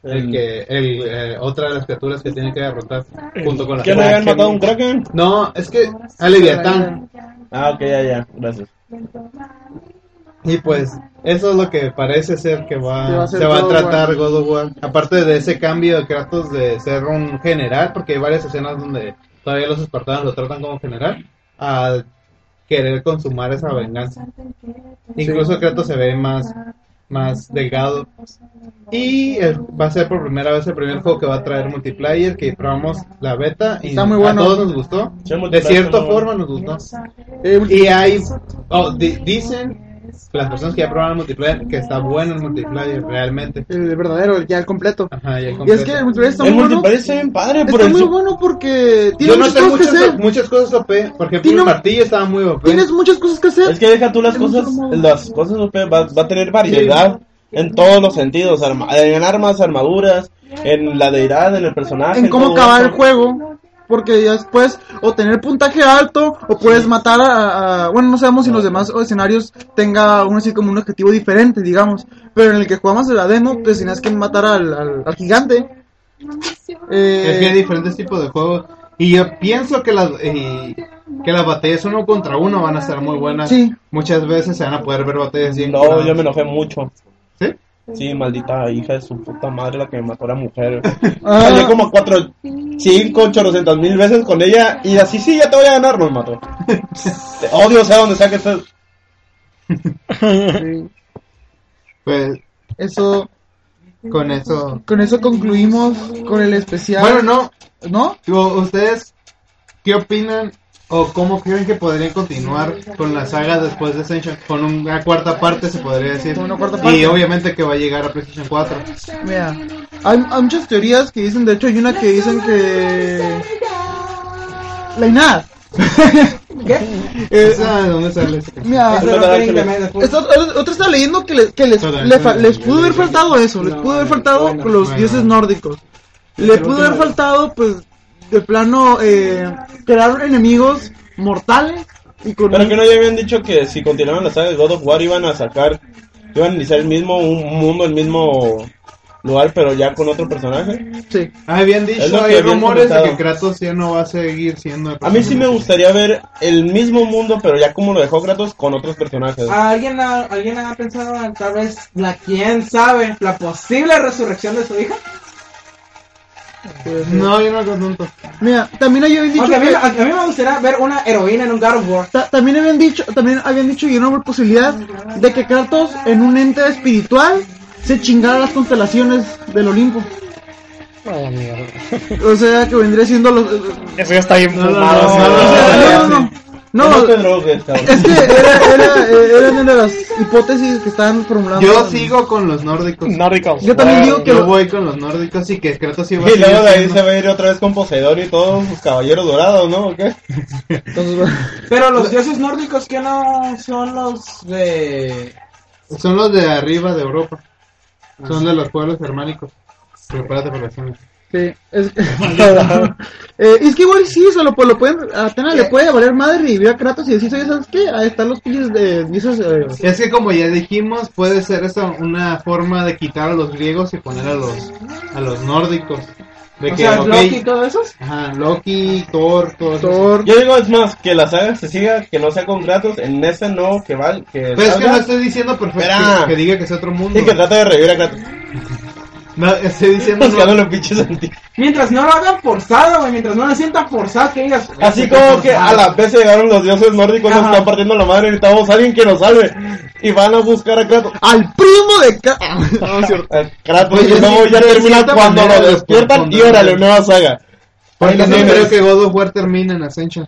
[SPEAKER 5] el que, el, eh, otra de las criaturas que tiene que derrotar junto con las
[SPEAKER 4] ¿Que no habían
[SPEAKER 5] furias.
[SPEAKER 4] matado a un Kraken?
[SPEAKER 5] No, es que a Leviatán.
[SPEAKER 4] Ah, ok, ya, ya, gracias.
[SPEAKER 5] Y pues eso es lo que parece ser
[SPEAKER 3] Que
[SPEAKER 5] que
[SPEAKER 3] va
[SPEAKER 5] va,
[SPEAKER 3] a ser
[SPEAKER 5] se va a
[SPEAKER 3] God of War.
[SPEAKER 5] tratar God of War. Aparte de ese cambio de Kratos de ser un general, porque hay varias escenas donde todavía los espartanos lo tratan como general, a querer consumar esa venganza. Incluso Kratos se ve más, más delgado. Y el- va a ser por primera vez el primer juego que va a traer multiplayer, que probamos la beta y
[SPEAKER 3] Está muy bueno.
[SPEAKER 5] a todos nos gustó.
[SPEAKER 4] Sí, el
[SPEAKER 5] De
[SPEAKER 4] multiplayer
[SPEAKER 5] cierta
[SPEAKER 4] está muy
[SPEAKER 5] forma nos gustó.
[SPEAKER 3] Eh,
[SPEAKER 5] Y hay, oh, di- dicen las personas que ya probaron el multiplayer que está bueno el multiplayer realmente.
[SPEAKER 3] el verdadero, el ya el completo.
[SPEAKER 5] Ajá, ya
[SPEAKER 3] Y es
[SPEAKER 5] Ah, completo.
[SPEAKER 3] que el multiplayer está
[SPEAKER 4] El
[SPEAKER 3] muy bueno.
[SPEAKER 4] multiplayer está bien padre, por
[SPEAKER 3] Está
[SPEAKER 4] el
[SPEAKER 3] muy
[SPEAKER 4] su-
[SPEAKER 3] bueno porque
[SPEAKER 5] yo
[SPEAKER 3] tienes
[SPEAKER 5] no
[SPEAKER 3] muchas
[SPEAKER 5] tengo
[SPEAKER 3] cosas que
[SPEAKER 5] muchas,
[SPEAKER 3] hacer.
[SPEAKER 5] muchas cosas OP. Por ejemplo,
[SPEAKER 3] Tiene-
[SPEAKER 5] el martillo estaba muy OP.
[SPEAKER 3] Tienes muchas cosas que hacer.
[SPEAKER 4] Es que deja tú las cosas, las cosas OP, va, va a tener variedad en todos los sentidos, arma- en armas, armaduras, en la deidad, en el personaje.
[SPEAKER 3] en cómo
[SPEAKER 4] todo
[SPEAKER 3] acabar
[SPEAKER 4] eso.
[SPEAKER 3] el juego. Porque ya después o tener puntaje alto o puedes matar a, a- Bueno, no sabemos si en los demás escenarios tenga uno así como un objetivo diferente, digamos. Pero en el que jugamos la demo, pues tenías que matar al, al, al gigante. Eh,
[SPEAKER 5] Es que hay diferentes tipos de juegos. Y yo pienso que las eh, que las batallas uno contra uno van a ser muy buenas.
[SPEAKER 3] Sí.
[SPEAKER 5] Muchas veces se van a poder ver batallas bien
[SPEAKER 4] No,
[SPEAKER 5] curadas.
[SPEAKER 4] yo me enojé mucho.
[SPEAKER 5] ¿Sí?
[SPEAKER 4] Sí, maldita hija de su puta madre, la que me mató la mujer.
[SPEAKER 3] Ah.
[SPEAKER 4] Fallé como cuatro, cinco, ochocientos mil veces con ella y así sí, ya te voy a ganar, nos mató. Te odio, sea donde sea que estés.
[SPEAKER 5] Pues
[SPEAKER 3] Eso,
[SPEAKER 5] con eso.
[SPEAKER 3] con eso concluimos con el especial.
[SPEAKER 5] Bueno, no,
[SPEAKER 3] ¿No?
[SPEAKER 5] Digo, ¿Ustedes qué opinan o cómo creen que podrían continuar con la saga después de Ascension? Con una cuarta parte, se podría decir.
[SPEAKER 3] Con una cuarta parte.
[SPEAKER 5] Y obviamente que va a llegar a PlayStation 4.
[SPEAKER 3] Mira, hay, hay muchas teorías que dicen, de hecho hay una que dicen que... La INAD. Eh,
[SPEAKER 5] ¿Esa de dónde sale este esa canción?
[SPEAKER 3] mira,
[SPEAKER 8] Eso no tiene incremento, pues.
[SPEAKER 3] Esta- otra está leyendo que les, que les, le fa- les pudo haber faltado eso, les
[SPEAKER 8] No,
[SPEAKER 3] pudo haber
[SPEAKER 8] bueno,
[SPEAKER 3] faltado
[SPEAKER 8] bueno,
[SPEAKER 3] los
[SPEAKER 5] bueno.
[SPEAKER 3] dioses nórdicos. Le pudo haber faltado, pues, de plano, eh, crear enemigos mortales y con...
[SPEAKER 4] Pero que no ya habían dicho que si continuaban la saga de God of War iban a sacar, iban a iniciar el mismo un mundo, el mismo lugar, pero ya con otro personaje.
[SPEAKER 3] Sí.
[SPEAKER 5] Ah, habían
[SPEAKER 4] Es lo
[SPEAKER 5] dicho,
[SPEAKER 4] que
[SPEAKER 5] hay
[SPEAKER 4] habían
[SPEAKER 5] rumores de que
[SPEAKER 4] comentado.
[SPEAKER 5] Kratos ya no va a seguir siendo. el
[SPEAKER 4] A mí sí me gustaría ver el mismo mundo, pero ya como lo dejó Kratos con otros personajes.
[SPEAKER 8] ¿Alguien, ha- ¿Alguien ha pensado en tal vez la quién sabe la posible resurrección de su hija?
[SPEAKER 5] No, yo no lo conjunto.
[SPEAKER 3] Mira, también habían dicho
[SPEAKER 8] Porque a mí,
[SPEAKER 3] que-
[SPEAKER 8] a- a mí me gustaría ver una heroína en un God of War.
[SPEAKER 3] Ta- también habían dicho, también habían dicho y era una posibilidad de que Kratos en un ente espiritual se chingara las constelaciones del Olimpo.
[SPEAKER 2] A Ah, la mierda.
[SPEAKER 3] O sea, que vendría siendo los...
[SPEAKER 2] Eso ya está bien fumado.
[SPEAKER 3] O
[SPEAKER 2] sí.
[SPEAKER 5] ¿Eh?
[SPEAKER 3] sea, no, no, no.
[SPEAKER 4] No,
[SPEAKER 3] No,
[SPEAKER 4] te drogues, cabrón.
[SPEAKER 3] es que era, era, eh, era una de las hipótesis que estaban formulando.
[SPEAKER 5] Yo sigo con los nórdicos.
[SPEAKER 2] Nórdicos.
[SPEAKER 3] Yo también digo que-
[SPEAKER 5] Yo voy con los nórdicos y que Kratos iba a
[SPEAKER 4] Y
[SPEAKER 5] ser
[SPEAKER 4] luego de ahí
[SPEAKER 5] un-
[SPEAKER 4] se va a ir otra vez con Poseidón y todos sus caballeros dorados, ¿no? ¿O qué?
[SPEAKER 3] Entonces,
[SPEAKER 8] Pero los dioses nórdicos que no son los de...
[SPEAKER 5] Son los de arriba de Europa. Son
[SPEAKER 3] Ah.
[SPEAKER 5] de los pueblos germánicos. Prepárate para la zona.
[SPEAKER 3] Sí, es, Eh, es que igual sí, eso lo, pues, lo pueden, a Atena le puede valer madre y vio a Kratos y decir, oye, ¿sabes qué? Ahí están los pillos de dioses, eh,
[SPEAKER 5] Es que como ya dijimos, puede ser esa una forma de quitar a los griegos y poner a los a los nórdicos. De
[SPEAKER 8] O
[SPEAKER 5] que,
[SPEAKER 8] sea,
[SPEAKER 5] ok,
[SPEAKER 8] Loki y todo eso.
[SPEAKER 5] ajá, Loki, Thor, todo eso.
[SPEAKER 3] Thor.
[SPEAKER 4] Yo digo, es más, que la saga se siga, que no sea con Kratos, en ese no, que va, que
[SPEAKER 5] Pero es que no
[SPEAKER 4] salga,
[SPEAKER 5] estoy diciendo perfecto
[SPEAKER 4] Espera.
[SPEAKER 5] que, que diga que es otro mundo.
[SPEAKER 4] y que trate de revivir a Kratos.
[SPEAKER 5] No, estoy diciendo no.
[SPEAKER 4] Buscándole pinches sentido.
[SPEAKER 8] Mientras no lo hagan forzado, güey. Mientras no lo sientan forzado, que digas... "Pues
[SPEAKER 4] Así como que a la vez llegaron los dioses nórdicos, nos
[SPEAKER 8] Ajá.
[SPEAKER 4] están partiendo la madre, necesitamos a alguien que nos salve. Y van a buscar a Kratos.
[SPEAKER 3] al primo de Kratos. No, es cierto.
[SPEAKER 4] A Kratos,
[SPEAKER 5] Oye,
[SPEAKER 4] y luego
[SPEAKER 5] sí,
[SPEAKER 4] ya
[SPEAKER 5] de
[SPEAKER 4] termina
[SPEAKER 5] cierta
[SPEAKER 4] cuando
[SPEAKER 5] manera
[SPEAKER 4] lo
[SPEAKER 5] lo
[SPEAKER 4] despiertan y
[SPEAKER 5] corresponde.
[SPEAKER 4] órale, nueva saga.
[SPEAKER 5] Porque
[SPEAKER 4] Ahí
[SPEAKER 5] no
[SPEAKER 4] lo
[SPEAKER 5] creo
[SPEAKER 4] tienes.
[SPEAKER 5] que God of War termine en Ascension.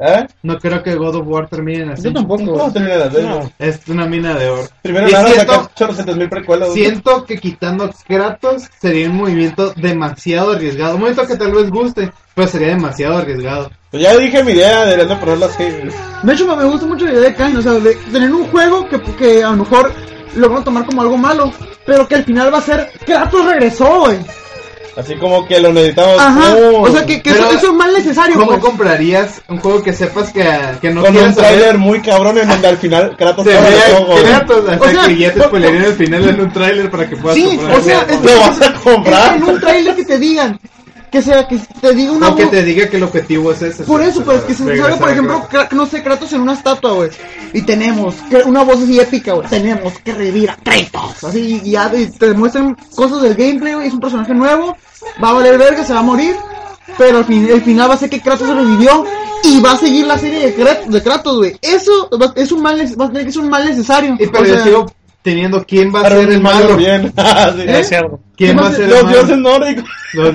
[SPEAKER 4] ¿Eh?
[SPEAKER 5] No creo que God of War termine en
[SPEAKER 3] Yo
[SPEAKER 5] Ascension.
[SPEAKER 4] No,
[SPEAKER 3] tampoco.
[SPEAKER 4] termina la serie.
[SPEAKER 2] No.
[SPEAKER 5] Es una mina de oro.
[SPEAKER 4] Primero
[SPEAKER 5] Y
[SPEAKER 4] me van a
[SPEAKER 5] siento-
[SPEAKER 4] sacar 800 mil precuelas.
[SPEAKER 5] Siento que quitando a Kratos sería un movimiento demasiado arriesgado. Un movimiento que tal vez guste, pero sería demasiado arriesgado.
[SPEAKER 4] Pues ya dije mi idea, deberían de ponerla así.
[SPEAKER 3] De hecho, me- me gusta mucho la idea de Cain, o sea, de tener un juego que, que a lo mejor lo van a tomar como algo malo, pero que al final va a ser, Kratos regresó, güey.
[SPEAKER 4] Así como que lo necesitamos.
[SPEAKER 3] Ajá,
[SPEAKER 4] Oh,
[SPEAKER 3] o sea, que, que eso,
[SPEAKER 5] Pero-
[SPEAKER 3] eso es mal necesario,
[SPEAKER 5] ¿Cómo
[SPEAKER 3] güey.
[SPEAKER 5] comprarías un juego que sepas que, que no
[SPEAKER 4] Con un
[SPEAKER 5] quieras
[SPEAKER 4] trailer muy cabrón en donde al final Kratos
[SPEAKER 5] Se
[SPEAKER 4] abre los
[SPEAKER 5] vea
[SPEAKER 4] ojos.
[SPEAKER 5] Kratos, hasta
[SPEAKER 3] O sea,
[SPEAKER 5] que ya te
[SPEAKER 3] o-
[SPEAKER 5] spoilerían el final en un tráiler para que puedas
[SPEAKER 3] Sí,
[SPEAKER 5] comprar.
[SPEAKER 3] o sea, es-
[SPEAKER 4] Lo vas a
[SPEAKER 3] Es que
[SPEAKER 4] comprar.
[SPEAKER 3] en un trailer que te digan, que sea, que te diga una
[SPEAKER 5] No que
[SPEAKER 3] voz-
[SPEAKER 5] te diga que el objetivo es ese.
[SPEAKER 3] Por eso, pues, que se
[SPEAKER 5] Regresar
[SPEAKER 3] salga, por
[SPEAKER 5] a
[SPEAKER 3] ejemplo,
[SPEAKER 5] Kratos.
[SPEAKER 3] Kra- no sé, Kratos en una estatua, güey. Y tenemos que- una voz así épica, güey. Tenemos que revivir a Kratos. Así, y ya y te muestran cosas del gameplay, güey. Es un personaje nuevo. Va a valer verga, se va a morir. Pero al fin- el final va a ser que Kratos revivió. Y va a seguir la serie de, Krat- de Kratos, güey. Eso va- es un mal, nece- va a tener que ser un mal necesario.
[SPEAKER 5] Y pero
[SPEAKER 3] O
[SPEAKER 5] yo
[SPEAKER 3] sea,
[SPEAKER 5] sigo teniendo quién va a
[SPEAKER 4] Pero
[SPEAKER 5] ser el
[SPEAKER 4] un malo
[SPEAKER 5] malo.
[SPEAKER 4] bien. Ah,
[SPEAKER 2] No es
[SPEAKER 4] Sí.
[SPEAKER 2] cierto.
[SPEAKER 5] ¿Quién va a ser el
[SPEAKER 4] Los dioses
[SPEAKER 5] malo?
[SPEAKER 4] nórdicos.
[SPEAKER 5] Los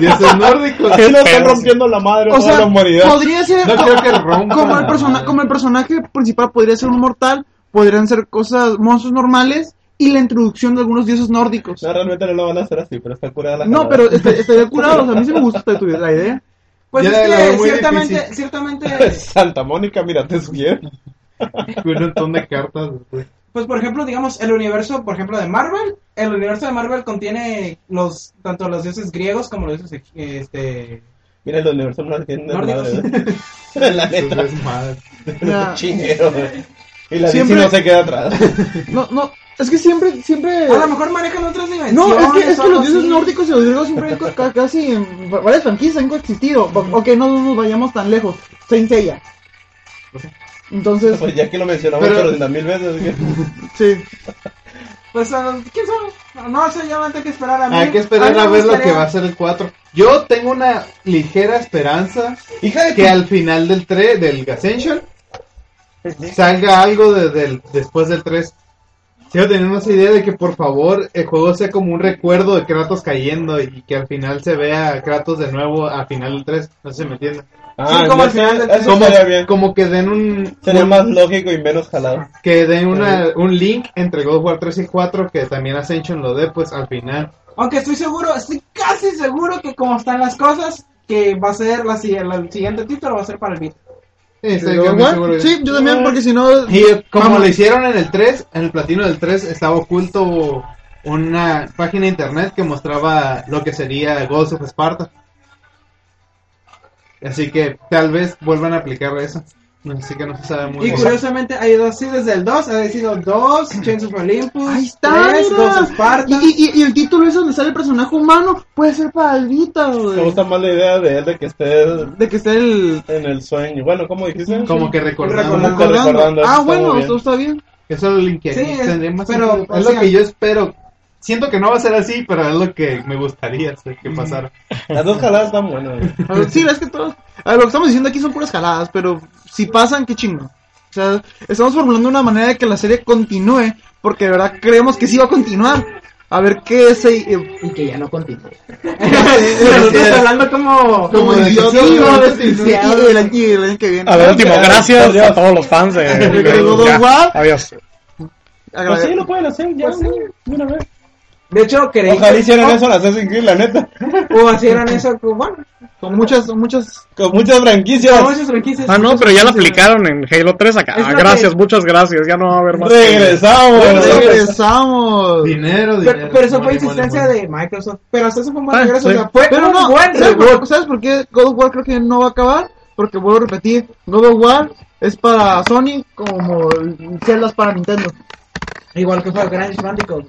[SPEAKER 5] dioses nórdicos.
[SPEAKER 4] Así nos están
[SPEAKER 2] Pero-
[SPEAKER 4] rompiendo la madre a
[SPEAKER 3] o
[SPEAKER 4] toda
[SPEAKER 3] sea,
[SPEAKER 4] la humanidad.
[SPEAKER 3] podría ser.
[SPEAKER 5] No creo que rompa.
[SPEAKER 3] como el, persona, como el personaje principal podría ser un mortal, podrían ser cosas, monstruos normales y la introducción de algunos dioses nórdicos.
[SPEAKER 4] No, realmente no lo van a hacer así, pero está curada la
[SPEAKER 3] No,
[SPEAKER 4] jalada.
[SPEAKER 3] pero est- estaría curado, o sea, a mí sí me gusta tu- la idea.
[SPEAKER 8] Pues
[SPEAKER 5] Ya
[SPEAKER 8] es
[SPEAKER 5] la veo
[SPEAKER 8] que
[SPEAKER 5] muy
[SPEAKER 8] ciertamente,
[SPEAKER 5] difícil.
[SPEAKER 8] ciertamente,
[SPEAKER 4] Santa Mónica, mira, te subieron.
[SPEAKER 5] Un montón de cartas. güey.
[SPEAKER 8] pues por ejemplo, digamos, el universo, por ejemplo, de Marvel, el universo de Marvel contiene los, tanto los dioses griegos como los dioses, eh, este,
[SPEAKER 4] Mira, el universo no entiende
[SPEAKER 8] Nórdicos.
[SPEAKER 4] madre. ¿verdad? la
[SPEAKER 5] Eso
[SPEAKER 4] neta,
[SPEAKER 5] es madre.
[SPEAKER 3] O sea,
[SPEAKER 4] chinguero. güey. Y la
[SPEAKER 3] Siempre-
[SPEAKER 4] Siempre... no se queda atrás.
[SPEAKER 3] no, no, es que siempre, siempre...
[SPEAKER 8] a lo mejor manejan otras dimensiones.
[SPEAKER 3] No, es que, es que
[SPEAKER 8] o algo
[SPEAKER 3] los dioses
[SPEAKER 8] así.
[SPEAKER 3] nórdicos y los griegos siempre han co- ca- casi en va- varias franquicias han coexistido. Va- Ok, no nos vayamos tan lejos. Saint Seiya. Entonces,
[SPEAKER 4] Pues ya que lo mencionamos
[SPEAKER 5] Pero-
[SPEAKER 4] 400 mil veces. así que-
[SPEAKER 3] sí.
[SPEAKER 8] Pues, ah, ¿quién sabe? No sé, ya van a tener que esperar a mí.
[SPEAKER 5] Ah, Hay que esperar
[SPEAKER 8] mí
[SPEAKER 5] a
[SPEAKER 8] me
[SPEAKER 5] ver lo
[SPEAKER 8] gustaría-
[SPEAKER 5] que va a ser el 4. Yo tengo una ligera esperanza
[SPEAKER 4] Hija de
[SPEAKER 5] que al final del 3, del Ascension, salga algo de- del- después del 3. Quiero tener esa idea de que por favor el juego sea como un recuerdo de Kratos cayendo y que al final se vea a Kratos de nuevo al final del 3. No sé si me entienden.
[SPEAKER 4] Ah,
[SPEAKER 8] Sí, como
[SPEAKER 4] no
[SPEAKER 8] al final del
[SPEAKER 4] sé, Eso
[SPEAKER 5] Como,
[SPEAKER 4] sería bien.
[SPEAKER 5] como que den un,
[SPEAKER 4] Sería
[SPEAKER 5] un-
[SPEAKER 4] más lógico y menos jalado.
[SPEAKER 5] que den una- un link entre God of War 3 y 4 que también Ascension lo dé pues al final.
[SPEAKER 8] Aunque estoy seguro, estoy casi seguro que como están las cosas, que va a ser la, si- la- el siguiente título va a ser para el beat.
[SPEAKER 5] Sí,
[SPEAKER 8] Este,
[SPEAKER 5] estoy
[SPEAKER 3] Igual,
[SPEAKER 5] muy seguro de-
[SPEAKER 3] sí, yo también, porque si no...
[SPEAKER 5] Y eh, como
[SPEAKER 3] Vamos.
[SPEAKER 5] lo hicieron en el 3, en el platino del 3 estaba oculto una página de internet que mostraba lo que sería Ghost of Sparta. Así que tal vez vuelvan a aplicar eso. Así que no se sabe muy
[SPEAKER 8] Y
[SPEAKER 5] bien.
[SPEAKER 8] curiosamente ha ido así desde el 2, ha sido 2, Chains of Olympus,
[SPEAKER 3] Ahí está,
[SPEAKER 8] 3,
[SPEAKER 3] mira.
[SPEAKER 8] 2 Sparta.
[SPEAKER 3] Y, y- y- y el título es donde sale el personaje humano. Puede ser para Alvita,
[SPEAKER 4] Me
[SPEAKER 3] güey.
[SPEAKER 4] gusta más la idea de él de que esté
[SPEAKER 3] De que esté el.
[SPEAKER 4] en el sueño. Bueno, ¿cómo dijiste?
[SPEAKER 5] Como que recordando.
[SPEAKER 8] Recordando.
[SPEAKER 3] Recordando.
[SPEAKER 4] recordando,
[SPEAKER 3] Ah,
[SPEAKER 4] está
[SPEAKER 3] bueno,
[SPEAKER 4] muy
[SPEAKER 3] esto
[SPEAKER 4] bien.
[SPEAKER 3] está bien.
[SPEAKER 5] Eso lo linkearía.
[SPEAKER 8] Sí, es-
[SPEAKER 5] tendría más
[SPEAKER 8] pero,
[SPEAKER 5] sentido.
[SPEAKER 8] o
[SPEAKER 5] es
[SPEAKER 8] sea-
[SPEAKER 5] lo que yo espero. Siento que no va a ser así, pero es lo que me gustaría sí, que pasara.
[SPEAKER 4] Las dos jaladas están buenas. güey.
[SPEAKER 3] A ver, sí, es que todos. A ver, lo que estamos diciendo aquí son puras jaladas, pero si pasan, qué chingo. O sea, estamos formulando una manera de que la serie continúe, porque de verdad creemos que sí va a continuar. A ver qué es ahí? Eh,
[SPEAKER 10] Y que ya no continúe.
[SPEAKER 3] Gracias.
[SPEAKER 8] Estás hablando como...
[SPEAKER 3] Como
[SPEAKER 8] como
[SPEAKER 3] idiota,
[SPEAKER 8] sí,
[SPEAKER 3] ¿no?
[SPEAKER 8] como
[SPEAKER 3] Sí, sí,
[SPEAKER 8] desquiciado.
[SPEAKER 3] el año- el año que viene.
[SPEAKER 2] A ver, último, gracias
[SPEAKER 4] Adiós.
[SPEAKER 2] a todos los fans de, de-
[SPEAKER 3] De God of
[SPEAKER 2] ya,
[SPEAKER 3] War.
[SPEAKER 2] Adiós.
[SPEAKER 4] Pues sí,
[SPEAKER 3] Agrade-
[SPEAKER 4] lo pueden hacer ya, ¿no? De una vez.
[SPEAKER 8] De hecho, creí
[SPEAKER 4] Ojalá
[SPEAKER 8] que...
[SPEAKER 4] hicieran eso las Assassin's Creed, la neta.
[SPEAKER 8] O hicieran eso, como, bueno.
[SPEAKER 3] Con muchas, muchas.
[SPEAKER 4] Con muchas franquicias.
[SPEAKER 8] como esas franquicias.
[SPEAKER 2] Ah, no, pero ya la aplicaron en Halo 3 acá.
[SPEAKER 8] Es
[SPEAKER 2] Ah,
[SPEAKER 8] lo
[SPEAKER 2] gracias,
[SPEAKER 8] que-
[SPEAKER 2] muchas gracias. Ya no va a haber más.
[SPEAKER 4] Regresamos.
[SPEAKER 3] Regresamos.
[SPEAKER 5] Dinero,
[SPEAKER 8] Pero,
[SPEAKER 5] dinero.
[SPEAKER 8] pero eso fue
[SPEAKER 5] Money, money,
[SPEAKER 8] insistencia
[SPEAKER 5] money.
[SPEAKER 8] de Microsoft. Pero hasta eso fue un buen
[SPEAKER 2] Ah,
[SPEAKER 8] regreso. o
[SPEAKER 2] sí.
[SPEAKER 8] sea, fue
[SPEAKER 3] Pero
[SPEAKER 8] un
[SPEAKER 3] no,
[SPEAKER 8] pues. buen
[SPEAKER 3] ¿sabes
[SPEAKER 8] regreso.
[SPEAKER 3] por, ¿sabes por qué God of War creo que no va a acabar? Porque vuelvo a repetir, God of War es para Sony como el Zelda es para Nintendo.
[SPEAKER 8] Igual que fue Grand Bandicoot.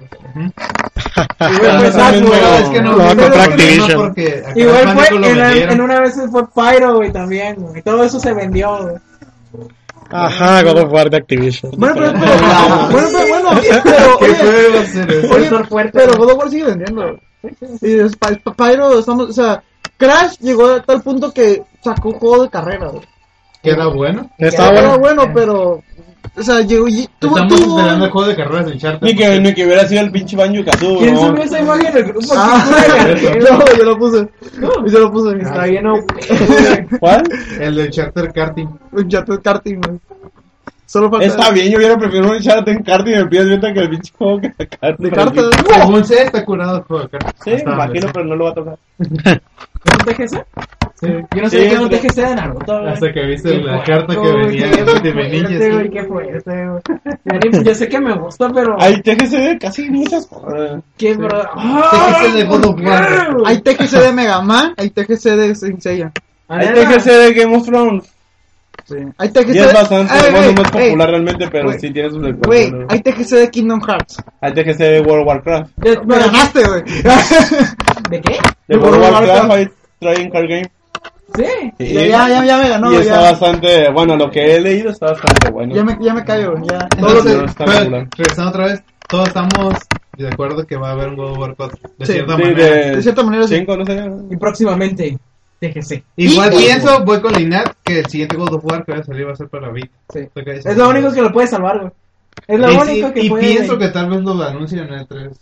[SPEAKER 5] Pero
[SPEAKER 3] pues,
[SPEAKER 5] también,
[SPEAKER 3] ah,
[SPEAKER 5] güey,
[SPEAKER 3] no.
[SPEAKER 5] es que no,
[SPEAKER 2] Lo va a
[SPEAKER 5] no,
[SPEAKER 2] comprar
[SPEAKER 5] no,
[SPEAKER 2] Activision.
[SPEAKER 5] porque acá
[SPEAKER 8] Igual
[SPEAKER 5] Bandicoot
[SPEAKER 8] fue,
[SPEAKER 5] lo
[SPEAKER 8] en,
[SPEAKER 5] vendieron.
[SPEAKER 8] en una vez fue Pyro, güey, también, güey. Todo eso se vendió, güey.
[SPEAKER 2] Ajá, God of War de Activision.
[SPEAKER 3] Bueno, pero, pero- bueno, pero, bueno, pero,
[SPEAKER 5] ¿Qué
[SPEAKER 3] oye,
[SPEAKER 5] juego será?
[SPEAKER 3] oye,
[SPEAKER 10] Por fuerte.
[SPEAKER 3] pero God of War sigue vendiendo. Y es pa- pa- Pyro, estamos, o sea, Crash llegó a tal punto que sacó juego de carrera, güey.
[SPEAKER 5] Que era bueno.
[SPEAKER 2] Estaba
[SPEAKER 3] Era
[SPEAKER 2] bueno.
[SPEAKER 3] bueno, pero, o sea, llegó y tuvo,
[SPEAKER 5] Estamos
[SPEAKER 3] tuvo,
[SPEAKER 5] esperando el juego de carreras de Uncharted.
[SPEAKER 4] Ni que, ni que hubiera sido el pinche Banjo Kazooie,
[SPEAKER 8] ¿Quién
[SPEAKER 4] ¿no?
[SPEAKER 8] subió esa imagen en el grupo?
[SPEAKER 3] Ah, no, yo lo puse, yo lo puse,
[SPEAKER 8] Está bien, no.
[SPEAKER 4] ¿Cuál?
[SPEAKER 5] El de Uncharted Karting.
[SPEAKER 3] Uncharted Karting, güey. Solo falta...
[SPEAKER 4] Está bien, yo hubiera preferido un Uncharted en karting y me pides ahorita que el pinche juego que la carta.
[SPEAKER 3] De cartas.
[SPEAKER 5] Según sé, está curado el juego de cartas.
[SPEAKER 4] Sí, me imagino, pero no lo va a tocar.
[SPEAKER 8] ¿Es un TGC? Yo no sé
[SPEAKER 4] Sí,
[SPEAKER 8] qué es un
[SPEAKER 4] hombre.
[SPEAKER 8] TGC de Naruto, güey.
[SPEAKER 5] Hasta que viste
[SPEAKER 8] Qué
[SPEAKER 5] la
[SPEAKER 4] pues,
[SPEAKER 8] fuerte,
[SPEAKER 5] carta que
[SPEAKER 8] güey,
[SPEAKER 5] venía
[SPEAKER 8] qué
[SPEAKER 5] de
[SPEAKER 8] fuerte,
[SPEAKER 5] Benillas.
[SPEAKER 8] güey, qué fuerte, güey. Ya ni- Yo sé que me gusta, pero...
[SPEAKER 4] Ay, TGC de casi muchas cosas.
[SPEAKER 8] ¿Qué, bro?
[SPEAKER 5] TGC de God of War.
[SPEAKER 3] Hay TGC de Mega Man, hay TGC de Senseiya.
[SPEAKER 4] Hay TGC de Game of Thrones.
[SPEAKER 3] Hay TGC
[SPEAKER 4] Y es bastante,
[SPEAKER 3] Ay,
[SPEAKER 4] bueno,
[SPEAKER 3] güey,
[SPEAKER 4] no es
[SPEAKER 3] ey,
[SPEAKER 4] popular realmente, pero
[SPEAKER 3] güey,
[SPEAKER 4] sí tiene sus
[SPEAKER 3] Güey,
[SPEAKER 4] descuentos. ¿no?
[SPEAKER 3] hay TGC de Kingdom Hearts.
[SPEAKER 4] Hay TGC de World of Warcraft.
[SPEAKER 3] Me ganaste, güey.
[SPEAKER 8] ¿De qué?
[SPEAKER 4] De World of Warcraft hay Trading Card Game.
[SPEAKER 8] Sí.
[SPEAKER 4] Sí.
[SPEAKER 3] ya, ya, ya, ya me ganó,
[SPEAKER 4] y
[SPEAKER 3] güey,
[SPEAKER 4] está
[SPEAKER 3] Ah, ya.
[SPEAKER 4] bastante, bueno, lo que he leído está bastante bueno.
[SPEAKER 3] Ya me, ya me callo, güey, ya.
[SPEAKER 4] No,
[SPEAKER 3] Todo
[SPEAKER 4] no,
[SPEAKER 3] se-
[SPEAKER 4] no, está
[SPEAKER 5] Pero,
[SPEAKER 4] regular.
[SPEAKER 5] regresando otra vez, todos estamos de acuerdo que va a haber un God of War 4. De
[SPEAKER 3] Sí,
[SPEAKER 5] cierta
[SPEAKER 4] Sí,
[SPEAKER 5] manera.
[SPEAKER 3] de cierta manera, sí.
[SPEAKER 4] Cinco, no sé.
[SPEAKER 8] Y próximamente, TGC.
[SPEAKER 5] Igual
[SPEAKER 3] Y-
[SPEAKER 5] pienso, voy con la Inat, que el siguiente God of War que va a salir va a ser para Vita.
[SPEAKER 8] Sí.
[SPEAKER 5] Estoy casi
[SPEAKER 8] Es lo
[SPEAKER 5] seguro.
[SPEAKER 8] único que lo puede salvar, güey. Es lo
[SPEAKER 5] Y sí,
[SPEAKER 8] único que
[SPEAKER 5] Y
[SPEAKER 8] puede...
[SPEAKER 5] pienso que tal vez lo anuncien en E el 3.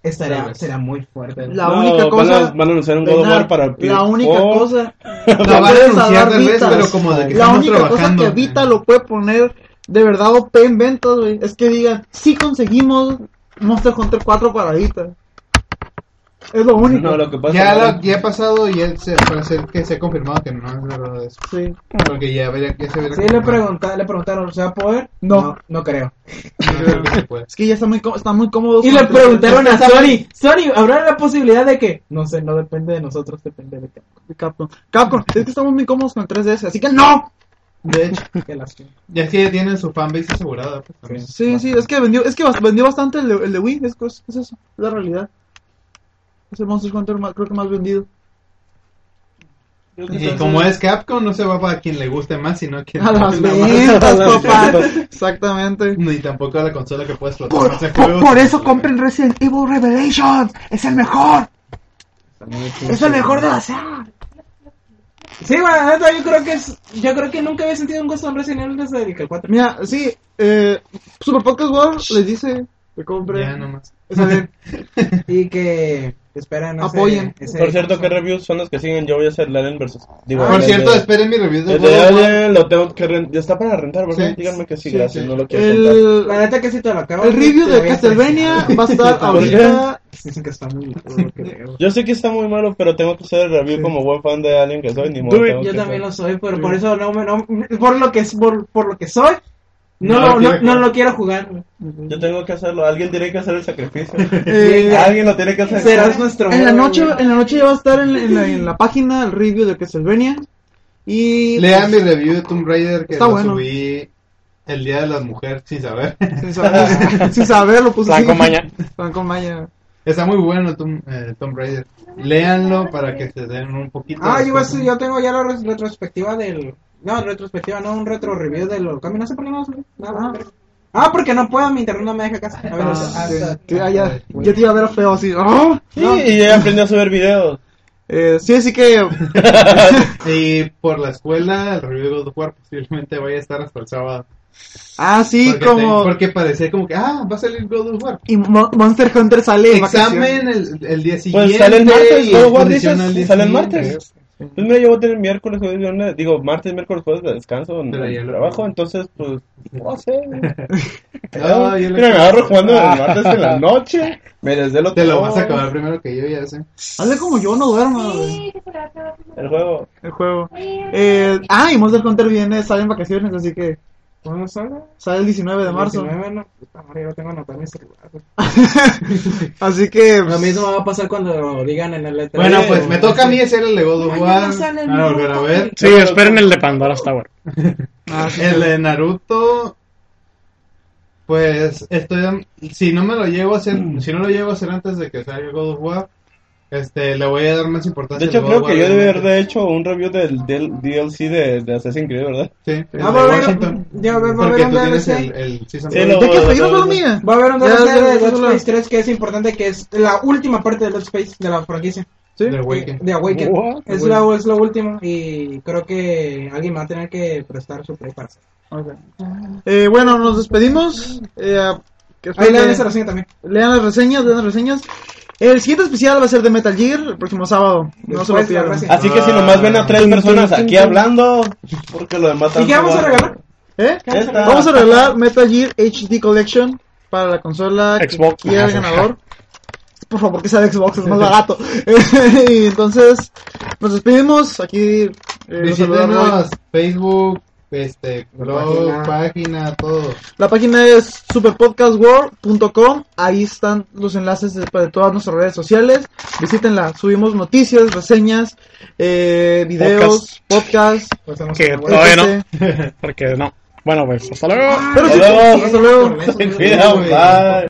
[SPEAKER 8] Estará,
[SPEAKER 5] Tal vez.
[SPEAKER 8] será muy fuerte. güey.
[SPEAKER 3] La
[SPEAKER 4] No,
[SPEAKER 3] única cosa.
[SPEAKER 4] Van a, van a anunciar un God of
[SPEAKER 3] Renar,
[SPEAKER 4] War para Oh.
[SPEAKER 3] La única
[SPEAKER 4] PS4.
[SPEAKER 3] cosa.
[SPEAKER 5] La van a
[SPEAKER 3] puedes
[SPEAKER 5] anunciar
[SPEAKER 3] salvar
[SPEAKER 5] tal vez,
[SPEAKER 3] Vitas.
[SPEAKER 5] pero como de que
[SPEAKER 3] La
[SPEAKER 5] estamos
[SPEAKER 3] única cosa
[SPEAKER 5] trabajando.
[SPEAKER 3] que Vita lo puede poner de verdad OP en ventas, güey, es que digan, si conseguimos Monster Hunter 4 para Vita. Es lo único.
[SPEAKER 4] No, lo que pasa
[SPEAKER 5] Ya,
[SPEAKER 4] es
[SPEAKER 5] lo- ya ha pasado y él se, parece que se ha confirmado que no es verdad eso.
[SPEAKER 3] Sí.
[SPEAKER 5] Porque ya, habría- ya se hubiera
[SPEAKER 8] Sí, le,
[SPEAKER 5] confirmado.
[SPEAKER 8] pregunta, le preguntaron, ¿se va a poder?
[SPEAKER 3] No.
[SPEAKER 8] No, no creo.
[SPEAKER 5] No creo que se pueda.
[SPEAKER 3] Es que ya está muy, có- está muy cómodo.
[SPEAKER 8] Y
[SPEAKER 3] con
[SPEAKER 8] le
[SPEAKER 3] el-
[SPEAKER 8] preguntaron a
[SPEAKER 3] está-
[SPEAKER 8] Sony, Sony, ¿habrá la posibilidad de que? No sé, no depende de nosotros, depende de que,
[SPEAKER 3] Capcom. Capcom, es que estamos muy cómodos con el 3DS, así que no.
[SPEAKER 5] De hecho,
[SPEAKER 8] que las que-
[SPEAKER 5] ya es que ya tienen su fanbase asegurada. pues, también.
[SPEAKER 3] Sí, sí, es que vendió, es que bas- vendió bastante el de, el de Wii, es, es, es eso, es la realidad. Es el Monster Hunter más- creo que más vendido.
[SPEAKER 5] Y como es Capcom, no se va para quien le guste más, sino a quien
[SPEAKER 3] A las
[SPEAKER 5] la-
[SPEAKER 3] ventas, papá. Exactamente.
[SPEAKER 5] Ni tampoco a la consola que puedes explotar más de
[SPEAKER 10] Por,
[SPEAKER 5] juegos.
[SPEAKER 10] por eso compren Resident Evil Revelations. Es el mejor. Es el mejor de la saga.
[SPEAKER 8] Sí, bueno, la neta, yo creo que es, yo creo que nunca había sentido un gusto en Resident Evil desde el que el 4.
[SPEAKER 3] Mira, sí, eh, Super Podcast World les dice que
[SPEAKER 5] Ya
[SPEAKER 3] compren.
[SPEAKER 5] nomás.
[SPEAKER 3] Está bien.
[SPEAKER 8] Y que esperan ese-
[SPEAKER 3] Apoyen.
[SPEAKER 8] ese-
[SPEAKER 4] Por cierto, ¿qué reviews son los que siguen? Yo voy a hacer Alien versus. Digo,
[SPEAKER 5] Por
[SPEAKER 4] el
[SPEAKER 5] cierto,
[SPEAKER 4] de-
[SPEAKER 5] esperen mi review de
[SPEAKER 4] el
[SPEAKER 5] God
[SPEAKER 4] de
[SPEAKER 5] of War.
[SPEAKER 4] Alien lo tengo que rentar. Ya está para rentar, ¿verdad?
[SPEAKER 5] Sí.
[SPEAKER 4] Díganme que sí,
[SPEAKER 5] Sí,
[SPEAKER 4] gracias.
[SPEAKER 5] sí.
[SPEAKER 4] No lo quiero contar.
[SPEAKER 3] El,
[SPEAKER 8] La neta que sí te lo acabo.
[SPEAKER 3] el review
[SPEAKER 8] te
[SPEAKER 3] de
[SPEAKER 8] voy a
[SPEAKER 3] Castlevania va a estar
[SPEAKER 4] ¿Por qué?
[SPEAKER 3] ahorita.
[SPEAKER 8] presionar. Dicen que está muy loco, creo.
[SPEAKER 4] Yo sé que está muy malo, pero tengo que hacer el review como buen fan de Alien que soy. Ni modo,
[SPEAKER 2] Do it.
[SPEAKER 4] tengo
[SPEAKER 8] Yo
[SPEAKER 4] que
[SPEAKER 8] también
[SPEAKER 4] hacer.
[SPEAKER 8] lo soy, pero por eso no me no, por lo que es por, por lo que soy, no,
[SPEAKER 5] No
[SPEAKER 8] no,
[SPEAKER 5] lo
[SPEAKER 8] no,
[SPEAKER 5] quiere
[SPEAKER 8] no
[SPEAKER 5] jugar.
[SPEAKER 8] lo quiero jugar.
[SPEAKER 4] Yo tengo que hacerlo. Alguien tiene que hacer el sacrificio.
[SPEAKER 3] Eh,
[SPEAKER 4] Alguien lo tiene que hacer.
[SPEAKER 8] Serás nuestro
[SPEAKER 3] en la
[SPEAKER 8] héroe,
[SPEAKER 3] noche,
[SPEAKER 8] güey.
[SPEAKER 3] en la noche ya va a estar en, en la, en la página el review de Castlevania. Y pues,
[SPEAKER 5] Lean mi review de Tomb Raider que
[SPEAKER 3] Está
[SPEAKER 5] lo
[SPEAKER 3] bueno.
[SPEAKER 5] subí el Día de las Mujeres sin saber.
[SPEAKER 3] sin saber, sin saber lo puse
[SPEAKER 2] Franco
[SPEAKER 3] así.
[SPEAKER 2] Maña.
[SPEAKER 3] Franco Maña.
[SPEAKER 5] Está muy bueno Tomb, eh, Tomb Raider. Léanlo para que se den un poquito.
[SPEAKER 8] Ah,
[SPEAKER 5] de
[SPEAKER 8] yo, voy a
[SPEAKER 5] cosas.
[SPEAKER 8] hacer- yo tengo ya la res- retrospectiva del. No, retrospectiva, no, un retro review del Origami. No sé por qué no subí nada. Ah, porque no puedo, mi internet no me deja casa. A ver, hasta- hasta-
[SPEAKER 3] Sí, ah, ya, yo te iba a ver feo así. ¡ah!
[SPEAKER 4] Sí, y ya aprendí a subir videos.
[SPEAKER 3] Eh, sí, así que
[SPEAKER 5] Y por la escuela, el review de God of War posiblemente vaya a estar hasta el sábado.
[SPEAKER 3] Ah, sí,
[SPEAKER 5] porque
[SPEAKER 3] como.
[SPEAKER 5] te- porque parecía como que, ah, va a salir God of War.
[SPEAKER 3] Y Mo- Monster Hunter sale. en vacaciones.
[SPEAKER 5] Examen el, el día siguiente.
[SPEAKER 4] Pues, sale el martes,
[SPEAKER 5] y
[SPEAKER 4] God of War,
[SPEAKER 5] exposición
[SPEAKER 4] dices,
[SPEAKER 5] al día
[SPEAKER 4] sale el
[SPEAKER 5] siguiente.
[SPEAKER 4] martes. Pues mira, yo voy a tener miércoles, jueves, viernes, digo, martes, miércoles, jueves de descanso en
[SPEAKER 5] Pero
[SPEAKER 4] el
[SPEAKER 5] ya lo-
[SPEAKER 4] trabajo, entonces, pues, no sé. Eh,
[SPEAKER 5] No, yo Ah, lo-
[SPEAKER 4] mira, me agarro jugando el martes en la noche, me desvelo
[SPEAKER 5] Te lo
[SPEAKER 4] todo
[SPEAKER 5] vas a acabar primero que yo, ya sé.
[SPEAKER 3] Hazle como yo, no duermo, güey.
[SPEAKER 6] Sí, que se la va a acabar. Sí,
[SPEAKER 4] El juego.
[SPEAKER 3] El juego.
[SPEAKER 6] sí.
[SPEAKER 3] Eh, ah, y Monster Hunter viene, sale en vacaciones, así que
[SPEAKER 8] ¿Cuándo sale?
[SPEAKER 3] sale el 19 de marzo.
[SPEAKER 8] 19, no, puta madre, yo tengo anotado en mi celular. güey.
[SPEAKER 3] Así que.
[SPEAKER 11] Lo mismo va a pasar cuando digan en
[SPEAKER 8] E
[SPEAKER 11] el E3.
[SPEAKER 5] Bueno, pues me toca a mí hacer el de God of
[SPEAKER 6] Mañana
[SPEAKER 5] War.
[SPEAKER 6] sale el
[SPEAKER 5] Van a
[SPEAKER 6] nuevo
[SPEAKER 5] volver a
[SPEAKER 6] juego.
[SPEAKER 5] ver.
[SPEAKER 2] Sí, esperen el de Pandora hasta ahora.
[SPEAKER 3] ah, sí,
[SPEAKER 5] El
[SPEAKER 3] sí.
[SPEAKER 5] de Naruto. Pues estoy. Si no me lo llevo a hacer.
[SPEAKER 4] Mm.
[SPEAKER 5] Si no lo llevo a hacer antes de que salga God of War. Este, le voy a dar más
[SPEAKER 4] De
[SPEAKER 5] importancia.
[SPEAKER 4] hecho,
[SPEAKER 5] al
[SPEAKER 4] creo
[SPEAKER 5] God
[SPEAKER 4] que
[SPEAKER 5] of
[SPEAKER 4] yo
[SPEAKER 5] War,
[SPEAKER 4] debe haber
[SPEAKER 5] obviamente.
[SPEAKER 4] de hecho un review del, del DLC de, de Assassin's Creed, ¿verdad?
[SPEAKER 5] Sí, el
[SPEAKER 8] Ah,
[SPEAKER 5] de
[SPEAKER 8] va a haber-
[SPEAKER 5] Washington.
[SPEAKER 8] ya va a haber- va a
[SPEAKER 5] Porque
[SPEAKER 8] haber un
[SPEAKER 5] tú tienes
[SPEAKER 8] DLC.
[SPEAKER 5] el, el Season
[SPEAKER 4] Sí,
[SPEAKER 5] Pass.
[SPEAKER 4] lo-
[SPEAKER 3] ¿De qué
[SPEAKER 4] lo-
[SPEAKER 3] pedimos
[SPEAKER 4] lo-
[SPEAKER 3] dormida?
[SPEAKER 8] Va a haber un
[SPEAKER 3] Ya,
[SPEAKER 8] DLC
[SPEAKER 3] ya,
[SPEAKER 8] de
[SPEAKER 3] ya,
[SPEAKER 8] Dead
[SPEAKER 3] ya.
[SPEAKER 8] Space 3 que es importante, que es la última parte de Dead Space de la franquicia.
[SPEAKER 3] ¿Sí?
[SPEAKER 5] de Awaken.
[SPEAKER 8] De Awaken.
[SPEAKER 2] What?
[SPEAKER 8] Es, la, es lo último y creo que alguien va a tener que prestar su play para hacerlo.
[SPEAKER 3] Ok. Eh, bueno, nos despedimos. Eh, que
[SPEAKER 8] Ahí le dan
[SPEAKER 3] espero-
[SPEAKER 8] esa reseña también.
[SPEAKER 3] Lean las reseñas, lean las reseñas. El siguiente especial va a ser de Metal Gear el próximo sábado. no se lo
[SPEAKER 8] Después la
[SPEAKER 3] pierdan.
[SPEAKER 8] reseña.
[SPEAKER 4] Así que si nomás ven a tres personas aquí hablando, porque lo demás
[SPEAKER 8] ¿Y qué vamos a regalar?
[SPEAKER 3] ¿Eh?
[SPEAKER 4] Ya está.
[SPEAKER 3] Vamos a regalar Metal Gear HD Collection para la consola que
[SPEAKER 2] Xbox.
[SPEAKER 3] quiera Ah, el ganador. Por favor, que sea de Xbox, es más barato. y entonces, nos despedimos. Aquí eh, los
[SPEAKER 5] Visítenos
[SPEAKER 3] saludamos.
[SPEAKER 5] Facebook, este, blog, página. todo.
[SPEAKER 3] La página es superpodcastworld.com. Ahí están los enlaces de, de todas nuestras redes sociales. Visítenla. Subimos noticias, reseñas, eh, videos, podcasts.
[SPEAKER 5] Pues,
[SPEAKER 2] Que todavía no,
[SPEAKER 3] este.
[SPEAKER 2] porque no. Bueno, pues hasta luego.
[SPEAKER 3] Pero sí,
[SPEAKER 4] Hasta luego.
[SPEAKER 3] hasta luego.
[SPEAKER 4] Se cuidan, bye.